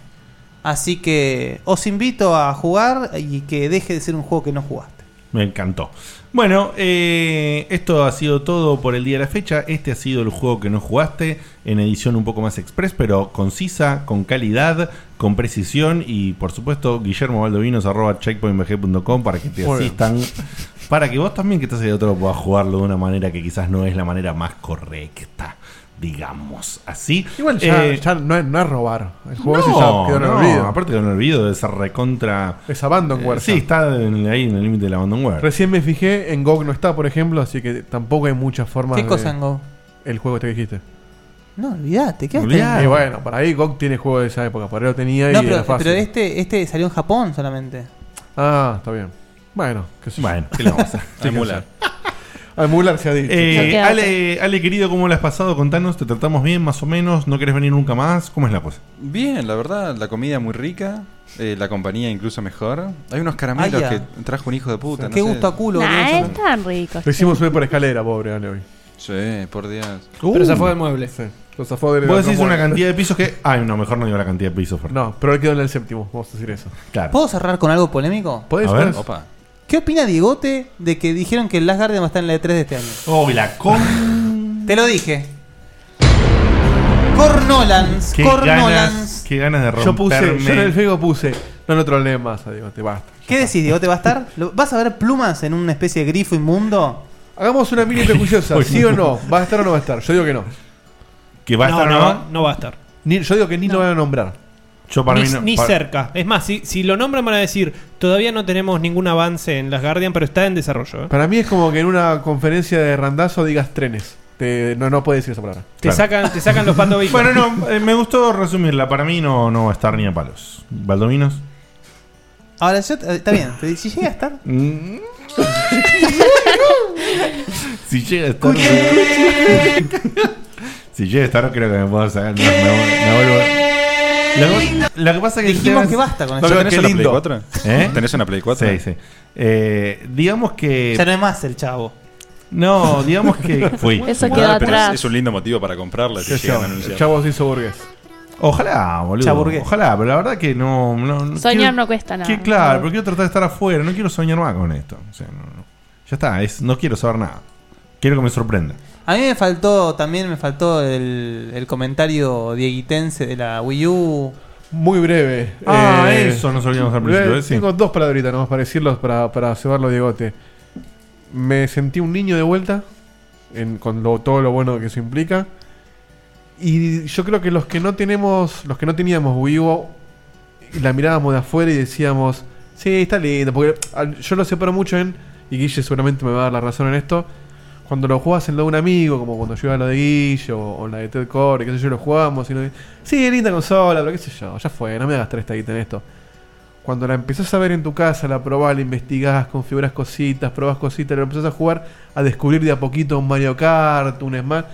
Así que os invito a jugar y que deje de ser un juego que no jugaste. Me encantó. Bueno, eh, esto ha sido todo por el día de la fecha. Este ha sido el juego que no jugaste en edición un poco más express, pero concisa, con calidad, con precisión y por supuesto Guillermo Baldovinos arroba checkpointbg.com para que te Muy bien. asistan. Para que vos también que estás ahí de otro puedas jugarlo de una manera que quizás no es la manera más correcta, digamos así. Igual ya, Eh, ya no, es, no es robar. El juego ese no, ya quedó en el no, olvido. Aparte que en el olvido de esa recontra. Es abandonware. Eh, sí, está en- ahí en el límite del abandonware. Recién me fijé, en GOG no está, por ejemplo, así que tampoco hay muchas formas ¿Qué de- cosa en GOG? El juego este que dijiste. No, olvídate, ¿qué Y bueno, por ahí GOG tiene juego de esa época, por ahí lo tenía No, y era pero, fácil. pero este, este salió en Japón solamente. Ah, está bien. Bueno, qué sé yo. <laughs> Bueno, ¿qué le vamos a hacer? Sí, qué sé yo. Al Mular se ha dicho. Eh, Ya. Ale, Ale, querido, ¿cómo la has pasado? Contanos, ¿te tratamos bien, más o menos? ¿No querés venir nunca más? ¿Cómo es la cosa? Bien, la verdad, la comida muy rica, eh, la compañía incluso mejor. Hay unos caramelos Ay, Ah, ya. que trajo un hijo de puta. no Qué sé. gusto a culo. Nah, boludo. es tan rico. este. Lo hicimos subir por escalera, pobre Ale hoy. Sí, por Dios. Uh. Sí. Lo zafó del- Vos del decís otro una mueble. <laughs> cantidad de pisos que. Ay, no, mejor no digo la cantidad de pisos. Porque... No, pero él quedó en el séptimo, vamos a decir eso. Claro. ¿Puedo cerrar con algo polémico? ¿Podés? A ver. ¿Podés? Opa. ¿Qué opina Diegote de que dijeron que el Last Guardian va a estar en la E3 de este año? Oh, la con. Te lo dije. Cornolans, Qué ganas, Cornolans. qué ganas de Yo romperme. puse, yo en el Facebook puse, no lo trolees más, digo, te basta. ¿Qué decís, Diegote? ¿Va a estar? ¿Lo- ¿Vas a ver plumas en una especie de grifo inmundo? Hagamos una mini <laughs> prejuiciosa, ¿sí o no? ¿Va a estar o no va a estar? Yo digo que no. ¿Que va a No, estar o no, no? va- no va a estar. Ni- yo digo que ni lo van a nombrar. Yo para ni mí no- ni para- cerca. Es más, si, si lo nombran van a decir, todavía no tenemos ningún avance en las Guardian, pero está en desarrollo. ¿eh". Para mí es como que en una conferencia de randazo digas trenes. Te- no, no puedes decir esa palabra. Eh, Te sacan, te sacan los <laughs> pandovinos. Bueno, no, eh, me gustó resumirla. Para mí no, no va a estar ni a palos. <laughs> ¿Baldominos? Ahora, yo, eh, está bien, pero si llega a estar. Mm. si llega a estar. si llega a estar, creo que me puedo sacar. Me, me- me vuelvo. Lo que, lo que pasa es que. Dijimos que basta con No, eso. pero ¿Tenés qué una Play lindo. 4? ¿Eh? ¿Tenés una Play 4? Sí, sí. Eh, digamos que. Ya no es más el chavo. No, digamos que. Fui. Eso Ah, quedó pero es- atrás. Es un lindo motivo para comprarla si llegan a anunciar. se hizo burgués. Ojalá, boludo. Chaburgués. Ojalá, pero la verdad que no. no, no Soñar quiero- no cuesta nada. que claro, pero quiero tratar de estar afuera, no quiero soñar más con esto. O sea, no, no. Ya está, es, no quiero saber nada. Quiero que me sorprenda. A mí me faltó, también me faltó el, el comentario dieguitense de la Wii U. Muy breve. Ah, Eh, eso nos olvidamos al principio. breve, eh, sí. Tengo dos palabritas nomás para decirlos, para, para cebarlo, Diegote. Me sentí un niño de vuelta, en- con lo- todo lo bueno que eso implica. Y yo creo que los que no tenemos, los que no teníamos Wii U, y la mirábamos de afuera y decíamos, sí, está lindo, porque al- yo lo separo mucho en, y Guille seguramente me va a dar la razón en esto, cuando lo jugás en lo de un amigo, como cuando yo iba a lo de Guille o, o la de Ted Core, qué sé yo, lo jugamos y no... Sí, linda consola, pero qué sé yo, ya fue, no me voy a gastar esta guita en esto. Cuando la empezás a ver en tu casa, la probás, la investigás, configurás cositas, probás cositas, lo empezás a jugar, a descubrir de a poquito un Mario Kart, un Smash,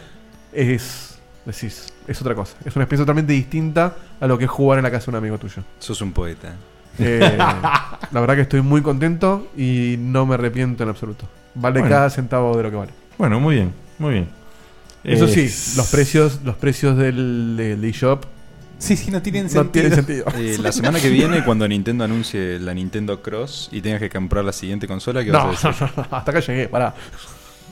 es... Decís, es otra cosa. Es una experiencia totalmente distinta a lo que es jugar en la casa de un amigo tuyo. Sos un poeta. <laughs> Eh, la verdad que estoy muy contento y no me arrepiento en absoluto. Vale Bueno. cada centavo de lo que vale. Bueno, muy bien, muy bien. Eso Eh, sí, los precios, los precios del del eShop. sí, sí, no tienen No tienen sentido. Eh, la semana que viene, cuando Nintendo anuncie la Nintendo Cross y tengas que comprar la siguiente consola, ¿qué vas No, a <laughs> decir? no, no, hasta acá llegué, pará.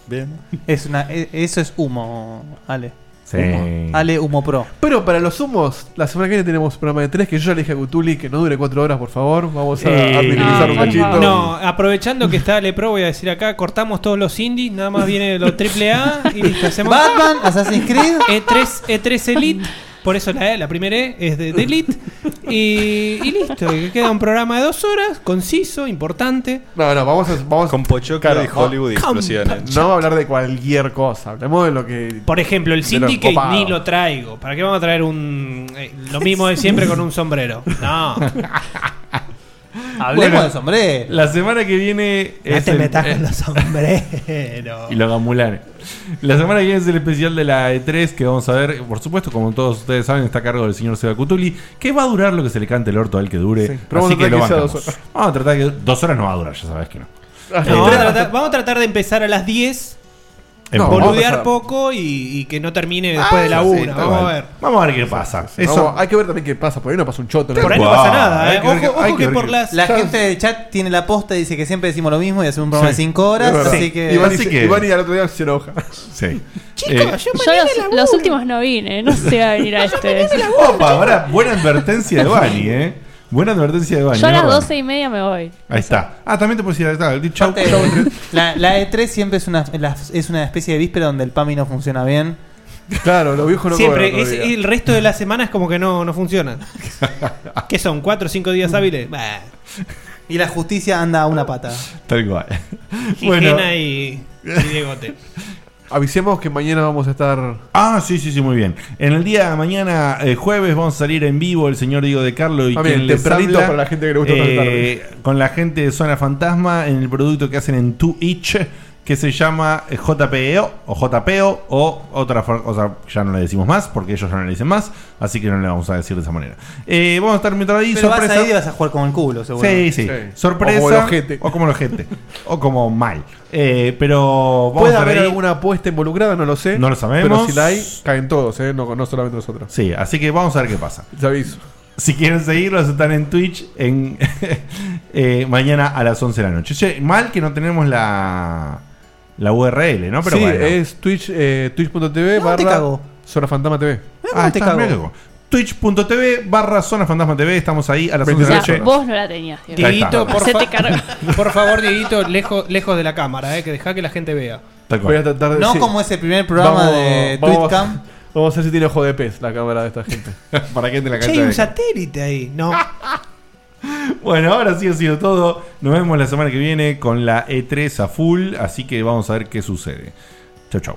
Bien. Es una, e- eso es humo, Ale. Sí. Humo. Ale Humo Pro. Pero para los humos, la semana que viene tenemos un programa de tres que yo ya le dije a Gutuli que no dure cuatro horas, por favor. Vamos a Eh, administrar un cachito. No, aprovechando que está Ale Pro, voy a decir acá, cortamos todos los indies, nada más viene los AAA y listo, hacemos... E Batman, Assassin's Creed. E3, E3 Elite, por eso la, E, la primera E es de, de Elite, y, y listo, y queda un programa de dos horas, conciso, importante. No, no, vamos a. Vamos Con Pochoclo de Hollywood y explosiones. No va a hablar de cualquier cosa, hablemos de lo que. Por ejemplo, el de lo Syndicate copado. ni lo traigo. ¿Para qué vamos a traer un eh, lo mismo de siempre con un sombrero? <laughs> No. Hablemos Bueno, del sombrero. La semana que viene. es el- <laughs> sombreros. Y los gamulanes. La semana que viene es el especial de la E3 que vamos a ver, por supuesto, como todos ustedes saben, está a cargo del señor Seba Cutuli, que va a durar lo que se le cante el orto al que dure. Sí, pero vamos a así que lo tratar que sea bancamos. dos horas. Ah, Vamos a tratar que dos horas no va a durar, ya sabes que no. Eh, No, vamos, a tratar, vamos a tratar de empezar a las 10, En punto. boludear poco y, y que no termine Ah, después de la 1. vamos a ver. Vamos a ver qué pasa. Eso. Eso- hay que ver también qué pasa. Por ahí no pasa un choto. Por ahí no pasa nada, ¿eh? Ojo, ojo que, por las. La gente del chat tiene la posta y dice que siempre decimos lo mismo y hacemos un programa Sí, de 5 horas. es verdad. Así que. Iván, así dice- que- Iván y al otro día se enoja. Sí. Eh, yo los, los últimos no vine, no sé a <laughs> venir a este. Opa, ahora, buena advertencia de Bani, ¿eh? Buena advertencia de Bani. Yo a las ¿no? doce y media me voy. Ahí está. Ah, también te puedes ir a está, di Chau, Aparte, chau. la, la E3 siempre es una, la- es una especie de víspera donde el PAMI no funciona bien. Claro, los viejos Siempre, es- el resto de las semanas como que no, no funcionan. <laughs> ¿Qué son? ¿Cuatro o cinco días hábiles? Bah. Y la justicia anda a una pata. Tal cual. Higiena y, y Diegote. Avisemos que mañana vamos a estar. Ah, sí, sí, sí, muy bien. En el día de mañana, eh, jueves, vamos a salir en vivo el señor Diego de Carlo y Ah, quien bien, les tempranito habla, para la gente que le gusta eh, Con la gente de Zona Fantasma en el producto que hacen en 2 Itch, que se llama JPEO o JPEO o otra for- o sea, ya no le decimos más porque ellos ya no le dicen más, así que no le vamos a decir de esa manera. Eh, vamos a estar mientras ahí, Pero sorpresa. vas ahí y vas a jugar como el culo, seguro. Sí, sí, Sorpresa. O como el ojete. O como el ojete. o como mal. Eh, pero vamos ¿Puede a estar haber ahí. alguna apuesta involucrada? No lo sé. No lo sabemos. Pero si la hay, caen todos, ¿eh? No, no solamente nosotros. Sí, así que vamos a ver qué pasa. Te aviso. Si quieren seguirlos, están en Twitch en <laughs> eh, mañana a las 11 de la noche. Che, mal que no tenemos la, la URL, ¿no? Pero sí, bueno. es Twitch, eh, twitch.tv barra cago. Zona Fantasma TV. Ah, está, me cago. Twitch.tv barra Zona Fantasma TV. Estamos ahí a las 11 de la O noche. sea, vos no la tenías. Diego. Dieguito, por, Hacete fa- cargo. <laughs> por favor, Dieguito, lejos, lejos de la cámara, eh, que deja que la gente vea. Tal Voy a tratar de- No sí. como ese primer programa de vamos, Twitchcam. Vamos a ver si tiene ojo de pez la cámara de esta gente. ¿Para qué te la Che, hay un satélite ahí. No. <laughs> Bueno, ahora sí ha sido todo. Nos vemos la semana que viene con la E3 a full. Así que vamos a ver qué sucede. Chau, chau.